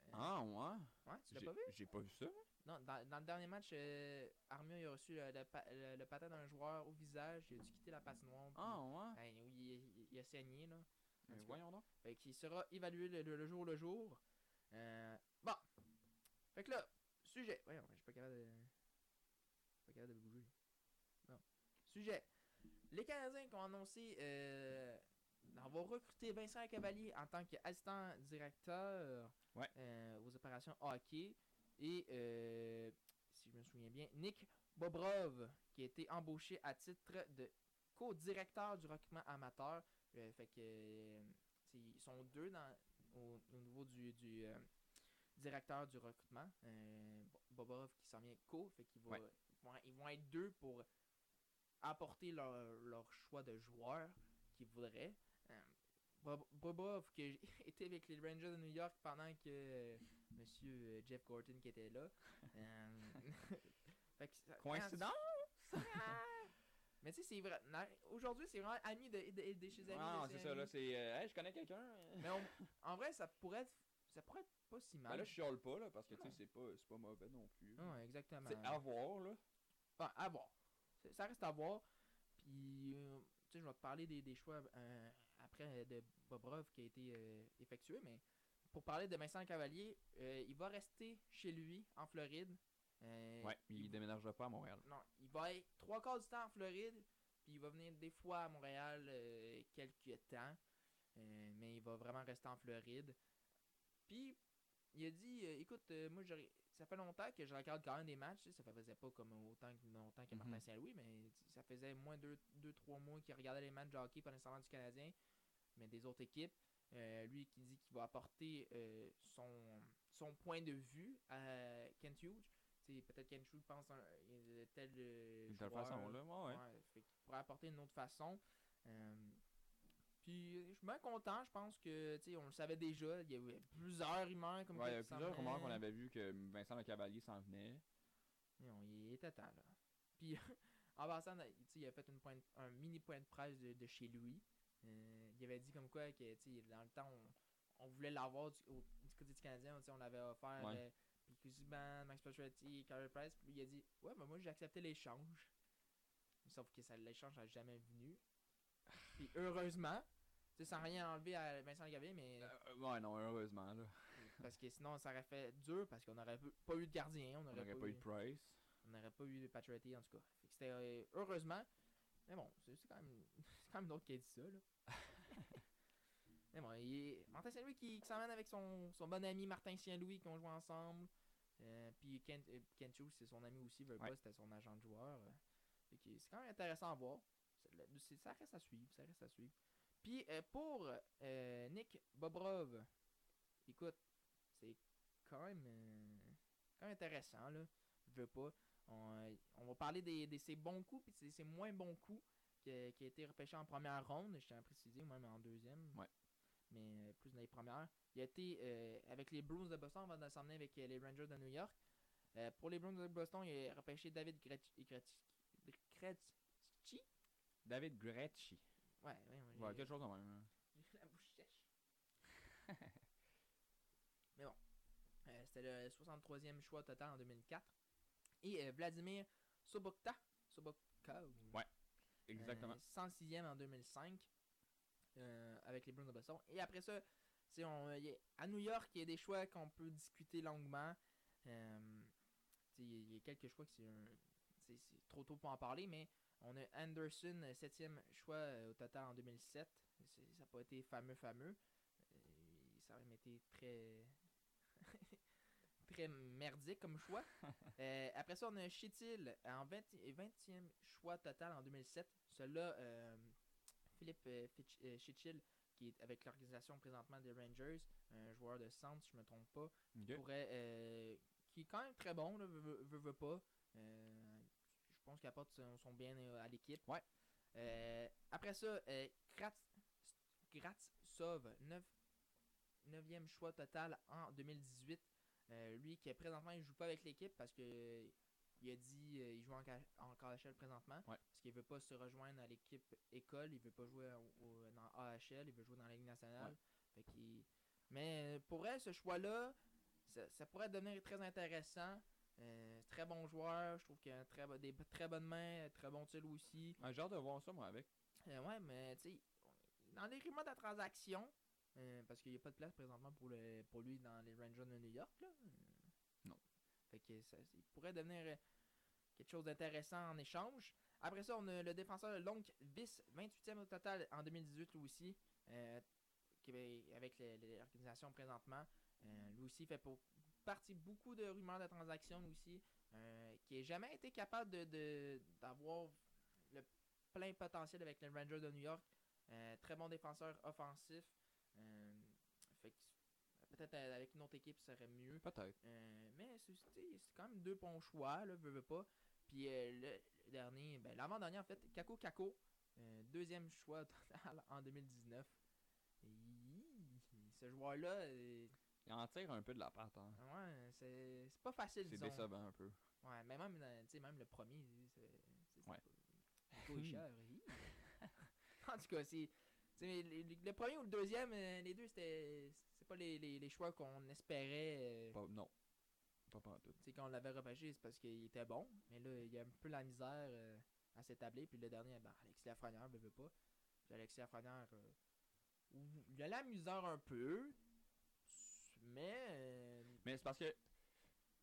Speaker 2: euh,
Speaker 1: Ah, ouais.
Speaker 2: ouais, tu l'as
Speaker 1: J'ai-
Speaker 2: pas vu?
Speaker 1: J'ai pas vu ça.
Speaker 2: Non, dans, dans le dernier match, euh, Armia il a reçu le, le, pa- le- le patin d'un joueur au visage, il a dû quitter la patinoire. puis-
Speaker 1: Ah, ouais.
Speaker 2: Ben oui, il, il- il a saigné là.
Speaker 1: Mais
Speaker 2: En tout cas,
Speaker 1: voyons donc.
Speaker 2: Fait qu'il sera évalué le, le- le jour le jour. Euh, bon. Fait que là, sujet. Voyons, je suis pas capable de. je suis pas capable de bouger. Bon. Sujet. Les Canadiens qui ont annoncé euh, d'avoir recruté Vincent Cavalier en tant qu'assistant directeur
Speaker 1: Ouais.
Speaker 2: euh, aux opérations hockey. Et euh, si je me souviens bien, Nick Bobrov, qui a été embauché à titre de co-directeur du recrutement amateur. Euh, fait que euh, c'est- ils sont deux dans, au, au niveau du, du, euh, directeur du recrutement. Euh, Bo- Bobrov qui s'en vient co, fait qu'ils vont,
Speaker 1: Ouais.
Speaker 2: ils vont- ils vont être deux pour apporter leur, leur choix de joueurs qu'ils voudraient. Euh, Bob- Bobrov qui était avec les Rangers de New York pendant que euh, Monsieur euh, Jeff Gorton qui était là. Euh, fait que ça- Ah,
Speaker 1: Coïncidence?
Speaker 2: mais tu sais, c'est vrai. na- Aujourd'hui, c'est vraiment ami de, de, de chez amis.
Speaker 1: Ah,
Speaker 2: de chez
Speaker 1: c'est ça,
Speaker 2: amis.
Speaker 1: là. C'est. euh, Hey, je connais quelqu'un.
Speaker 2: Mais on- en vrai, ça pourrait être, ça pourrait être pas si
Speaker 1: Ben
Speaker 2: mal.
Speaker 1: là, je chiale pas, là, parce que, tu sais, c'est pas, c'est pas mauvais non plus.
Speaker 2: Ah. Ouais, ben, exactement.
Speaker 1: C'est à voir, là.
Speaker 2: Enfin, à voir. Ça- Ça reste à voir. Puis, euh, tu sais, je vais te parler des, des choix euh, après euh, de Bobrov qui a été euh, effectué, mais pour parler de Vincent Cavalier, euh, il va rester chez lui en Floride. Euh,
Speaker 1: Ouais, il déménage pas à Montréal.
Speaker 2: Non, il va être trois quarts du temps en Floride, puis il va venir des fois à Montréal euh, quelques temps, euh, mais il va vraiment rester en Floride. Puis il a dit, euh, écoute, euh, moi j'aurais- ça fait longtemps que je regarde quand même des matchs, tu sais, ça faisait pas comme autant que longtemps que Martin
Speaker 1: Mhm.
Speaker 2: Saint-Louis, mais ça faisait moins de 2-3 mois qu'il regardait les matchs de hockey, pas nécessairement du Canadien, mais des autres équipes. Euh, lui qui dit qu'il va apporter euh, son, son point de vue à Kent Hughes. Tu sais, Peut-être Kent Hughes pense un, euh, tel euh,
Speaker 1: De telle
Speaker 2: joueur,
Speaker 1: façon, là, ouais, ouais.
Speaker 2: Ouais, fait qu'il pourrait apporter une autre façon. Euh, puis euh, je suis bien content, je pense que tu sais, on le savait déjà, il y avait plusieurs rumeurs comme
Speaker 1: Ouais, il y a
Speaker 2: quoi qu'il s'en
Speaker 1: plusieurs rumeurs qu'on
Speaker 2: venait.
Speaker 1: avait vu que Vincent Le Cavalier s'en venait.
Speaker 2: Mais on y était temps là. Puis en passant, tu sais, il a fait une point de- un mini point de presse de, de chez lui. Euh, il avait dit comme quoi que tu sais, dans le temps on, on voulait l'avoir du, au- du côté du Canadien, tu sais, on avait offert
Speaker 1: Ouais.
Speaker 2: euh, Pete Kuzman, Max Pacioretty, Carey Price, puis il a dit "Ouais, mais moi j'ai accepté l'échange." Sauf que ça l'échange n'a jamais venu. Puis heureusement, tu sais, sans rien enlever à Vincent Gavier, mais
Speaker 1: Euh, ouais, non, heureusement, là.
Speaker 2: parce que sinon ça aurait fait dur parce qu'on n'aurait pas eu de gardien, on
Speaker 1: On
Speaker 2: n'aurait
Speaker 1: n'aurait
Speaker 2: pas,
Speaker 1: pas eu
Speaker 2: eu
Speaker 1: de Price.
Speaker 2: on n'aurait pas eu de Patriotty en tout cas. Fait que c'était euh, heureusement. Mais bon, c'est c'est quand même c'est quand même d'autres qui a dit ça là. Mais bon, il est- Martin Saint-Louis qui, qui s'emmène avec son, son bon ami Martin Saint-Louis qui ont joué ensemble. Euh, puis Ken, euh, Ken Chiu, c'est son ami aussi, veut
Speaker 1: Ouais.
Speaker 2: pas, c'était son agent de joueur. euh. Fait que c'est quand même intéressant à voir. C'est- le- c'est- ça reste à suivre, ça reste à suivre. Puis euh, pour euh, Nick Bobrov, écoute, c'est quand même, euh, quand même intéressant là. Je veux pas. On, euh, on va parler des, des ses bons coups puis de ses moins bons coups qui, a- qui a été repêché en première ronde, je tiens à préciser, même en deuxième.
Speaker 1: Ouais.
Speaker 2: Mais euh, plus dans les premières. Il a été euh, avec les Bruins de Boston avant de s'emmener avec euh, les Rangers de New York. Euh, pour les Bruins de Boston, il a repêché David Gretzky. Gretzky?
Speaker 1: David Gretzky.
Speaker 2: Ouais, ouais, ouais,
Speaker 1: Ouais,
Speaker 2: j'ai-
Speaker 1: quelque chose de même. hein.
Speaker 2: j'ai la bouche sèche. Mais bon. Euh, C'était le 63e choix total en 2004. Et euh, Vladimir Sobokta. Sobokta. ou-
Speaker 1: Ouais, Exactement.
Speaker 2: euh, 106e en 2005 euh, avec les Bruins de Boston. Et après ça, tu sais, on, euh, y a- à New York, il y a des choix qu'on peut discuter longuement. Euh, tu sais, Il y a quelques choix qui euh, tu sais, c'est trop tôt pour en parler, mais on a Anderson, 7e choix euh, au total en 2007. C'est- Ça n'a pas été fameux, fameux. Euh, ça a même été très. très merdique comme choix. Euh, après ça, on a Chitil en 20, 20e choix total en 2007. Celui-là, euh, Philippe euh, Fitch- euh, Chitil, qui est avec l'organisation présentement des Rangers, un joueur de centre, si je me trompe pas,
Speaker 1: Ok.
Speaker 2: pourrait, euh, qui est quand même très bon, là, veut, veut- veut- veut pas. Euh, je pense qu'il apporte son, son bien euh, à l'équipe.
Speaker 1: Ouais.
Speaker 2: Euh, après ça, euh, Kratz, Sauve, 9, 9e choix total en 2018. Euh, lui qui présentement il joue pas avec l'équipe parce que euh, il a dit euh, il joue en, ca- en KHL présentement
Speaker 1: Ouais.
Speaker 2: parce qu'il veut pas se rejoindre à l'équipe école, il veut pas jouer au- au- dans AHL, il veut jouer dans la Ligue nationale. Fait qu'il- Mais euh, pour elle, ce choix-là, ça, ça pourrait devenir très intéressant. Euh, très bon joueur, je trouve qu'il a un très, bo- des b- très bonnes mains, euh, très bon tir aussi.
Speaker 1: Ah, J'ai hâte de voir ça, moi, avec.
Speaker 2: Euh, ouais, mais tu sais, dans les rumeurs de la transaction, euh, parce qu'il n'y a pas de place présentement pour, le, pour lui dans les Rangers de New York, là. euh,
Speaker 1: Non.
Speaker 2: Fait que ça, il pourrait devenir euh, quelque chose d'intéressant en échange. Après ça, on a le défenseur Lonk Vis, 28e au total en 2018, lui aussi, euh, qui est avec les- les- l'organisation présentement. Euh, lui aussi fait pour- partie beaucoup de rumeurs de transactions, lui aussi, euh, qui n'a jamais été capable de- de- d'avoir le plein potentiel avec les Rangers de New York. Euh, très bon défenseur offensif. Euh, fait que peut-être euh, avec une autre équipe, ça serait mieux.
Speaker 1: Peut-être.
Speaker 2: Euh, mais c'est tu sais, c'est quand même deux bons choix, là, veux, veux pas. Puis euh, le, le dernier, ben, l'avant-dernier en fait, Kako Kako, euh, deuxième choix au total en 2019. Hi, ce joueur-là, euh,
Speaker 1: Il en tire un peu de la patte. Hein.
Speaker 2: ouais, c'est c'est pas facile,
Speaker 1: C'est
Speaker 2: disons. hein.
Speaker 1: décevant un peu.
Speaker 2: Ouais, mais même, dans- tu sais, même le premier, c'est- c'est- c'est
Speaker 1: Ouais.
Speaker 2: pas- Nico Hischier, hi. en tout cas, c'est. tu sais, Le, le- le premier ou le deuxième, euh, les deux, c'était. C'est pas les, les- les choix qu'on espérait. euh,
Speaker 1: Pas- non. Pas pas tout.
Speaker 2: tu sais, quand on l'avait repêché, c'est parce qu'il était bon. Mais là, il y a un peu la misère euh, à s'établir. Puis le dernier, ben, Alexis Lafrenière ne veut pas. Puis Alexis Lafrenière, euh, il a la misère un peu. Mais. euh,
Speaker 1: Mais c'est parce que,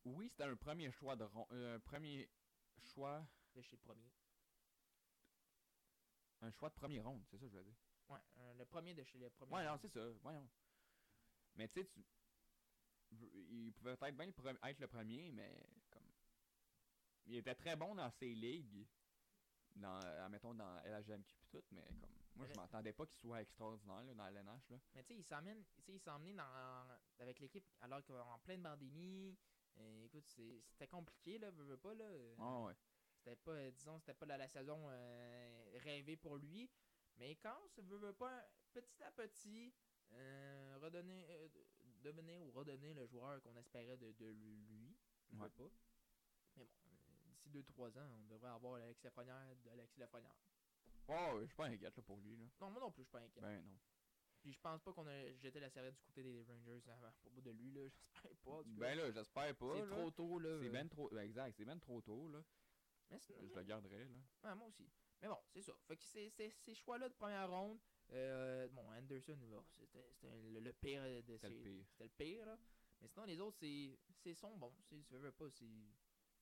Speaker 1: oui, c'était un premier choix de ron- euh, un premier choix,
Speaker 2: de chez le premier.
Speaker 1: un choix de premier ronde, c'est ça que je veux dire.
Speaker 2: Ouais, euh, le premier de chez le premier.
Speaker 1: Ouais, non, c'est ça, voyons. Mais tu sais, tu... v- il pouvait peut-être bien le pre- être le premier, mais comme. Il était très bon dans ses ligues. Dans, euh, admettons, dans LHMQ pis tout, mais comme. Moi, je
Speaker 2: Mais-
Speaker 1: m'attendais pas qu'il soit extraordinaire là, dans LNH, là.
Speaker 2: Mais tu sais, il s'emmène, tu sais, il s'est emmené dans, avec l'équipe alors qu'en pleine pandémie. euh, écoute, c'est- c'était compliqué, là, veux, veux pas, là. euh,
Speaker 1: Ah ouais.
Speaker 2: C'était pas, euh, disons, c'était pas la, la saison euh, rêvée pour lui. Mais quand se veut, veut pas, petit à petit, euh, redonner, euh, devenir ou redonner le joueur qu'on espérait de, de lui, je
Speaker 1: Ouais.
Speaker 2: veux pas. Mais bon, euh, d'ici 2-3 ans, on devrait avoir Alexis Lafrenière d'Alexis Lafrenière.
Speaker 1: Oh, ouais, je suis pas inquiète là, pour lui, là.
Speaker 2: Non, moi non plus, je suis pas inquiet.
Speaker 1: Ben non.
Speaker 2: Puis je pense pas qu'on a jeté la serviette du côté des Rangers avant, pour bout de lui, là. J'espère pas. en tout cas.
Speaker 1: Ben là, j'espère pas.
Speaker 2: c'est
Speaker 1: là.
Speaker 2: trop tôt, là.
Speaker 1: C'est
Speaker 2: euh,
Speaker 1: ben trop. ben exact, c'est ben trop tôt, là.
Speaker 2: mais sinon,
Speaker 1: Je le garderai, là.
Speaker 2: Ouais, moi aussi. Mais bon, c'est ça. Fait que c'est- c'est- ces choix-là de première ronde. euh, bon, Anderson, bon, c'était c'était le, le pire de
Speaker 1: C'est le
Speaker 2: ces-
Speaker 1: pire.
Speaker 2: C'était le pire, là. Mais sinon, les autres, c'est c'est son bon. c'est- Tu veux pas, c'est.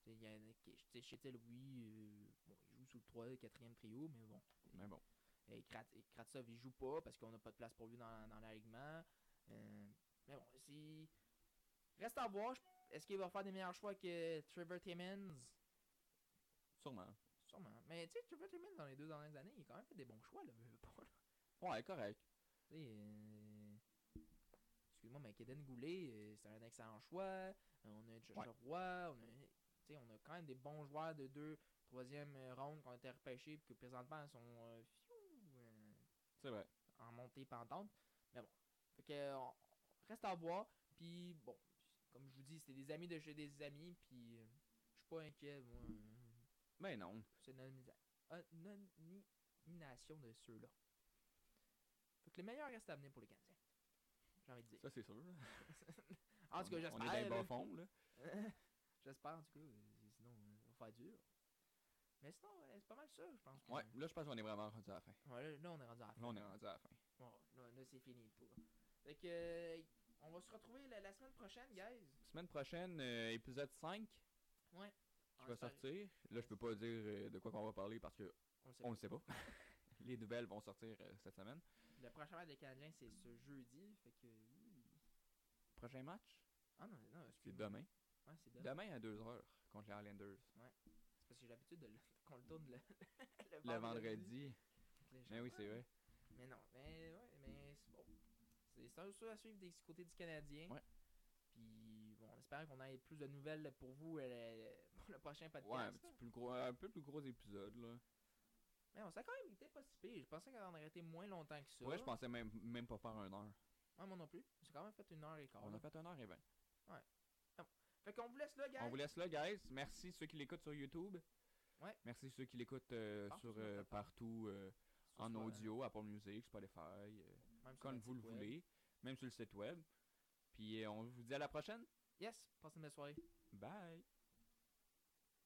Speaker 2: c'est- Il y en a qui. tu sais, Chettel, oui. euh, bon, il joue sous le 3 4 trio, mais bon.
Speaker 1: Mais bon.
Speaker 2: Et Krat- et Kratsov, il joue pas parce qu'on n'a pas de place pour lui dans, dans l'alignement. Euh, mais bon, si. Reste à voir. je- Est-ce qu'il va faire des meilleurs choix que Trevor Timmons
Speaker 1: Sûrement.
Speaker 2: Sûrement. Mais tu sais, Trevor Timmons, dans les deux dernières années, il a quand même fait des bons choix, là. veux, veux pas, là.
Speaker 1: Ouais, correct.
Speaker 2: Tu sais, euh, Excuse-moi, mais Keden Goulet, euh, c'est un excellent choix. Euh, on a Joshua
Speaker 1: Ouais.
Speaker 2: Roy. On a, tu sais, on a quand même des bons joueurs de deux, troisième euh, ronde qui ont été repêchés et qui présentement sont euh, fiou, euh,
Speaker 1: C'est vrai.
Speaker 2: en montée pendante. Mais bon. Fait que, euh, on- reste à voir. Puis, bon, comme je vous dis, c'était des amis de chez des amis. Puis, euh, je suis pas inquiet, moi. euh,
Speaker 1: Mais non.
Speaker 2: c'est nomination de ceux-là. Fait que le meilleur reste à venir pour les Canadiens. J'ai envie de dire.
Speaker 1: Ça, c'est sûr. là.
Speaker 2: En tout cas,
Speaker 1: On-
Speaker 2: j'espère.
Speaker 1: On est dans
Speaker 2: là.
Speaker 1: les bas fonds, là.
Speaker 2: j'espère, en tout cas. euh, Sinon, euh, on va faire dur. Mais sinon, euh, c'est pas mal ça, je pense. que-
Speaker 1: Ouais, là, je pense qu'on est vraiment rendu à la fin.
Speaker 2: Ouais, là, là, on est rendu à la fin.
Speaker 1: Là, on est rendu à la fin.
Speaker 2: Bon, là, là, c'est fini. Pour... Fait que, euh, on va se retrouver la, la semaine prochaine, guys.
Speaker 1: Semaine prochaine, euh, épisode 5
Speaker 2: On
Speaker 1: qui va
Speaker 2: espère-
Speaker 1: sortir. Là, je peux pas dire euh, de quoi qu'on va parler parce que
Speaker 2: on le sait
Speaker 1: on le
Speaker 2: pas.
Speaker 1: sait pas. Les nouvelles vont sortir euh, cette semaine.
Speaker 2: Le prochain match des Canadiens, c'est ce jeudi. Fait que. hi.
Speaker 1: Prochain match,
Speaker 2: Ah non, non,
Speaker 1: c'est
Speaker 2: excuse-moi.
Speaker 1: demain.
Speaker 2: Ouais, c'est demain.
Speaker 1: Demain à 2h contre les Highlanders.
Speaker 2: C'est parce que j'ai l'habitude de le- qu'on le tourne le, le
Speaker 1: Le vendredi.
Speaker 2: Fait que les
Speaker 1: Mais
Speaker 2: gens-
Speaker 1: oui, c'est vrai.
Speaker 2: Mais non, mais ouais, mais c'est bon. C'est c'est un show à suivre des côtés du Canadien.
Speaker 1: Ouais.
Speaker 2: Puis bon, on espère qu'on ait plus de nouvelles pour vous euh, pour le prochain podcast.
Speaker 1: Ouais, un
Speaker 2: là.
Speaker 1: petit plus gros, un peu plus gros épisode, là.
Speaker 2: Mais on s'est quand même été pas si pire. Je pensais qu'on aurait été moins longtemps que ça.
Speaker 1: Pour vrai, je pensais même, même pas faire un heure.
Speaker 2: Ouais, moi non plus. J'ai quand même fait une heure et quart.
Speaker 1: On
Speaker 2: là.
Speaker 1: a fait un heure et vingt.
Speaker 2: Fait qu'on vous laisse là, gars.
Speaker 1: On vous laisse là, guys. Merci ceux qui l'écoutent sur YouTube.
Speaker 2: Ouais.
Speaker 1: Merci ceux qui l'écoutent euh,
Speaker 2: Partout
Speaker 1: sur
Speaker 2: sur notre
Speaker 1: euh,
Speaker 2: plateforme.
Speaker 1: partout euh, en audio, Apple Music, Spotify, euh, comme vous le voulez, même sur le site web. Puis euh, on vous dit à la prochaine.
Speaker 2: Yes, passez une belle soirée.
Speaker 1: Bye.